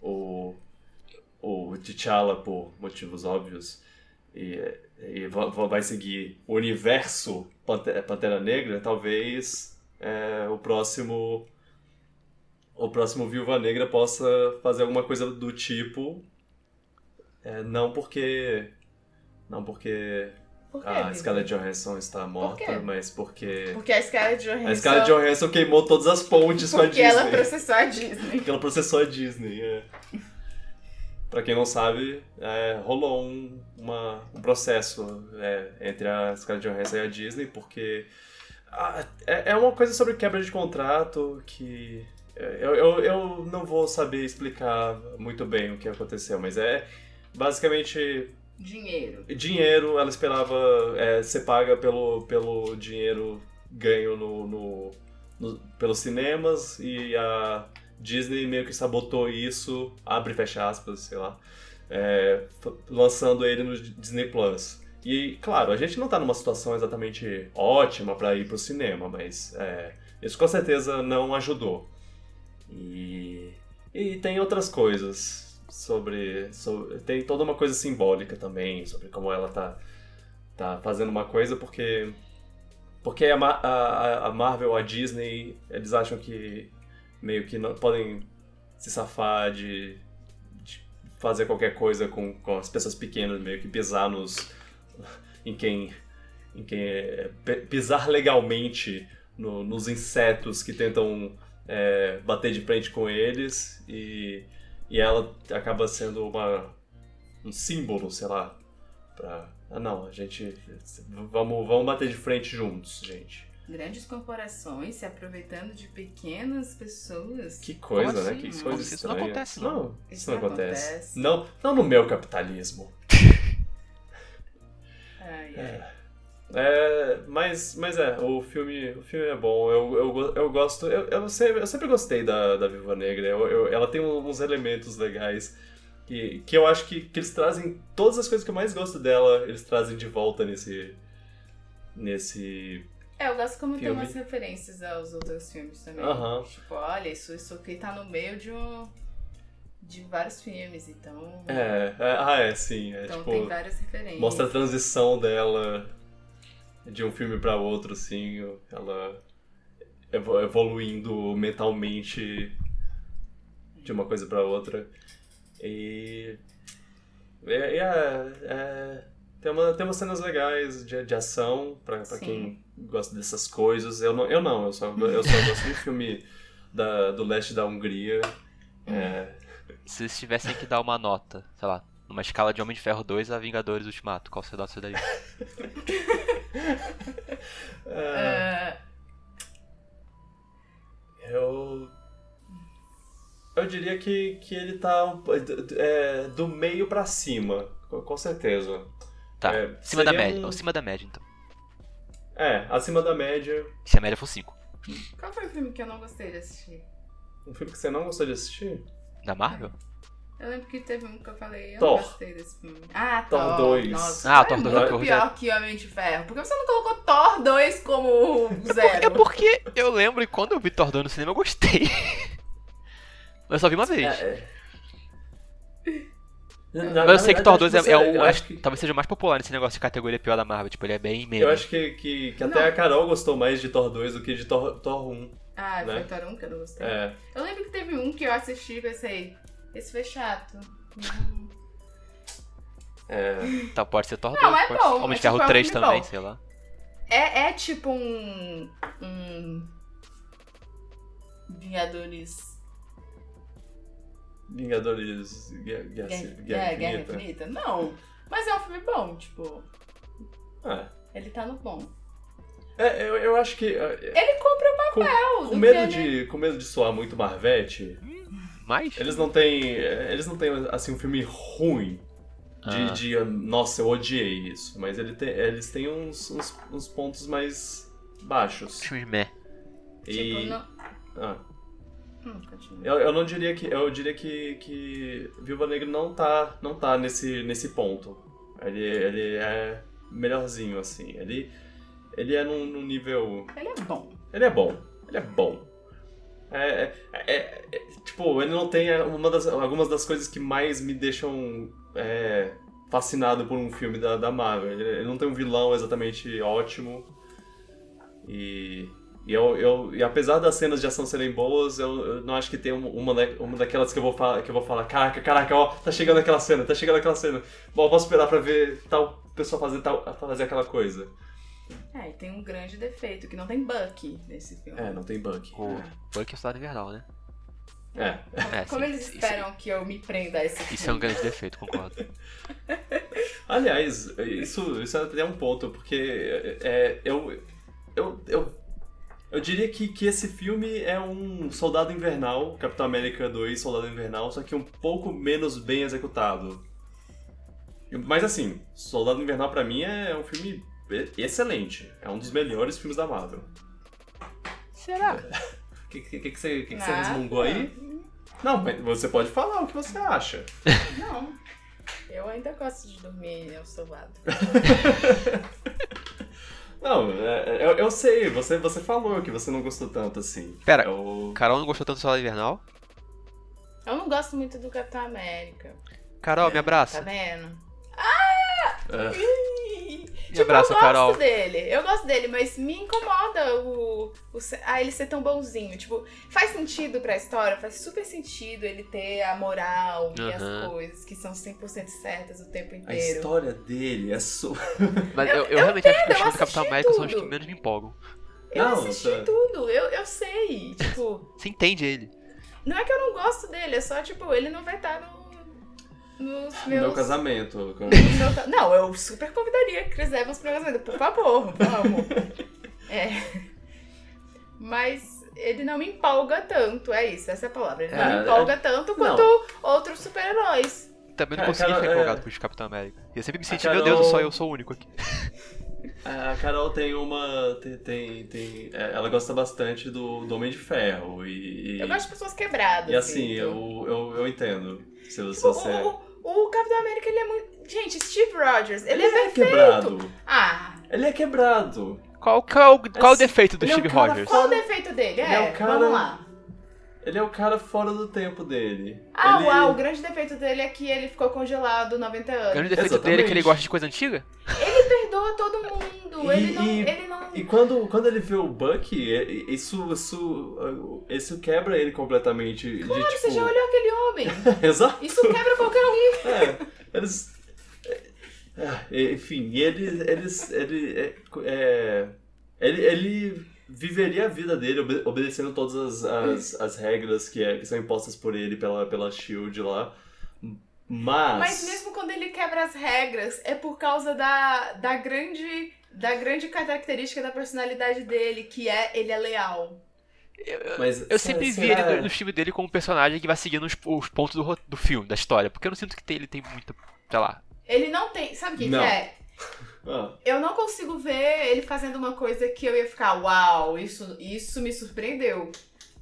[SPEAKER 1] o. O T'Challa por motivos óbvios. E, e va- va- vai seguir o universo Pante- Pantera Negra, talvez é, o próximo. O próximo Viúva Negra possa fazer alguma coisa do tipo. É, não porque. Não porque
[SPEAKER 3] Por quê?
[SPEAKER 1] Ah, a
[SPEAKER 3] Vivi?
[SPEAKER 1] Scarlett Johansson está morta,
[SPEAKER 3] quê?
[SPEAKER 1] mas porque.
[SPEAKER 3] Porque a Scarlett Johansson.
[SPEAKER 1] A Scarlett Johansson queimou todas as pontes com a
[SPEAKER 3] Porque
[SPEAKER 1] é Disney.
[SPEAKER 3] ela processou a Disney.
[SPEAKER 1] Porque ela processou a Disney, é. Pra quem não sabe, é, rolou um, uma- um processo é, entre a Scarlett Johansson e a Disney, porque ah, é, é uma coisa sobre quebra de contrato que é, eu, eu, eu não vou saber explicar muito bem o que aconteceu, mas é basicamente
[SPEAKER 3] Dinheiro.
[SPEAKER 1] dinheiro, ela esperava é, ser paga pelo, pelo dinheiro ganho no, no- no- pelos cinemas e a Disney meio que sabotou isso, abre e fecha aspas, sei lá, é, f- lançando ele no Disney Plus. E, claro, a gente não tá numa situação exatamente ótima para ir pro cinema, mas é, isso com certeza não ajudou. E, e tem outras coisas sobre, sobre- Tem toda uma coisa simbólica também, sobre como ela tá, tá fazendo uma coisa, porque. Porque a, Ma- a, a- a Marvel, a Disney, eles acham que meio que não podem se safar de, de fazer qualquer coisa com, com as pessoas pequenas, meio que pisar nos. em quem. em quem. é- pe- pisar legalmente no- nos insetos que tentam é, bater de frente com eles e, e ela acaba sendo uma, um símbolo, sei lá, pra... Ah, não, a gente... Vamos, vamos bater de frente juntos, gente.
[SPEAKER 3] Grandes corporações se aproveitando de pequenas pessoas.
[SPEAKER 1] Que coisa,
[SPEAKER 2] Como
[SPEAKER 1] né?
[SPEAKER 2] assim?
[SPEAKER 1] Que
[SPEAKER 3] Como
[SPEAKER 1] coisa
[SPEAKER 2] assim? Isso não
[SPEAKER 1] estranha.
[SPEAKER 2] acontece, não.
[SPEAKER 1] não. Isso
[SPEAKER 3] Isso
[SPEAKER 1] não
[SPEAKER 3] não
[SPEAKER 1] acontece.
[SPEAKER 3] acontece.
[SPEAKER 1] Não, não no meu capitalismo.
[SPEAKER 3] Ai, ai.
[SPEAKER 1] É, mas, mas é, o filme, o filme é bom. Eu, eu, go- eu gosto. Eu, eu, sempre, eu sempre gostei da, da Viúva Negra. Eu, eu- ela tem um, uns elementos legais que, que eu acho que, que eles trazem. Todas as coisas que eu mais gosto dela, eles trazem de volta nesse. Nesse.
[SPEAKER 3] É, eu gosto como tem
[SPEAKER 1] Filme.
[SPEAKER 3] umas referências aos outros filmes também.
[SPEAKER 1] Aham.
[SPEAKER 3] Tipo, olha, isso, isso aqui tá no meio de um. de vários filmes, então.
[SPEAKER 1] É, é, ah, é, sim. É,
[SPEAKER 3] então
[SPEAKER 1] tipo,
[SPEAKER 3] tem várias referências.
[SPEAKER 1] mostra a transição dela de um filme pra outro, assim. Ela evo- evoluindo mentalmente de uma coisa pra outra. E. e- e é- é- tem, uma, tem umas cenas legais de, de ação pra, pra
[SPEAKER 3] Sim.
[SPEAKER 1] quem gosta dessas coisas. Eu não, eu, não, eu só, eu só gosto de um filme da, do leste da Hungria. É,
[SPEAKER 2] Se vocês tivessem que dar uma nota, sei lá, numa escala de Homem de Ferro 2 a Vingadores Ultimato, qual você dá você daria?
[SPEAKER 1] é,
[SPEAKER 3] Ah,
[SPEAKER 1] eu. Eu diria que, que ele tá um po- d- é, do meio pra cima, com com certeza.
[SPEAKER 2] Tá,
[SPEAKER 1] É,
[SPEAKER 2] acima da
[SPEAKER 1] seria
[SPEAKER 2] média.
[SPEAKER 1] um-
[SPEAKER 2] Acima da média, então.
[SPEAKER 1] É, acima da média.
[SPEAKER 2] Se a média for 5.
[SPEAKER 3] qual foi o filme que eu não gostei de assistir?
[SPEAKER 1] Um filme que você não gostou de assistir?
[SPEAKER 2] Da Marvel?
[SPEAKER 3] Eu lembro que teve um que eu falei, eu
[SPEAKER 1] Thor.
[SPEAKER 3] não gostei desse filme. Ah,
[SPEAKER 1] Thor
[SPEAKER 3] Thor.
[SPEAKER 1] 2.
[SPEAKER 3] Nossa,
[SPEAKER 2] Ah, Thor
[SPEAKER 3] é
[SPEAKER 2] 2
[SPEAKER 3] muito
[SPEAKER 2] é horrível.
[SPEAKER 3] pior que Homem de Ferro. Por que você não colocou Thor 2 como
[SPEAKER 2] É
[SPEAKER 3] zero?
[SPEAKER 2] porque eu lembro e quando eu vi Thor 2 no cinema eu gostei. Eu só vi uma vez.
[SPEAKER 1] É, é.
[SPEAKER 2] Mas eu sei que Thor 2 é, é o. acho- talvez seja o mais popular nesse negócio de categoria pior da Marvel. Tipo, ele é bem meio.
[SPEAKER 1] Eu acho que, que, que até
[SPEAKER 3] Não.
[SPEAKER 1] a Carol gostou mais de Thor 2 do que de Thor, Thor 1.
[SPEAKER 3] Ah,
[SPEAKER 1] Né?
[SPEAKER 3] foi Thor 1 que eu não gostei.
[SPEAKER 1] É.
[SPEAKER 3] Eu lembro que teve um que eu assisti e pensei, esse foi chato. Hum.
[SPEAKER 1] é.
[SPEAKER 2] Tá, pode ser Thor
[SPEAKER 3] Não,
[SPEAKER 2] 2.
[SPEAKER 3] é
[SPEAKER 2] pode
[SPEAKER 3] bom,
[SPEAKER 2] ser Homem
[SPEAKER 3] mas
[SPEAKER 2] de Ferro
[SPEAKER 3] tipo, é um
[SPEAKER 2] 3
[SPEAKER 3] filme
[SPEAKER 2] também,
[SPEAKER 3] bom.
[SPEAKER 2] sei lá.
[SPEAKER 3] É, é tipo um. um. Vingadores.
[SPEAKER 1] Vingadores Guerra, Guerra,
[SPEAKER 3] Guerra,
[SPEAKER 1] Guerra
[SPEAKER 3] é, Guerra
[SPEAKER 1] Infinita.
[SPEAKER 3] Infinita? Não. Mas é um filme bom, tipo.
[SPEAKER 1] Ah.
[SPEAKER 3] Ele tá no bom.
[SPEAKER 1] É, eu, eu acho que. é,
[SPEAKER 3] Ele compra o papel
[SPEAKER 1] Com
[SPEAKER 3] do
[SPEAKER 1] medo,
[SPEAKER 3] que ele-
[SPEAKER 1] de, com medo de soar muito Marvete,
[SPEAKER 2] Mas.
[SPEAKER 1] eles não têm. é, Eles não têm assim um filme ruim. De,
[SPEAKER 2] Ah.
[SPEAKER 1] de, ah, nossa, eu odiei isso. Mas ele tem- eles têm uns, uns, uns pontos mais baixos.
[SPEAKER 2] Filmes meh.
[SPEAKER 1] E.
[SPEAKER 3] Tipo, não,
[SPEAKER 1] Ah.
[SPEAKER 3] Hum, continua.
[SPEAKER 1] Eu, eu não diria que. Eu diria que, que Viúva Negra não tá, não tá nesse, nesse ponto. Ele, ele é melhorzinho, assim. Ele, ele é num, num nível.
[SPEAKER 3] Ele é bom.
[SPEAKER 1] Ele é bom. Ele é bom. É, é- é- é- tipo, ele não tem uma das, algumas das coisas que mais me deixam é, fascinado por um filme da, da Marvel. Ele, ele não tem um vilão exatamente ótimo. E, e, eu, eu- e apesar das cenas de ação serem boas, eu, eu não acho que tem um- uma, da- uma daquelas que eu, vou falar, que eu vou falar: caraca, caraca, ó, tá chegando aquela cena, tá chegando aquela cena. Bom, eu posso esperar pra ver tal pessoa fazer, tal, fazer aquela coisa.
[SPEAKER 3] É, e tem um grande defeito, que não tem Bucky nesse filme.
[SPEAKER 1] É, não tem Bucky.
[SPEAKER 2] O Buck é o Soldado Invernal, né?
[SPEAKER 1] É.
[SPEAKER 2] É,
[SPEAKER 3] Como
[SPEAKER 2] sim,
[SPEAKER 3] eles
[SPEAKER 2] isso-
[SPEAKER 3] esperam que eu me prenda a esse
[SPEAKER 2] Isso é um grande defeito, concordo.
[SPEAKER 1] Aliás, isso, isso é até um ponto, porque é, eu, eu, eu, eu diria que, que esse filme é um Soldado Invernal, Capitão América 2, Soldado Invernal, só que um pouco menos bem executado. Mas assim, Soldado Invernal pra mim é um filme e- excelente. É um dos melhores filmes da Marvel.
[SPEAKER 2] Será?
[SPEAKER 1] O que, que, que, que você, que que você
[SPEAKER 3] Nada.
[SPEAKER 1] resmungou aí?
[SPEAKER 3] tá.
[SPEAKER 1] Não, mas você pode falar o que você acha.
[SPEAKER 3] Não. Eu ainda gosto de dormir ao seu lado.
[SPEAKER 1] Não, é- é- eu, eu sei, você, você falou que você não gostou tanto assim.
[SPEAKER 2] Pera,
[SPEAKER 1] Eu-
[SPEAKER 2] Carol não gostou tanto do Soldado Invernal?
[SPEAKER 3] Eu não gosto muito do Capitão América.
[SPEAKER 2] Carol, me
[SPEAKER 3] Tá
[SPEAKER 2] abraça.
[SPEAKER 3] vendo?
[SPEAKER 1] É,
[SPEAKER 3] Ih,
[SPEAKER 2] Me
[SPEAKER 3] Tipo,
[SPEAKER 2] abraça,
[SPEAKER 3] eu gosto
[SPEAKER 2] Carol.
[SPEAKER 3] dele, eu gosto dele, mas me incomoda o, o se- ah, ele ser tão bonzinho. Tipo, faz sentido pra história, faz super sentido ele ter a moral e as
[SPEAKER 2] Aham.
[SPEAKER 3] coisas que são 100% certas o tempo
[SPEAKER 1] a
[SPEAKER 3] inteiro.
[SPEAKER 1] história dele é su...
[SPEAKER 2] Mas
[SPEAKER 3] Eu-
[SPEAKER 2] eu, eu
[SPEAKER 3] eu
[SPEAKER 2] realmente acho que os
[SPEAKER 3] entendo, eu
[SPEAKER 2] filmes do Capitão
[SPEAKER 3] assisti
[SPEAKER 2] América são os
[SPEAKER 3] tudo.
[SPEAKER 2] que menos me empolgam.
[SPEAKER 3] Eu
[SPEAKER 1] Não,
[SPEAKER 3] assisti
[SPEAKER 1] tá.
[SPEAKER 3] tudo, eu, eu sei. Tipo,
[SPEAKER 2] Você entende ele.
[SPEAKER 3] não é que eu não gosto dele, é só, tipo, ele não vai estar no, nos
[SPEAKER 1] no meu
[SPEAKER 3] meus
[SPEAKER 1] é casamento.
[SPEAKER 3] Não tá- Não, eu super convidaria Chris Evans pra casamento, por favor, vamos. É. Mas ele não me empolga tanto, é isso, essa é a palavra. Ele não
[SPEAKER 1] É,
[SPEAKER 3] me empolga tanto quanto outros super-heróis.
[SPEAKER 2] Também não
[SPEAKER 1] É,
[SPEAKER 2] consegui
[SPEAKER 1] Carol,
[SPEAKER 2] ficar
[SPEAKER 1] é.
[SPEAKER 2] empolgado com os Capitão América. E eu sempre me senti,
[SPEAKER 1] Carol-
[SPEAKER 2] meu Deus, eu só eu sou o único aqui.
[SPEAKER 1] A Carol tem uma. Tem, tem, tem- é, ela gosta bastante do, do Homem de Ferro. E, e,
[SPEAKER 3] Eu gosto de pessoas quebradas.
[SPEAKER 1] e assim,
[SPEAKER 3] Vitor.
[SPEAKER 1] eu, eu, eu entendo. Se é. você.
[SPEAKER 3] Tipo, o, o, o Capitão América, ele é muito. Gente, Steve Rogers, ele, é perfeito.
[SPEAKER 1] quebrado.
[SPEAKER 3] Ah,
[SPEAKER 1] Ele é quebrado.
[SPEAKER 2] Qual, qual, qual o
[SPEAKER 1] Assim,
[SPEAKER 2] defeito do
[SPEAKER 1] ele é um
[SPEAKER 2] Steve
[SPEAKER 1] cara
[SPEAKER 2] Rogers?
[SPEAKER 3] qual o defeito
[SPEAKER 1] Ele
[SPEAKER 3] dele?
[SPEAKER 1] é
[SPEAKER 3] É,
[SPEAKER 1] um cara-
[SPEAKER 3] vamos lá.
[SPEAKER 1] Ele é o cara fora do tempo dele.
[SPEAKER 3] Ah,
[SPEAKER 1] ele...
[SPEAKER 3] uau, o grande defeito dele é que ele ficou congelado 90
[SPEAKER 2] O
[SPEAKER 3] anos.
[SPEAKER 2] grande defeito
[SPEAKER 1] Exatamente.
[SPEAKER 2] dele é que ele gosta de coisa antiga?
[SPEAKER 3] perdoa todo mundo.
[SPEAKER 1] E-
[SPEAKER 3] ele não.
[SPEAKER 1] e-
[SPEAKER 3] ele não...
[SPEAKER 1] E quando, quando ele vê o Bucky, e- e- isso, isso, isso quebra ele completamente. de,
[SPEAKER 3] Cara, você
[SPEAKER 1] tipo...
[SPEAKER 3] já olhou aquele homem?
[SPEAKER 1] Exato.
[SPEAKER 3] Isso quebra qualquer um.
[SPEAKER 1] É, eles. Ah, Enfim, e ele. Eles, ele, é, é, ele, ele viveria a vida dele obe- obedecendo todas as, as, as regras que, é- que são impostas por ele pela, pela Shield lá. Mas.
[SPEAKER 3] Mas mesmo quando ele quebra as regras, é por causa da, da grande. Da grande característica da personalidade dele, que é ele é leal.
[SPEAKER 1] mas-
[SPEAKER 2] Eu sempre vi
[SPEAKER 1] será-
[SPEAKER 2] ele no, no filme dele como um personagem que vai seguindo os, os pontos do, ro- do filme, da história. Porque eu não sinto que tem- ele tem muita, sei lá.
[SPEAKER 3] Ele não tem. Sabe o que, que
[SPEAKER 1] Não.
[SPEAKER 3] é?
[SPEAKER 1] Ah,
[SPEAKER 3] Eu não consigo ver ele fazendo uma coisa que eu ia ficar, uau, isso, isso me surpreendeu.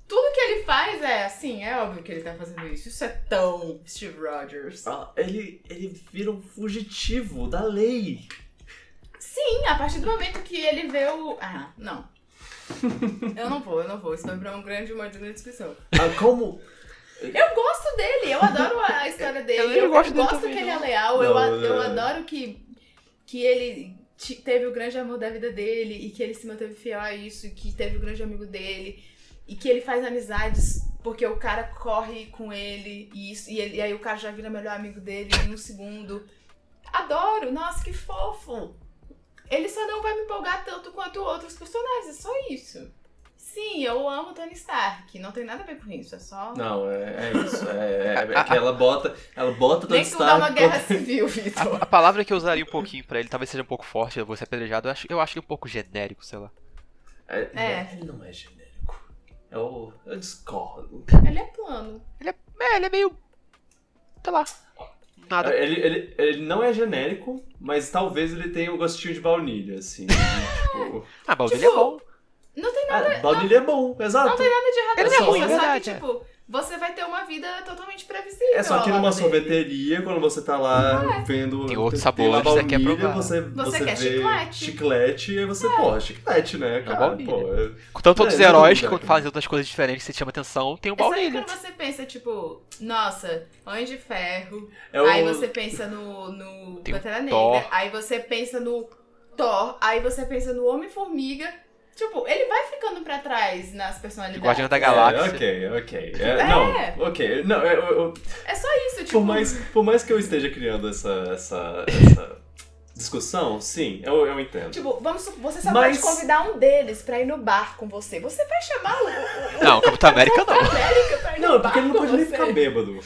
[SPEAKER 3] Tudo que ele faz é assim, é óbvio que ele tá fazendo isso. Isso é tão Steve Rogers.
[SPEAKER 1] ah, ele, ele vira um fugitivo da lei.
[SPEAKER 3] Sim, a partir do momento que ele vê o. Ah, não. Eu não vou, eu não vou. Isso vai virar um grande mordido na discussão.
[SPEAKER 1] Ah, como.
[SPEAKER 3] Eu gosto dele, eu adoro a história dele.
[SPEAKER 2] Eu- eu gosto dele
[SPEAKER 3] que
[SPEAKER 2] também,
[SPEAKER 3] ele é
[SPEAKER 2] não.
[SPEAKER 3] leal, eu, a-
[SPEAKER 1] Não,
[SPEAKER 3] eu
[SPEAKER 1] não.
[SPEAKER 3] adoro que, que ele te- teve o grande amor da vida dele e que ele se manteve fiel a isso, e que teve o grande amigo dele e que ele faz amizades porque o cara corre com ele e, isso, e, ele- e aí o cara já vira o melhor amigo dele em um segundo. Adoro, nossa, que fofo! Ele só não vai me empolgar tanto quanto outros personagens, é só isso. Sim, eu amo Tony Stark, não tem nada a ver com isso, é só.
[SPEAKER 1] Não, é, é isso. É, é, é que ela bota. Ela bota Tony
[SPEAKER 3] Nem que não dá uma
[SPEAKER 1] Stark
[SPEAKER 3] guerra civil, Vitor.
[SPEAKER 2] A, a palavra que eu usaria um pouquinho pra ele, talvez seja um pouco forte, eu vou ser apedrejado, eu acho, eu acho que é um pouco genérico, sei lá.
[SPEAKER 1] É,
[SPEAKER 3] É.
[SPEAKER 1] Ele não é genérico. Eu, eu discordo.
[SPEAKER 3] Ele é plano.
[SPEAKER 2] É, ele é meio. sei lá. Nada.
[SPEAKER 1] É, Ele, ele, ele não é genérico, mas talvez ele tenha um gostinho de baunilha, assim. tipo,
[SPEAKER 2] Ah, mas o
[SPEAKER 3] Tipo,
[SPEAKER 2] dele é bom.
[SPEAKER 3] Não tem
[SPEAKER 1] Ah, baunilha é bom, exato.
[SPEAKER 3] Não tem nada de errado
[SPEAKER 2] Ele
[SPEAKER 1] não é
[SPEAKER 3] nisso,
[SPEAKER 1] ruim,
[SPEAKER 3] só
[SPEAKER 2] verdade,
[SPEAKER 3] que,
[SPEAKER 2] é.
[SPEAKER 3] tipo, você vai ter uma vida totalmente previsível.
[SPEAKER 1] É só
[SPEAKER 3] ao
[SPEAKER 1] que
[SPEAKER 3] lado
[SPEAKER 1] numa
[SPEAKER 3] dele.
[SPEAKER 1] sorveteria, quando você tá lá vendo.
[SPEAKER 2] Tem outros
[SPEAKER 1] tem lá
[SPEAKER 2] sabores, é você quer
[SPEAKER 1] baunilha,
[SPEAKER 2] provar.
[SPEAKER 1] Você,
[SPEAKER 3] é. Você quer
[SPEAKER 1] vê
[SPEAKER 3] chiclete. É.
[SPEAKER 1] Chiclete, e aí você, porra, chiclete, né? Cara,
[SPEAKER 2] baunilha.
[SPEAKER 1] pô, é-
[SPEAKER 2] Então todos os
[SPEAKER 1] É,
[SPEAKER 2] heróis
[SPEAKER 1] é
[SPEAKER 2] que
[SPEAKER 1] verdade.
[SPEAKER 2] fazem outras coisas diferentes que você chama atenção, tem o né?
[SPEAKER 3] É só que
[SPEAKER 2] baunilha.
[SPEAKER 3] quando você pensa, tipo, nossa, Homem de Ferro.
[SPEAKER 1] é o-
[SPEAKER 3] Aí você pensa no, no
[SPEAKER 2] Tem o
[SPEAKER 3] Pantera
[SPEAKER 2] Thor.
[SPEAKER 3] Negra. Aí você pensa no Thor. Aí você pensa no Homem-Formiga. Tipo, ele vai ficando pra trás nas
[SPEAKER 1] Tipo,
[SPEAKER 3] personalidades.
[SPEAKER 2] Guardião da Galáxia.
[SPEAKER 1] É, ok, ok. É,
[SPEAKER 3] É.
[SPEAKER 1] Não, ok. Não, é, eu- eu-
[SPEAKER 3] É só isso, tipo.
[SPEAKER 1] por, mais, por mais que eu esteja criando essa, essa, essa discussão, sim, eu, eu entendo.
[SPEAKER 3] Tipo, vamos supor, você só
[SPEAKER 1] Mas-
[SPEAKER 3] pode convidar um deles pra ir no bar com você. Você vai chamar o, o, o
[SPEAKER 2] Não, o Capitão América não.
[SPEAKER 3] América pra ir no
[SPEAKER 1] não, é
[SPEAKER 3] bar
[SPEAKER 1] porque ele não
[SPEAKER 3] com
[SPEAKER 1] pode nem
[SPEAKER 3] você.
[SPEAKER 1] ficar bêbado.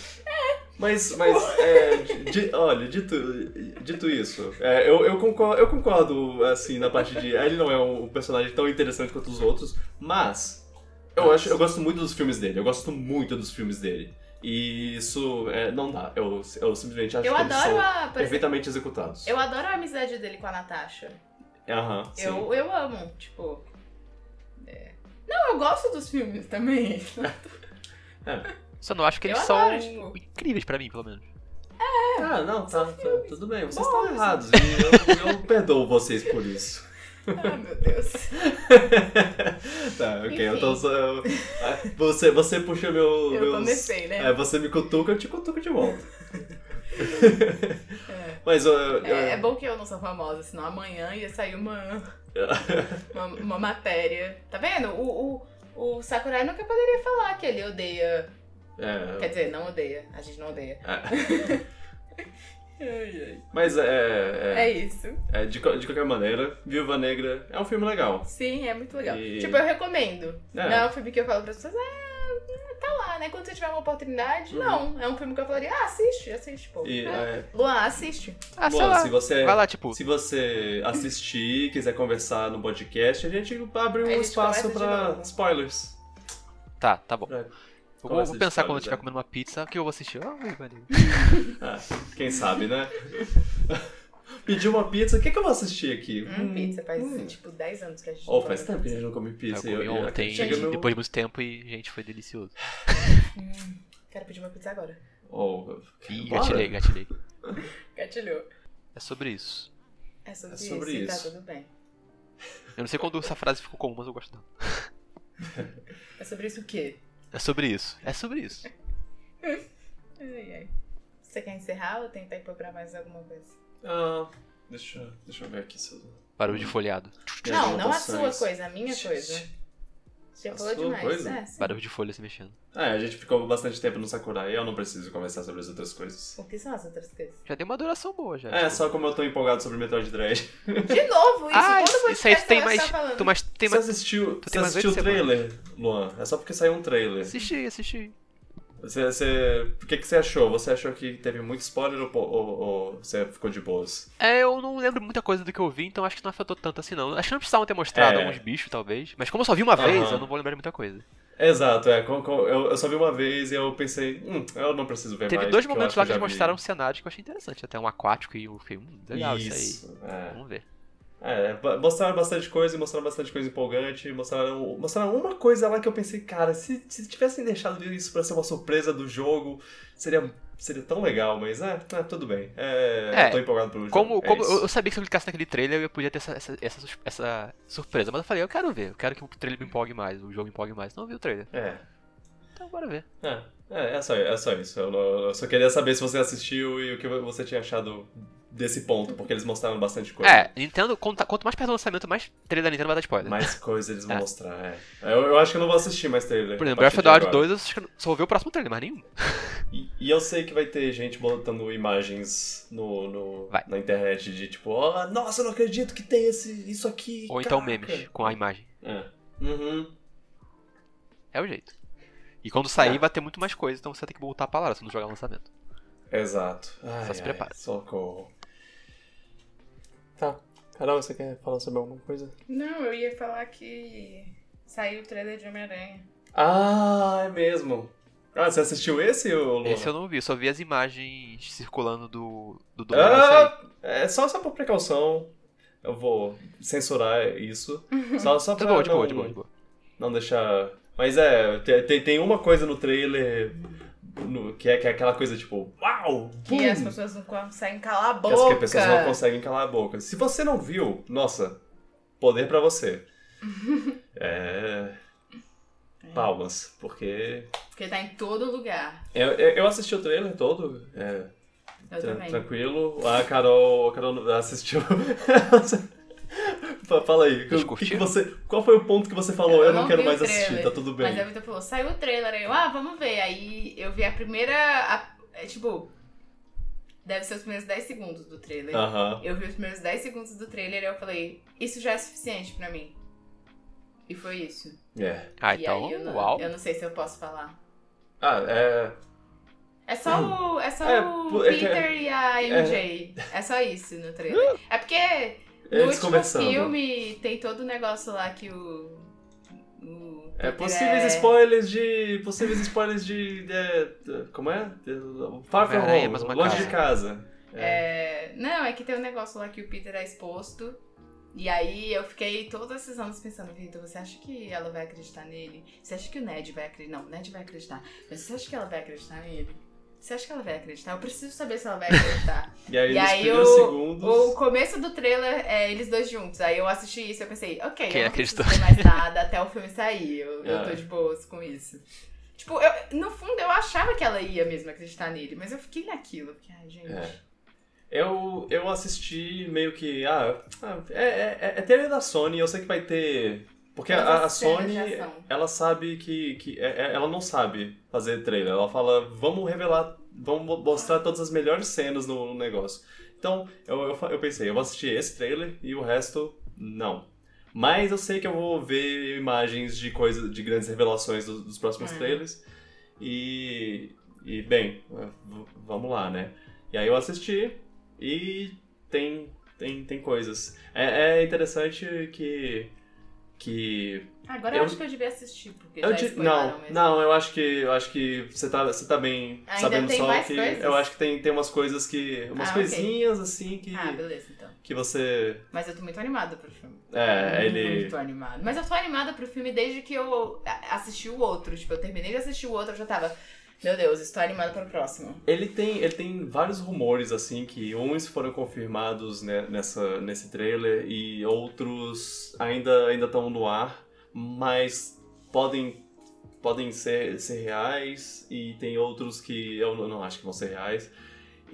[SPEAKER 1] Mas, mas
[SPEAKER 3] Tipo,
[SPEAKER 1] é, di- olha, dito, dito isso, é, eu, eu, concordo, eu concordo, assim, na parte de. Ele não é um personagem tão interessante quanto os outros, mas eu, acho, eu gosto muito dos filmes dele. Eu gosto muito dos filmes dele. E isso é, não dá. Eu, eu simplesmente acho
[SPEAKER 3] Eu
[SPEAKER 1] que eles
[SPEAKER 3] adoro
[SPEAKER 1] são
[SPEAKER 3] a. por exemplo,
[SPEAKER 1] perfeitamente executados.
[SPEAKER 3] Eu adoro a amizade dele com a Natasha.
[SPEAKER 1] Aham, sim.
[SPEAKER 3] Eu, eu amo, tipo. é. Não, eu gosto dos filmes também.
[SPEAKER 2] Só não acho que
[SPEAKER 3] Eu
[SPEAKER 2] eles
[SPEAKER 3] adoro,
[SPEAKER 2] são
[SPEAKER 3] tipo.
[SPEAKER 2] incríveis pra mim, pelo menos.
[SPEAKER 1] Ah, não, tá, tá, tudo bem. Vocês
[SPEAKER 3] É, Bom,
[SPEAKER 1] estão errados. E eu, eu perdoo vocês por isso.
[SPEAKER 3] Ah, meu Deus.
[SPEAKER 1] Tá, ok.
[SPEAKER 3] Enfim.
[SPEAKER 1] Então só- eu- ah, você, você puxa meu.
[SPEAKER 3] Eu
[SPEAKER 1] meus-
[SPEAKER 3] comecei, né?
[SPEAKER 1] É, você me cutuca, eu te cutuco de volta.
[SPEAKER 3] É.
[SPEAKER 1] Mas eu. eu-
[SPEAKER 3] É, é bom que eu não sou famosa, senão amanhã ia sair uma, uma, uma matéria. Tá vendo? O, o, o Sakurai nunca poderia falar que ele odeia.
[SPEAKER 1] é,
[SPEAKER 3] Quer dizer, não odeia. A gente não odeia. Ai, ai.
[SPEAKER 1] mas é. é,
[SPEAKER 3] É isso.
[SPEAKER 1] é, de, co- de qualquer maneira, Viúva Negra é um filme legal.
[SPEAKER 3] Sim, é muito legal.
[SPEAKER 1] E-
[SPEAKER 3] Tipo, eu recomendo.
[SPEAKER 1] É.
[SPEAKER 3] Não é um filme que eu falo pra pessoas, ah, tá lá, né? Quando você tiver uma oportunidade, não. É um filme que eu falaria, ah, assiste, assiste, pô.
[SPEAKER 1] Uhum. E,
[SPEAKER 3] É.
[SPEAKER 1] é,
[SPEAKER 3] Luan, assiste.
[SPEAKER 2] Ah, sei
[SPEAKER 1] Luan,
[SPEAKER 2] lá.
[SPEAKER 1] se você.
[SPEAKER 2] Vai lá, tipo,
[SPEAKER 1] Se você assistir, quiser conversar no podcast, a gente abre um
[SPEAKER 3] A gente
[SPEAKER 1] espaço
[SPEAKER 3] conversa de
[SPEAKER 1] pra
[SPEAKER 3] novo.
[SPEAKER 1] spoilers.
[SPEAKER 2] tá, tá bom.
[SPEAKER 1] Pra-
[SPEAKER 2] Eu
[SPEAKER 1] Começa
[SPEAKER 2] vou,
[SPEAKER 1] de
[SPEAKER 2] vou pensar
[SPEAKER 1] história,
[SPEAKER 2] quando eu estiver
[SPEAKER 1] né?
[SPEAKER 2] comendo uma pizza, o que eu vou assistir? Ah, Viúva Negra.
[SPEAKER 1] Ah, quem sabe, né? Pedir uma pizza, o que, que eu vou assistir aqui?
[SPEAKER 3] Hum, pizza, faz
[SPEAKER 1] hum.
[SPEAKER 3] tipo 10 anos que a gente
[SPEAKER 1] Oh,
[SPEAKER 3] não
[SPEAKER 1] faz
[SPEAKER 3] come
[SPEAKER 1] tempo que a
[SPEAKER 3] pizza.
[SPEAKER 1] gente não come
[SPEAKER 2] Eu
[SPEAKER 1] pizza.
[SPEAKER 2] comi ontem,
[SPEAKER 1] chega no-
[SPEAKER 2] depois de muito tempo, e, gente, foi delicioso.
[SPEAKER 3] Hum, Quero pedir uma pizza agora.
[SPEAKER 1] Oh,
[SPEAKER 2] Ih,
[SPEAKER 1] bora.
[SPEAKER 2] gatilhei, gatilhei.
[SPEAKER 3] Gatilhou.
[SPEAKER 2] É sobre isso.
[SPEAKER 3] É sobre,
[SPEAKER 1] É sobre
[SPEAKER 3] isso, e
[SPEAKER 1] isso.
[SPEAKER 3] tá tudo bem.
[SPEAKER 2] Eu não sei quando essa frase ficou comum, mas eu gosto dela.
[SPEAKER 3] É sobre isso o quê?
[SPEAKER 2] É sobre isso. É sobre isso.
[SPEAKER 3] Ai, ai. Você quer encerrar ou tentar ir pra mais alguma coisa?
[SPEAKER 1] Ah, deixa, eu- deixa eu ver aqui se eu...
[SPEAKER 2] Barulho de folhado.
[SPEAKER 1] minhas
[SPEAKER 3] não, não a sua
[SPEAKER 1] anotações.
[SPEAKER 3] coisa, a minha coisa. Já
[SPEAKER 1] A
[SPEAKER 3] falou
[SPEAKER 1] sua
[SPEAKER 3] demais.
[SPEAKER 1] coisa?
[SPEAKER 3] É, sim.
[SPEAKER 2] Barulho de folha se mexendo.
[SPEAKER 1] Ah, a gente ficou bastante tempo no Sakurai e eu não preciso conversar sobre as outras coisas.
[SPEAKER 3] O que são as outras coisas?
[SPEAKER 2] Já deu uma duração boa, já.
[SPEAKER 1] É,
[SPEAKER 2] tipo.
[SPEAKER 1] só como eu tô empolgado sobre Metroid Dread.
[SPEAKER 3] De novo, isso.
[SPEAKER 2] Ah,
[SPEAKER 3] todo
[SPEAKER 2] isso, isso aí
[SPEAKER 3] podcast
[SPEAKER 2] tu tem
[SPEAKER 3] ela
[SPEAKER 2] mais.
[SPEAKER 3] está tá falando.
[SPEAKER 2] Tu mais tem
[SPEAKER 1] Você
[SPEAKER 2] mais.
[SPEAKER 1] assistiu,
[SPEAKER 2] tu
[SPEAKER 1] você
[SPEAKER 2] tem mais
[SPEAKER 1] assistiu o
[SPEAKER 2] oito
[SPEAKER 1] trailer, Luan? É só porque saiu um trailer.
[SPEAKER 2] Assisti, assisti.
[SPEAKER 1] Você, você, o que, que você achou? Você achou que teve muito spoiler ou, ou- ou você ficou de boas?
[SPEAKER 2] É, eu não lembro muita coisa do que eu vi, então acho que não afetou tanto assim, não. Acho que não precisavam ter mostrado
[SPEAKER 1] É.
[SPEAKER 2] alguns bichos, talvez. Mas como eu só vi uma vez,
[SPEAKER 1] Aham.
[SPEAKER 2] eu não vou lembrar de muita coisa.
[SPEAKER 1] Exato, é. com- com- eu, eu só vi uma vez e eu pensei, hum, eu não preciso ver
[SPEAKER 2] Teve
[SPEAKER 1] mais.
[SPEAKER 2] dois
[SPEAKER 1] porque eu
[SPEAKER 2] momentos
[SPEAKER 1] acho
[SPEAKER 2] lá que
[SPEAKER 1] eu
[SPEAKER 2] eles
[SPEAKER 1] já vi.
[SPEAKER 2] mostraram um cenário que eu achei interessante. Até um aquático e eu fiquei, hum, legal isso,
[SPEAKER 1] isso
[SPEAKER 2] aí.
[SPEAKER 1] É.
[SPEAKER 2] Vamos ver.
[SPEAKER 1] É, ba- mostraram bastante coisa, mostraram bastante coisa empolgante, mostraram, mostraram uma coisa lá que eu pensei, cara, se, se tivessem deixado isso pra ser uma surpresa do jogo, seria, seria tão legal, mas é, é, tudo bem. É,
[SPEAKER 2] É,
[SPEAKER 1] eu tô empolgado pelo jogo.
[SPEAKER 2] Como,
[SPEAKER 1] é
[SPEAKER 2] como
[SPEAKER 1] isso.
[SPEAKER 2] eu eu sabia que se eu clicasse naquele trailer eu podia ter essa, essa, essa, sus- essa surpresa. Mas eu falei, eu quero ver, eu quero que o trailer me empolgue mais, o jogo empolgue mais. Então eu vi o trailer.
[SPEAKER 1] É,
[SPEAKER 2] Então bora ver.
[SPEAKER 1] é, é, é só, é só isso. Eu, não- eu só queria saber se você assistiu e o que você tinha achado desse ponto, porque eles mostraram bastante coisa.
[SPEAKER 2] É, Nintendo, quanto, quanto mais perto do lançamento, mais trailer da Nintendo vai dar spoiler.
[SPEAKER 1] Mais coisa eles vão
[SPEAKER 2] É.
[SPEAKER 1] mostrar, é. Eu, eu acho que eu não vou assistir mais trailer.
[SPEAKER 2] Por exemplo,
[SPEAKER 1] a
[SPEAKER 2] Breath
[SPEAKER 1] partir
[SPEAKER 2] of
[SPEAKER 1] de
[SPEAKER 2] the Wild
[SPEAKER 1] agora.
[SPEAKER 2] 2 eu acho que eu só ouvi o próximo trailer, mas nenhum.
[SPEAKER 1] E, e eu sei que vai ter gente botando imagens no, no-
[SPEAKER 2] Vai.
[SPEAKER 1] na internet de tipo, ó, nossa, eu não acredito que tem esse, isso aqui.
[SPEAKER 2] Ou então
[SPEAKER 1] caraca."
[SPEAKER 2] memes com a imagem.
[SPEAKER 1] É. Uhum.
[SPEAKER 2] É o jeito. E quando
[SPEAKER 1] É.
[SPEAKER 2] sair vai ter muito mais coisa, então você vai ter que voltar a palavra se não jogar lançamento.
[SPEAKER 1] Exato. Ai,
[SPEAKER 2] Só se
[SPEAKER 1] ai,
[SPEAKER 2] prepara.
[SPEAKER 1] socorro. Tá. Carol, você quer falar sobre alguma coisa?
[SPEAKER 3] Não, eu ia falar que saiu o trailer de Homem-Aranha.
[SPEAKER 1] Ah, é mesmo. Ah, você assistiu esse, ô Luan?
[SPEAKER 2] Esse eu não vi, eu só vi as imagens circulando do do, do
[SPEAKER 1] Ah, é só, só por precaução. Eu vou censurar isso. Só, só
[SPEAKER 2] De
[SPEAKER 1] pra
[SPEAKER 2] é boa, Tá de
[SPEAKER 1] não,
[SPEAKER 2] boa, de boa, de boa.
[SPEAKER 1] não deixar. Mas é, te- tem, tem uma coisa no trailer no- que, é, que é aquela coisa tipo, uau!
[SPEAKER 3] Que
[SPEAKER 1] pum!
[SPEAKER 3] as pessoas não conseguem calar a
[SPEAKER 1] Que é
[SPEAKER 3] boca.
[SPEAKER 1] as que pessoas não conseguem calar a boca. Se você não viu, nossa, poder pra você. é.
[SPEAKER 3] É.
[SPEAKER 1] Palmas, porque.
[SPEAKER 3] Porque tá em todo lugar.
[SPEAKER 1] Eu, eu eu assisti o trailer todo, é,
[SPEAKER 3] Eu
[SPEAKER 1] Tran-
[SPEAKER 3] também.
[SPEAKER 1] Tranquilo. A Carol, a Carol assistiu. Fa- Fala aí,
[SPEAKER 2] Vocês
[SPEAKER 1] o que que
[SPEAKER 2] curtiram?
[SPEAKER 1] você, qual foi o ponto que você falou? Eu,
[SPEAKER 3] Eu
[SPEAKER 1] não,
[SPEAKER 3] não
[SPEAKER 1] quero
[SPEAKER 3] vi o
[SPEAKER 1] mais
[SPEAKER 3] trailer,
[SPEAKER 1] assistir, tá tudo bem.
[SPEAKER 3] Mas a Vitor falou, saiu o trailer, aí eu, ah, vamos ver. Aí eu vi a primeira. a- é, tipo, deve ser os primeiros 10 segundos do trailer.
[SPEAKER 1] Aham.
[SPEAKER 3] Eu vi os primeiros 10 segundos do trailer e eu falei, isso já é suficiente pra mim. E foi isso.
[SPEAKER 1] É.
[SPEAKER 2] Ah,
[SPEAKER 3] e
[SPEAKER 2] então,
[SPEAKER 3] aí eu não,
[SPEAKER 2] uau.
[SPEAKER 3] eu não sei se eu posso falar.
[SPEAKER 1] Ah, é.
[SPEAKER 3] É só o, é só
[SPEAKER 1] É,
[SPEAKER 3] o
[SPEAKER 1] pu- é que-
[SPEAKER 3] Peter e a MJ. É... só isso no trailer. É porque no
[SPEAKER 1] Eles
[SPEAKER 3] último
[SPEAKER 1] conversando.
[SPEAKER 3] filme tem todo o negócio lá que o. o
[SPEAKER 1] É
[SPEAKER 3] Peter
[SPEAKER 1] possíveis
[SPEAKER 3] é-
[SPEAKER 1] spoilers de. Possíveis spoilers de. de- como é? De, far from
[SPEAKER 2] Homem-Aranha,
[SPEAKER 1] home,
[SPEAKER 2] mas uma
[SPEAKER 1] longe
[SPEAKER 2] casa.
[SPEAKER 1] de casa. É.
[SPEAKER 3] É, Não, é que tem um negócio lá que o Peter é exposto. E aí eu fiquei todos esses anos pensando, Vitor, você acha que ela vai acreditar nele? Você acha que o Ned vai acreditar? Não, o Ned vai acreditar. Mas você acha que ela vai acreditar nele? Você acha que ela vai acreditar? Eu preciso saber se ela vai acreditar.
[SPEAKER 1] E aí,
[SPEAKER 3] e
[SPEAKER 1] nos
[SPEAKER 3] aí
[SPEAKER 1] primeiros
[SPEAKER 3] o-
[SPEAKER 1] segundos.
[SPEAKER 3] o começo do trailer é eles dois juntos. Aí eu assisti isso e eu pensei, ok,
[SPEAKER 2] Quem
[SPEAKER 3] eu não
[SPEAKER 2] acreditou?
[SPEAKER 3] preciso ver mais nada até o filme sair. Eu, eu
[SPEAKER 1] É.
[SPEAKER 3] tô de boas com isso. Tipo, eu- no fundo eu achava que ela ia mesmo acreditar nele, mas eu fiquei naquilo. Porque, ai, gente.
[SPEAKER 1] É. Eu, eu assisti meio que. Ah, ah, é, é, é- é trailer da Sony, eu sei que vai ter. Porque
[SPEAKER 3] Mas
[SPEAKER 1] a, a
[SPEAKER 3] as cenas
[SPEAKER 1] Sony,
[SPEAKER 3] de ação.
[SPEAKER 1] ela sabe que. que é- é- ela não sabe fazer trailer. Ela fala, vamos revelar, vamos mo- mostrar todas as melhores cenas no, no negócio. Então, eu, eu, fa- eu pensei, eu vou assistir esse trailer e o resto, não. Mas eu sei que eu vou ver imagens de coisas, de grandes revelações dos, dos próximos
[SPEAKER 3] É.
[SPEAKER 1] trailers. E. E, bem, v- vamos lá, né? E aí eu assisti e tem tem, tem coisas. É, é interessante que que
[SPEAKER 3] Agora eu,
[SPEAKER 1] Eu-
[SPEAKER 3] acho que eu devia assistir, porque
[SPEAKER 1] eu
[SPEAKER 3] já
[SPEAKER 1] di-
[SPEAKER 3] spoilaram
[SPEAKER 1] não,
[SPEAKER 3] mesmo.
[SPEAKER 1] não, eu acho que eu acho que você tá você tá bem
[SPEAKER 3] Ainda
[SPEAKER 1] sabendo
[SPEAKER 3] tem
[SPEAKER 1] só
[SPEAKER 3] mais
[SPEAKER 1] que
[SPEAKER 3] coisas?
[SPEAKER 1] eu acho que tem tem umas coisas que umas
[SPEAKER 3] Ah, ok.
[SPEAKER 1] coisinhas assim que
[SPEAKER 3] Ah, beleza, então.
[SPEAKER 1] que você
[SPEAKER 3] Mas eu tô muito animada pro filme.
[SPEAKER 1] é,
[SPEAKER 3] Muito
[SPEAKER 1] ele
[SPEAKER 3] tô animada. Mas eu tô animada pro filme desde que eu a- assisti o outro. Tipo, eu terminei de assistir o outro, eu já tava... Meu Deus, estou animada pro próximo.
[SPEAKER 1] ele tem ele tem vários rumores assim que uns foram confirmados né, nessa nesse trailer e outros ainda ainda estão no ar, mas podem podem ser, ser reais e tem outros que eu não, não acho que vão ser reais.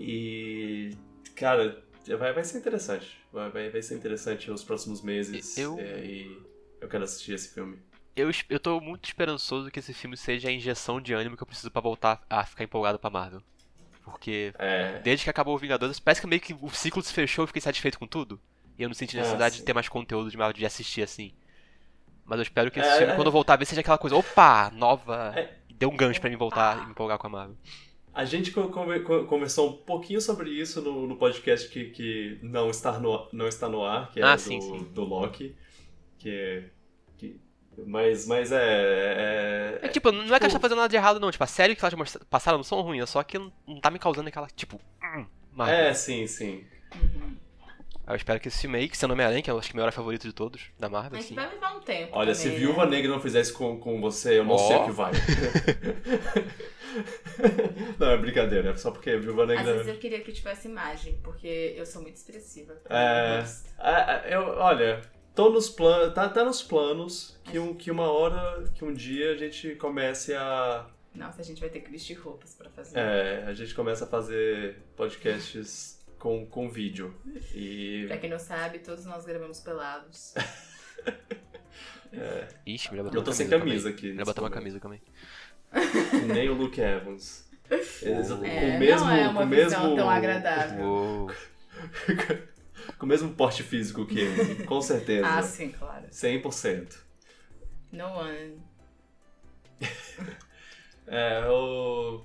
[SPEAKER 1] E, cara, vai, vai ser interessante. Vai, vai, vai ser interessante os próximos meses.
[SPEAKER 2] Eu-
[SPEAKER 1] é, e eu quero assistir esse filme.
[SPEAKER 2] Eu, es- eu tô muito esperançoso que esse filme seja a injeção de ânimo que eu preciso pra voltar a ficar empolgado pra Marvel. Porque
[SPEAKER 1] É,
[SPEAKER 2] desde que acabou o Vingadores, parece que meio que o ciclo se fechou, eu fiquei satisfeito com tudo. E eu não senti
[SPEAKER 1] Ah,
[SPEAKER 2] necessidade
[SPEAKER 1] sim.
[SPEAKER 2] de ter mais conteúdo de Marvel, de assistir assim. Mas eu espero que esse
[SPEAKER 1] É,
[SPEAKER 2] filme,
[SPEAKER 1] é.
[SPEAKER 2] quando eu voltar a ver, seja aquela coisa, opa, nova.
[SPEAKER 1] É.
[SPEAKER 2] Deu um gancho pra mim voltar e me empolgar com a Marvel.
[SPEAKER 1] a gente con- con- con- conversou um pouquinho sobre isso no, no podcast que, que não, está no, não está no ar, que é
[SPEAKER 2] Ah,
[SPEAKER 1] do,
[SPEAKER 2] sim, sim.
[SPEAKER 1] do Loki. Que, é- que, mas, mas é-
[SPEAKER 2] É que, tipo, não é que
[SPEAKER 1] Tipo-
[SPEAKER 2] ela tá fazendo nada de errado, não. Tipo, a série que elas mostra- passaram não são ruins, é só que não, não tá me causando aquela, tipo, hum, Marvel.
[SPEAKER 1] É, sim, sim.
[SPEAKER 3] Uhum.
[SPEAKER 2] Eu espero que esse filme aí, que seu nome é Aranha, que eu acho que é o meu herói favorito de todos, da Marvel,
[SPEAKER 3] Mas
[SPEAKER 2] assim.
[SPEAKER 3] vai levar um tempo
[SPEAKER 1] Olha, se
[SPEAKER 3] também,
[SPEAKER 1] Viúva
[SPEAKER 3] né?
[SPEAKER 1] Negra não fizer isso com, com você, eu não
[SPEAKER 2] Ó.
[SPEAKER 1] sei o que vai. não, é brincadeira, é só porque Viúva
[SPEAKER 3] Às vezes
[SPEAKER 1] Negra.
[SPEAKER 3] eu queria que tivesse imagem, porque eu sou muito expressiva.
[SPEAKER 1] É.
[SPEAKER 3] Eu gosto.
[SPEAKER 1] Ah, ah, eu, olha, tô nos planos. Tá, tá nos planos que, um, que uma hora, que um dia a gente comece a.
[SPEAKER 3] Nossa, a gente vai ter que vestir roupas pra fazer.
[SPEAKER 1] É, a gente começa a fazer podcasts com, com vídeo. E.
[SPEAKER 3] Pra quem não sabe, todos nós gravamos pelados.
[SPEAKER 2] Ixi, melhor botar
[SPEAKER 1] Eu
[SPEAKER 2] uma
[SPEAKER 1] tô sem
[SPEAKER 2] também.
[SPEAKER 1] camisa aqui.
[SPEAKER 2] Melhor
[SPEAKER 1] nesse
[SPEAKER 2] botar uma
[SPEAKER 1] momento.
[SPEAKER 2] camisa também.
[SPEAKER 1] Nem o Luke Evans. Eles,
[SPEAKER 2] É,
[SPEAKER 1] com
[SPEAKER 3] É,
[SPEAKER 1] o mesmo,
[SPEAKER 3] não é
[SPEAKER 1] com
[SPEAKER 3] uma
[SPEAKER 1] o
[SPEAKER 3] visão
[SPEAKER 1] mesmo,
[SPEAKER 3] tão
[SPEAKER 1] É.
[SPEAKER 3] agradável.
[SPEAKER 2] Uou.
[SPEAKER 1] com o mesmo porte físico que ele, com certeza.
[SPEAKER 3] Ah, sim, claro.
[SPEAKER 1] 100%.
[SPEAKER 3] No one.
[SPEAKER 1] É, o...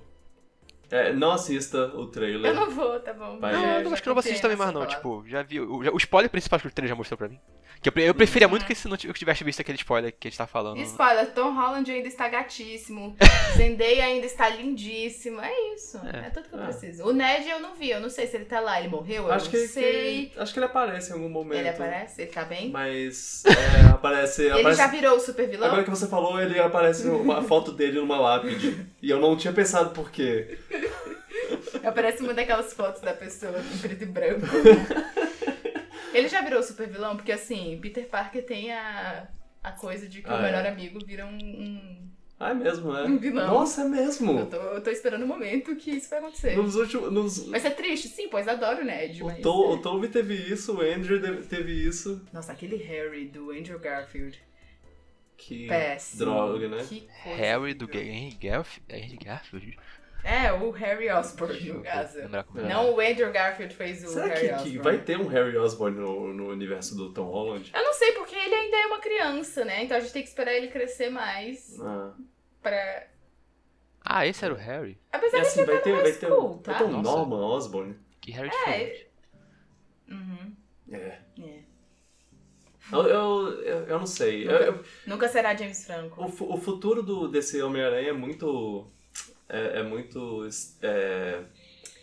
[SPEAKER 1] É, não assista o trailer.
[SPEAKER 3] Eu não vou, tá bom.
[SPEAKER 1] Vai,
[SPEAKER 2] Ah, Não,
[SPEAKER 1] é,
[SPEAKER 2] tipo, eu não- acho que eu não vou assistir também mais, não. Tipo, já vi. o- já- O spoiler principal que o treino já mostrou pra mim. Que eu, pre- eu preferia muito que se não t- eu tivesse visto aquele spoiler que a gente tá falando.
[SPEAKER 3] Spoiler, Tom Holland ainda está gatíssimo. Zendaya ainda está lindíssima. É isso. É,
[SPEAKER 2] É.
[SPEAKER 3] tudo que eu
[SPEAKER 1] É.
[SPEAKER 3] preciso. O Ned eu não vi, eu não sei se ele tá lá, ele morreu, eu
[SPEAKER 1] Acho
[SPEAKER 3] não
[SPEAKER 1] que, que-
[SPEAKER 3] sei.
[SPEAKER 1] acho que ele aparece em algum momento.
[SPEAKER 3] Ele aparece? Ele tá bem?
[SPEAKER 1] Mas é, aparece.
[SPEAKER 3] Ele
[SPEAKER 1] aparece-
[SPEAKER 3] já virou o super vilão?
[SPEAKER 1] Agora que você falou, ele aparece uma foto dele numa lápide. E eu não tinha pensado por quê.
[SPEAKER 3] Aparece uma daquelas fotos da pessoa em preto e branco. Ele já virou super vilão, porque assim, Peter Parker tem a, a coisa de que
[SPEAKER 1] Ah,
[SPEAKER 3] o
[SPEAKER 1] é.
[SPEAKER 3] melhor amigo vira um. um-
[SPEAKER 1] Ah, é mesmo, é.
[SPEAKER 3] Um vilão.
[SPEAKER 1] Nossa, é mesmo.
[SPEAKER 3] Eu, tô, eu tô esperando o momento que isso vai acontecer.
[SPEAKER 1] Nos últimos. Nos...
[SPEAKER 3] Mas é triste, sim, pois adoro o Ned.
[SPEAKER 1] O,
[SPEAKER 3] Mas...
[SPEAKER 1] Tom, o Toby teve isso, o Andrew de- teve isso.
[SPEAKER 3] Nossa, aquele Harry do Andrew Garfield.
[SPEAKER 1] Que
[SPEAKER 3] Péssimo.
[SPEAKER 1] droga, né?
[SPEAKER 3] Que coisa
[SPEAKER 2] Harry do
[SPEAKER 3] horrível.
[SPEAKER 2] Henry Garf- Henry Garfield.
[SPEAKER 3] É, o Harry Osborn,
[SPEAKER 2] Deixa eu
[SPEAKER 3] no caso.
[SPEAKER 2] lembrar como é. era.
[SPEAKER 3] Não o Andrew Garfield fez o
[SPEAKER 1] É. Será
[SPEAKER 3] Harry
[SPEAKER 1] que,
[SPEAKER 3] Osborn.
[SPEAKER 1] que vai ter um Harry Osborn no, no universo do Tom Holland?
[SPEAKER 3] Eu não sei, porque ele ainda é uma criança, né? Então a gente tem que esperar ele crescer mais
[SPEAKER 1] Ah.
[SPEAKER 3] pra...
[SPEAKER 2] Ah, esse
[SPEAKER 1] É.
[SPEAKER 2] era o Harry?
[SPEAKER 3] Apesar
[SPEAKER 1] E
[SPEAKER 3] de
[SPEAKER 1] assim,
[SPEAKER 3] ele
[SPEAKER 1] vai
[SPEAKER 3] já tá
[SPEAKER 1] ter,
[SPEAKER 3] no
[SPEAKER 1] vai
[SPEAKER 3] high
[SPEAKER 1] ter,
[SPEAKER 3] school,
[SPEAKER 1] um,
[SPEAKER 3] tá?
[SPEAKER 1] vai ter um
[SPEAKER 2] Nossa.
[SPEAKER 1] Norman Osborn.
[SPEAKER 2] Que Harry
[SPEAKER 3] É,
[SPEAKER 2] diferente.
[SPEAKER 1] um-
[SPEAKER 3] Uhum,
[SPEAKER 1] É.
[SPEAKER 3] é.
[SPEAKER 1] Eu, eu, eu- eu não sei. Eu- eu-
[SPEAKER 3] Nunca será James Franco.
[SPEAKER 1] o, fu- o futuro do, desse Homem-Aranha é muito. É, é muito. é,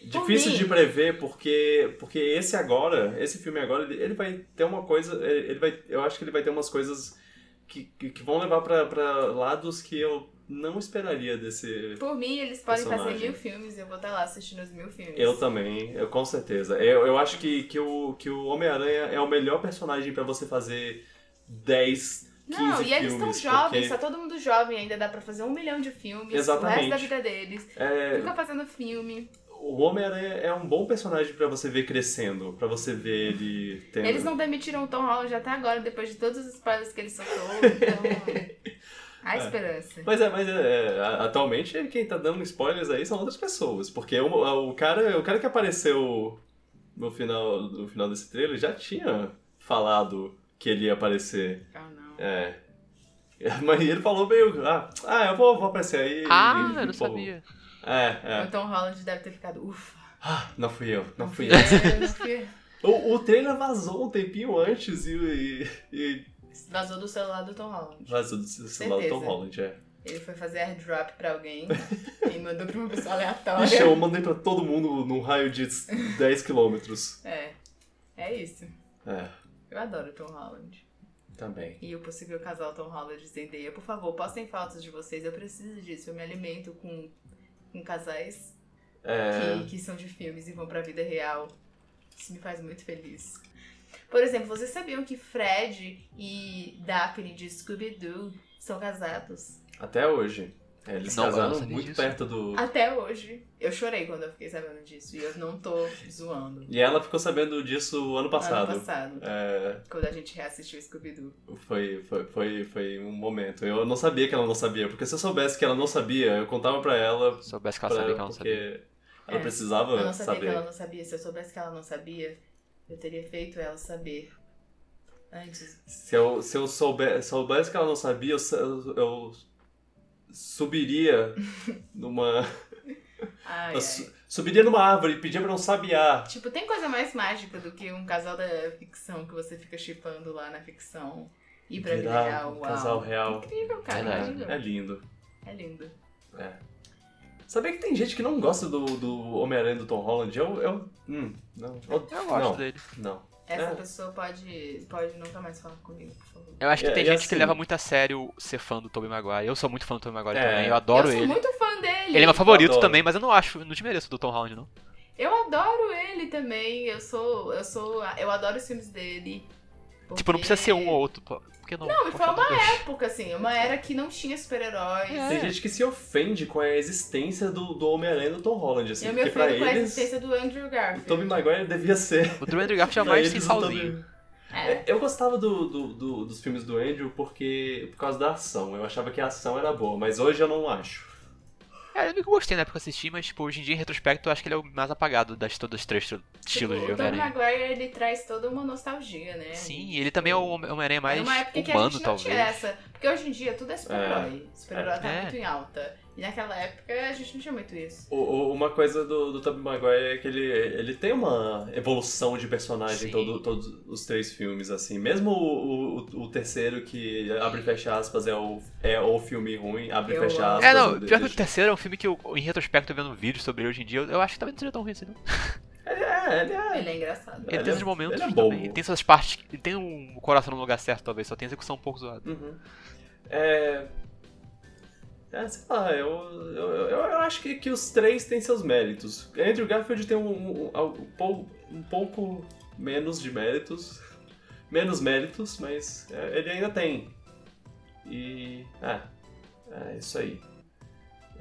[SPEAKER 1] difícil
[SPEAKER 3] mim.
[SPEAKER 1] de prever, porque, porque esse agora, esse filme agora, ele, ele vai ter uma coisa. Ele ele vai, eu acho que ele vai ter umas coisas que, que, que vão levar pra, pra lados que eu não esperaria desse.
[SPEAKER 3] Por mim, eles podem fazer
[SPEAKER 1] Personagem.
[SPEAKER 3] mil filmes e eu vou estar lá assistindo os mil filmes.
[SPEAKER 1] Eu também, eu, com certeza. Eu, eu acho que, que o, que o Homem-Aranha é o melhor personagem pra você fazer 10, 15
[SPEAKER 3] Não, e eles estão
[SPEAKER 1] filmes,
[SPEAKER 3] jovens,
[SPEAKER 1] porque-
[SPEAKER 3] tá todo mundo jovem ainda, dá pra fazer um milhão de filmes.
[SPEAKER 1] Exatamente.
[SPEAKER 3] O resto da vida deles.
[SPEAKER 1] É,
[SPEAKER 3] Nunca fazendo filme.
[SPEAKER 1] o Homem-Aranha é um bom personagem pra você ver crescendo, pra você ver ele tendo...
[SPEAKER 3] Eles não demitiram o Tom Holland até agora, depois de todos os spoilers que ele soltou. Então, há
[SPEAKER 1] É.
[SPEAKER 3] esperança.
[SPEAKER 1] Mas é, mas é, é, a- atualmente quem tá dando spoilers aí são outras pessoas, porque o, o cara, o cara que apareceu no final, no final desse trailer já tinha falado que ele ia aparecer.
[SPEAKER 3] Ah, não.
[SPEAKER 1] É. Mas ele falou meio. Ah, ah eu vou, vou aparecer aí.
[SPEAKER 2] Ah,
[SPEAKER 1] e-
[SPEAKER 2] eu não
[SPEAKER 1] pô.
[SPEAKER 2] sabia.
[SPEAKER 1] É, é.
[SPEAKER 3] O Tom Holland deve ter ficado, ufa.
[SPEAKER 1] Ah, não fui eu, não fui eu.
[SPEAKER 3] eu.
[SPEAKER 1] O, o trailer vazou um tempinho antes e, e, e
[SPEAKER 3] Vazou do celular do Tom Holland.
[SPEAKER 1] vazou do celular do Tom
[SPEAKER 3] Certeza.
[SPEAKER 1] Holland, é.
[SPEAKER 3] Ele foi fazer airdrop pra alguém e mandou pra uma pessoa aleatória.
[SPEAKER 1] Ixi, eu mandei pra todo mundo num raio de 10km.
[SPEAKER 3] É. É isso.
[SPEAKER 1] É,
[SPEAKER 3] Eu adoro o Tom Holland.
[SPEAKER 1] também.
[SPEAKER 3] E o possível casal Tom Holland e Zendaya. Por favor, postem fotos de vocês. Eu preciso disso. Eu me alimento com, com casais
[SPEAKER 1] É.
[SPEAKER 3] que, que são de filmes e vão pra vida real. Isso me faz muito feliz. Por exemplo, vocês sabiam que Fred e Daphne de Scooby-Doo são casados?
[SPEAKER 1] Até hoje. É, eles
[SPEAKER 2] Não, eu não
[SPEAKER 1] casaram
[SPEAKER 2] sabia
[SPEAKER 1] muito
[SPEAKER 2] disso.
[SPEAKER 1] perto do.
[SPEAKER 3] Até hoje. Eu chorei quando eu fiquei sabendo disso. E eu não tô zoando.
[SPEAKER 1] E ela ficou sabendo disso ano passado.
[SPEAKER 3] Ano passado.
[SPEAKER 1] É,
[SPEAKER 3] Quando a gente reassistiu Scooby-Doo.
[SPEAKER 1] Foi, foi, foi, foi um momento. Eu não sabia que ela não sabia, porque se eu soubesse que ela não sabia, eu contava pra ela.
[SPEAKER 2] Se soubesse que
[SPEAKER 1] Pra,
[SPEAKER 2] ela sabia que ela não sabia.
[SPEAKER 1] porque ela
[SPEAKER 3] É,
[SPEAKER 1] precisava
[SPEAKER 3] Eu não sabia
[SPEAKER 1] Ah, saber.
[SPEAKER 3] que ela não sabia. Se eu soubesse que ela não sabia, eu teria feito ela saber. Antes.
[SPEAKER 1] Se eu, se eu soube- soubesse que ela não sabia, eu, sa- eu- eu subiria numa.
[SPEAKER 3] Ai,
[SPEAKER 1] eu
[SPEAKER 3] ai.
[SPEAKER 1] Tá su- subiria numa árvore e pedia pra um sabiá.
[SPEAKER 3] Tipo, tem coisa mais mágica do que um casal da ficção que você fica chipando lá na ficção. E pra vida
[SPEAKER 1] Virar
[SPEAKER 3] real,
[SPEAKER 1] um
[SPEAKER 3] uau.
[SPEAKER 1] casal real.
[SPEAKER 3] Incrível, cara.
[SPEAKER 2] Verdade.
[SPEAKER 3] Incrível.
[SPEAKER 1] É lindo.
[SPEAKER 3] É lindo.
[SPEAKER 1] Sabia que tem gente que não gosta do, do Homem-Aranha do Tom Holland? Eu. eu hum, não. Eu,
[SPEAKER 2] Eu gosto
[SPEAKER 1] não,
[SPEAKER 2] dele.
[SPEAKER 1] não.
[SPEAKER 3] Essa
[SPEAKER 1] É.
[SPEAKER 3] pessoa pode, pode nunca mais falar comigo, por favor.
[SPEAKER 2] Eu acho que
[SPEAKER 1] É,
[SPEAKER 2] tem
[SPEAKER 1] e
[SPEAKER 2] gente
[SPEAKER 1] assim-
[SPEAKER 2] que leva muito a sério ser fã do Tobey Maguire. Eu sou muito fã do Tobey Maguire
[SPEAKER 1] É.
[SPEAKER 2] também, eu adoro
[SPEAKER 3] eu sou
[SPEAKER 2] ele.
[SPEAKER 3] muito fã dele.
[SPEAKER 2] Ele é meu favorito
[SPEAKER 1] adoro.
[SPEAKER 2] também, mas eu não acho, eu não desmereço do Tom Holland, não.
[SPEAKER 3] Eu adoro ele também. Eu sou. Eu sou. Eu adoro os filmes dele.
[SPEAKER 2] Tipo, não precisa ser um ou outro. pô. Por que não? é
[SPEAKER 3] Não, e
[SPEAKER 2] Pode
[SPEAKER 3] foi
[SPEAKER 2] ser
[SPEAKER 3] uma
[SPEAKER 2] os dois.
[SPEAKER 3] época, assim, uma era que não tinha super-heróis.
[SPEAKER 2] É.
[SPEAKER 1] Tem gente que se ofende com a existência do, do Homem-Aranha e do Tom Holland, assim,
[SPEAKER 3] Eu me
[SPEAKER 1] porque pra
[SPEAKER 3] ofendo com a
[SPEAKER 1] eles.
[SPEAKER 3] existência do Andrew
[SPEAKER 1] O
[SPEAKER 3] Garfield.
[SPEAKER 1] Tobey Maguire devia ser.
[SPEAKER 2] O Drew Andrew Garfield é
[SPEAKER 1] pra
[SPEAKER 2] mais
[SPEAKER 1] eles, o Tobey-
[SPEAKER 2] sensualzinho.
[SPEAKER 3] É.
[SPEAKER 1] É, Eu gostava do, do- do- dos filmes do Andrew porque, por causa da ação. Eu achava que a ação era boa, mas hoje eu não acho.
[SPEAKER 2] É, eu nunca gostei na época que eu assisti, mas tipo, hoje em dia, em retrospecto, eu acho que ele é o mais apagado das todas as três estru-
[SPEAKER 3] Tipo,
[SPEAKER 2] estilos de
[SPEAKER 3] o Tobey
[SPEAKER 2] Homem-Aranha.
[SPEAKER 3] Maguire, ele traz toda uma nostalgia, né?
[SPEAKER 2] Sim, ele também é o Home- Homem-Aranha mais
[SPEAKER 3] Era uma época que a
[SPEAKER 2] humano,
[SPEAKER 3] gente não
[SPEAKER 2] talvez.
[SPEAKER 3] tinha essa. Porque hoje em dia tudo é super-herói. Super-herói tá
[SPEAKER 2] É.
[SPEAKER 3] muito em alta. E naquela época a gente não tinha muito isso.
[SPEAKER 1] O- o- uma coisa do, do Tobey Maguire é que ele, ele tem uma evolução de personagem em
[SPEAKER 2] Sim.
[SPEAKER 1] todo- todos os três filmes, assim. Mesmo o, o- o terceiro que abre e fecha aspas é o, é o filme ruim, abre e
[SPEAKER 3] Eu
[SPEAKER 1] fecha
[SPEAKER 3] amo.
[SPEAKER 1] aspas.
[SPEAKER 2] É, não,
[SPEAKER 1] de-
[SPEAKER 2] pior que o
[SPEAKER 1] deixa-
[SPEAKER 2] terceiro é um filme que eu, em retrospecto, vendo vídeos sobre ele hoje em dia, eu, eu acho que também não seria tão ruim assim, não.
[SPEAKER 1] Ele é, ele é.
[SPEAKER 3] Ele é engraçado.
[SPEAKER 2] Ele,
[SPEAKER 1] Ele é-
[SPEAKER 2] tem seus momentos
[SPEAKER 1] ele é bobo.
[SPEAKER 2] também. Ele tem suas partes. que- Ele tem um coração no lugar certo, talvez, só tem execução um pouco zoada.
[SPEAKER 1] Uhum. É. É, sei lá, eu, eu, eu, eu acho que, que os três têm seus méritos. Andrew Garfield tem um, um, um pouco, um pouco menos de méritos, menos méritos, mas é, ele ainda tem. E. Ah, é isso aí.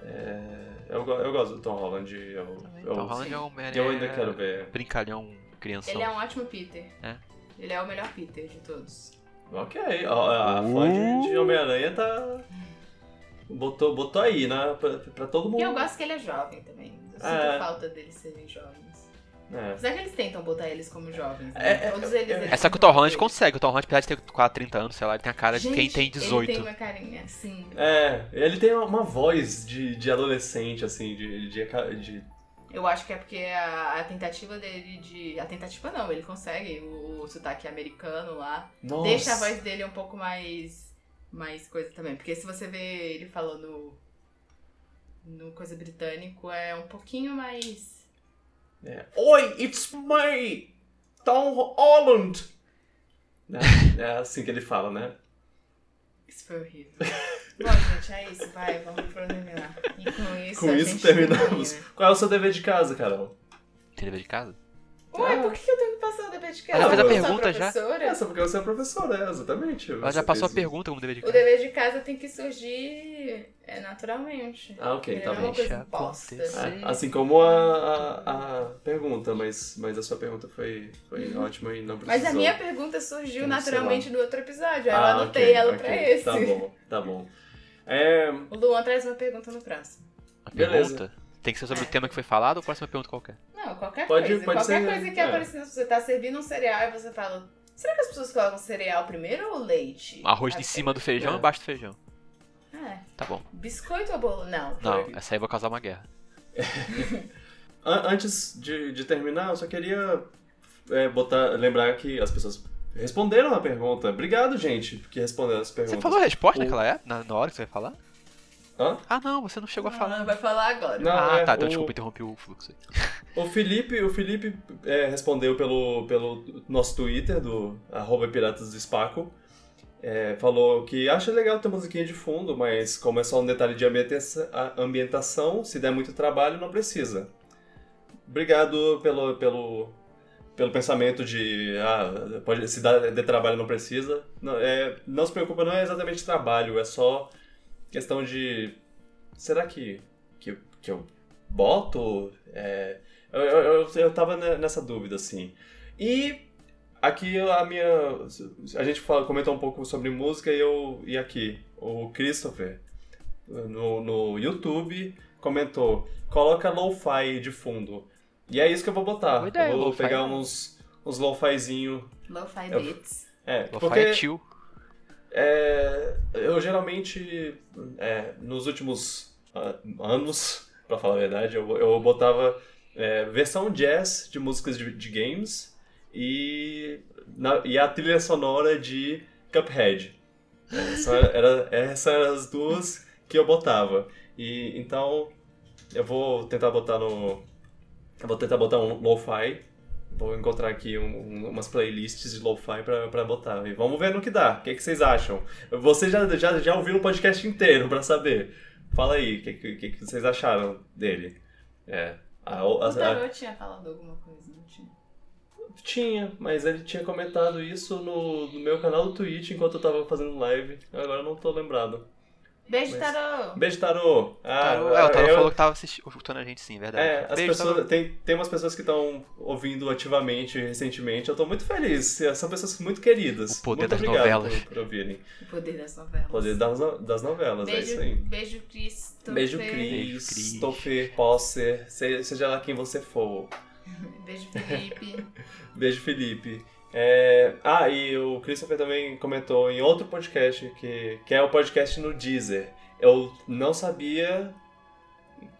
[SPEAKER 1] É, eu, go- eu gosto do Tom Holland. Eu, eu,
[SPEAKER 2] Então, Holland é um ele
[SPEAKER 1] eu ainda
[SPEAKER 2] é
[SPEAKER 1] quero ver.
[SPEAKER 2] Brincalhão, crianção.
[SPEAKER 3] Ele é um ótimo Peter.
[SPEAKER 2] É.
[SPEAKER 3] Ele é o melhor Peter de todos.
[SPEAKER 1] Ok, ó, a,
[SPEAKER 2] Uhum.
[SPEAKER 1] a fã de, de Homem-Aranha tá. Botou, botou aí, né? Pra, pra todo mundo.
[SPEAKER 3] E eu gosto que ele é jovem também. Eu sinto
[SPEAKER 1] É.
[SPEAKER 3] falta deles serem jovens.
[SPEAKER 1] É.
[SPEAKER 3] Apesar que eles tentam botar eles como jovens,
[SPEAKER 1] É,
[SPEAKER 3] né?
[SPEAKER 1] é,
[SPEAKER 3] Todos eles.
[SPEAKER 1] é.
[SPEAKER 3] eles
[SPEAKER 2] É só que o Tom Holland consegue. O Tom Holland, apesar de ter quase 30 anos, sei lá, ele tem a cara de quem tem
[SPEAKER 3] Ele
[SPEAKER 2] 18.
[SPEAKER 3] tem uma carinha, sim.
[SPEAKER 1] É, ele tem uma voz de, de adolescente, assim, de. de, de-
[SPEAKER 3] Eu acho que é porque a, a tentativa dele de. A tentativa não, ele consegue o, o sotaque americano lá.
[SPEAKER 1] Nossa.
[SPEAKER 3] Deixa a voz dele um pouco mais. Mais coisa também. Porque se você vê ele falando. No coisa britânico, é um pouquinho mais.
[SPEAKER 1] É. Oi, it's me! Tom Holland! É, é assim que ele fala, né?
[SPEAKER 3] Isso foi horrível. Bom, gente, é isso. Vai, vamos pra terminar. E com isso,
[SPEAKER 1] Com
[SPEAKER 3] a
[SPEAKER 1] isso
[SPEAKER 3] gente
[SPEAKER 1] terminamos.
[SPEAKER 3] termina.
[SPEAKER 1] Qual é o seu dever de casa, Carol?
[SPEAKER 2] Tem dever de casa?
[SPEAKER 3] Ué, por que que eu tenho que passar o dever de casa?
[SPEAKER 1] Ela fez a
[SPEAKER 3] Eu sou
[SPEAKER 2] pergunta já.
[SPEAKER 3] professora?
[SPEAKER 1] Essa, porque você é professora, é, exatamente.
[SPEAKER 2] Ela já passou a pergunta como dever de
[SPEAKER 3] O
[SPEAKER 2] casa.
[SPEAKER 3] dever de casa tem que surgir é, naturalmente.
[SPEAKER 1] Ah, ok,
[SPEAKER 3] Ele
[SPEAKER 1] tá
[SPEAKER 3] não é
[SPEAKER 1] bom.
[SPEAKER 3] uma coisa
[SPEAKER 2] Deixa
[SPEAKER 3] imposta,
[SPEAKER 2] acontecer.
[SPEAKER 3] né?
[SPEAKER 1] É, assim como a, a, a pergunta, mas, mas a sua pergunta foi, foi ótima e não precisou.
[SPEAKER 3] Uhum. Mas a minha pergunta surgiu
[SPEAKER 1] Então,
[SPEAKER 3] naturalmente do outro episódio. Aí eu
[SPEAKER 1] Ah,
[SPEAKER 3] anotei
[SPEAKER 1] ok,
[SPEAKER 3] ela
[SPEAKER 1] ok.
[SPEAKER 3] pra esse.
[SPEAKER 1] Tá bom, tá bom. É,
[SPEAKER 3] O Luan traz uma pergunta no próximo.
[SPEAKER 2] A
[SPEAKER 1] Beleza.
[SPEAKER 2] pergunta tem que ser sobre o tema que foi falado ou a próxima pergunta qualquer?
[SPEAKER 3] Não, qualquer
[SPEAKER 1] Pode-
[SPEAKER 3] coisa.
[SPEAKER 1] pode
[SPEAKER 3] qualquer
[SPEAKER 1] ser,
[SPEAKER 3] coisa que
[SPEAKER 1] é.
[SPEAKER 3] aparecer na você tá servindo um cereal e você fala. Será que as pessoas colocam cereal primeiro ou leite?
[SPEAKER 2] Arroz
[SPEAKER 3] Aí
[SPEAKER 2] em
[SPEAKER 3] você-
[SPEAKER 2] cima do feijão
[SPEAKER 1] É.
[SPEAKER 2] e embaixo do feijão.
[SPEAKER 3] É.
[SPEAKER 2] Tá bom.
[SPEAKER 3] Biscoito ou bolo? Não.
[SPEAKER 2] Não, essa aí vai causar uma guerra.
[SPEAKER 1] An- Antes de, de terminar, eu só queria é, botar, lembrar que as pessoas responderam a pergunta. Obrigado, gente, que responderam as perguntas.
[SPEAKER 2] Você falou a resposta
[SPEAKER 1] O-
[SPEAKER 2] naquela época? Na, na hora que você vai falar?
[SPEAKER 1] Hã?
[SPEAKER 2] Ah, não, você não chegou a falar.
[SPEAKER 3] Não, vai falar agora.
[SPEAKER 1] Não,
[SPEAKER 2] ah,
[SPEAKER 1] é,
[SPEAKER 2] tá. Então,
[SPEAKER 1] o-
[SPEAKER 2] desculpa, interrompi o fluxo aí.
[SPEAKER 1] O Felipe, o Felipe é, respondeu pelo, pelo nosso Twitter, do arroba Piratas do Spaco. É, falou que acha legal ter musiquinha de fundo, mas como é só um detalhe de ambientaça- a- ambientação, se der muito trabalho, não precisa. Obrigado pelo, pelo, pelo pensamento de ah, pode, se dá, der trabalho, não precisa. Não, é, não se preocupa, não é exatamente trabalho, é só questão de. Será que, que, que eu boto? É, eu, eu, eu, eu tava ne- nessa dúvida, assim. E aqui a minha. A gente fala, comentou um pouco sobre música e eu. E aqui, o Christopher, no, no YouTube, comentou: coloca lo-fi de fundo. E é isso que eu vou botar.
[SPEAKER 2] Boa ideia,
[SPEAKER 1] eu vou
[SPEAKER 2] lo-fi.
[SPEAKER 1] pegar uns, uns lo-fizinho.
[SPEAKER 3] Lo-fi
[SPEAKER 1] Eu-
[SPEAKER 3] bits.
[SPEAKER 1] É,
[SPEAKER 2] Lo-fi
[SPEAKER 1] porque
[SPEAKER 2] é chill.
[SPEAKER 1] é, eu geralmente, é, nos últimos ah, anos, pra falar a verdade, eu, eu botava é, versão jazz de músicas de, de games e, na- e a trilha sonora de Cuphead. Essa era, essas eram as duas que eu botava. E, então, eu vou tentar botar no... Eu vou tentar botar um lo-fi. Vou encontrar aqui um- um- umas playlists de lo-fi pra, pra botar. E vamos ver no que dá. O que, que vocês acham? Vocês já, já, já ouviram o podcast inteiro pra saber. Fala aí, o que, que, que que vocês acharam dele? É. A, a-
[SPEAKER 3] O
[SPEAKER 1] a-
[SPEAKER 3] Tarô tinha falado alguma coisa, não tinha?
[SPEAKER 1] tinha, mas ele tinha comentado isso no, no meu canal do Twitch enquanto eu tava fazendo live. Agora eu não tô lembrado.
[SPEAKER 3] Beijo,
[SPEAKER 1] Mas-
[SPEAKER 3] Tarô!
[SPEAKER 1] Beijo, Tarô! Ah,
[SPEAKER 2] Tarô- é, o Taro
[SPEAKER 1] eu-
[SPEAKER 2] falou que tava assistindo, escutando a gente sim, verdade.
[SPEAKER 1] É, as
[SPEAKER 2] Beijo, Tarô.
[SPEAKER 1] pessoas, tem, tem umas pessoas que estão ouvindo ativamente recentemente. Eu tô muito feliz. São pessoas muito queridas.
[SPEAKER 2] O poder
[SPEAKER 1] muito
[SPEAKER 2] das
[SPEAKER 1] obrigado
[SPEAKER 2] novelas.
[SPEAKER 1] Por, por ouvirem.
[SPEAKER 3] O poder das novelas.
[SPEAKER 1] O poder das, no- das novelas, é
[SPEAKER 3] Beijo,
[SPEAKER 1] isso aí.
[SPEAKER 3] beijo, Cris. Tô
[SPEAKER 1] Beijo,
[SPEAKER 3] feliz.
[SPEAKER 1] Cris,
[SPEAKER 2] Cris.
[SPEAKER 1] Christopher, Posser, se- seja lá quem você for.
[SPEAKER 3] Beijo, Felipe.
[SPEAKER 1] Beijo, Felipe. É, Ah, e o Christopher também comentou em outro podcast, que, que é o podcast no Deezer. Eu não sabia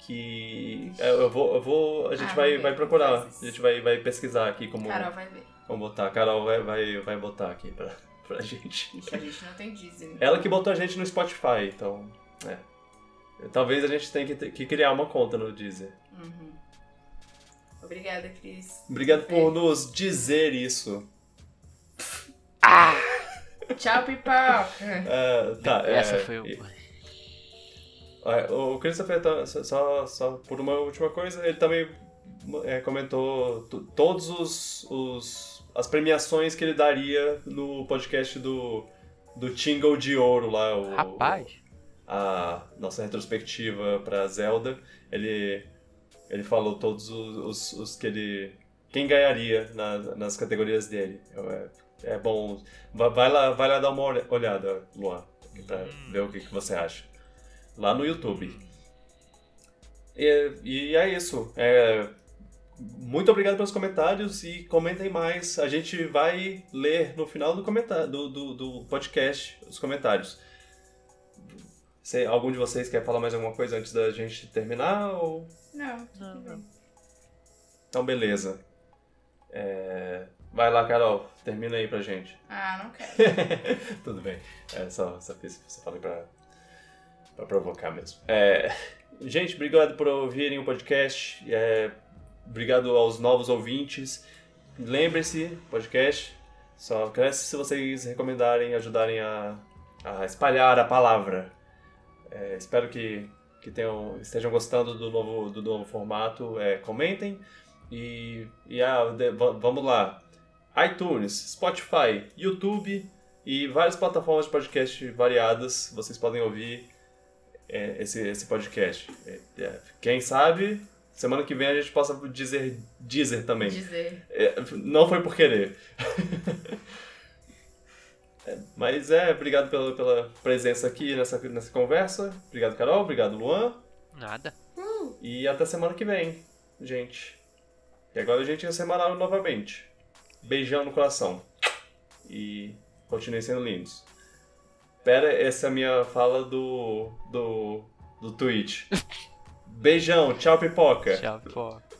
[SPEAKER 1] que é, eu eu vou, eu vou a gente
[SPEAKER 3] Ah,
[SPEAKER 1] vai,
[SPEAKER 3] vamos ver
[SPEAKER 1] vai
[SPEAKER 3] como
[SPEAKER 1] procurar,
[SPEAKER 3] faz isso.
[SPEAKER 1] a gente vai, vai pesquisar aqui como,
[SPEAKER 3] Carol vai ver.
[SPEAKER 1] como botar. A Carol vai, vai, vai botar aqui pra, pra gente.
[SPEAKER 3] Ixi, a gente não tem Disney.
[SPEAKER 1] Ela que botou a gente no Spotify, então, é. Talvez a gente tenha que, ter- que criar uma conta no Deezer.
[SPEAKER 3] Uhum. Obrigada, Cris.
[SPEAKER 1] Obrigado por
[SPEAKER 3] É.
[SPEAKER 1] nos dizer isso.
[SPEAKER 2] Ah,
[SPEAKER 3] Tchau, pipoca.
[SPEAKER 1] Ah, tá, é,
[SPEAKER 2] Essa foi o.
[SPEAKER 1] e- Ah, O Christopher, tá- só- só, só por uma última coisa, ele também é, comentou to- todos os, os- as premiações que ele daria no podcast do do Tingle de Ouro lá, o,
[SPEAKER 2] Rapaz,
[SPEAKER 1] a nossa retrospectiva para Zelda. Ele ele falou todos os, os- os que ele quem ganharia na- nas categorias dele. É, é bom, vai, vai lá, vai lá dar uma olha- olhada, Luan, pra ver o que que você acha lá no YouTube. E, e é isso. É, muito obrigado pelos comentários e comentem mais. A gente vai ler no final do, comentário, do, do, do podcast os comentários. Se algum de vocês quer falar mais alguma coisa antes da gente terminar? Ou...
[SPEAKER 3] Não,
[SPEAKER 2] Não,
[SPEAKER 3] tudo bem.
[SPEAKER 1] Então, beleza. É, Vai lá, Carol. Termina aí pra gente.
[SPEAKER 3] Ah, não quero.
[SPEAKER 1] Tudo bem. É, só, só fiz, só falei pra, pra provocar mesmo. É, gente, obrigado por ouvirem o podcast. É, obrigado aos novos ouvintes. Lembre-se, podcast só cresce se vocês recomendarem, ajudarem a, a espalhar a palavra. É, espero que, que tenham, estejam gostando do novo, do novo formato. É, comentem e, e ah, de- va- vamos lá. iTunes, Spotify, YouTube, e várias plataformas de podcast variadas. Vocês podem ouvir é, esse, esse podcast. É, é, quem sabe, semana que vem a gente possa dizer dizer também.
[SPEAKER 3] Dizer.
[SPEAKER 1] É, não foi por querer. É, Mas é, obrigado pela, pela presença aqui nessa, nessa conversa. Obrigado, Carol. Obrigado, Luan.
[SPEAKER 2] nada.
[SPEAKER 1] E até semana que vem, gente. E agora a gente é semanal novamente. Beijão no coração. E continuem sendo lindos. Pera, essa é a minha fala do. do. do tweet. Beijão, tchau pipoca.
[SPEAKER 2] Tchau, pô.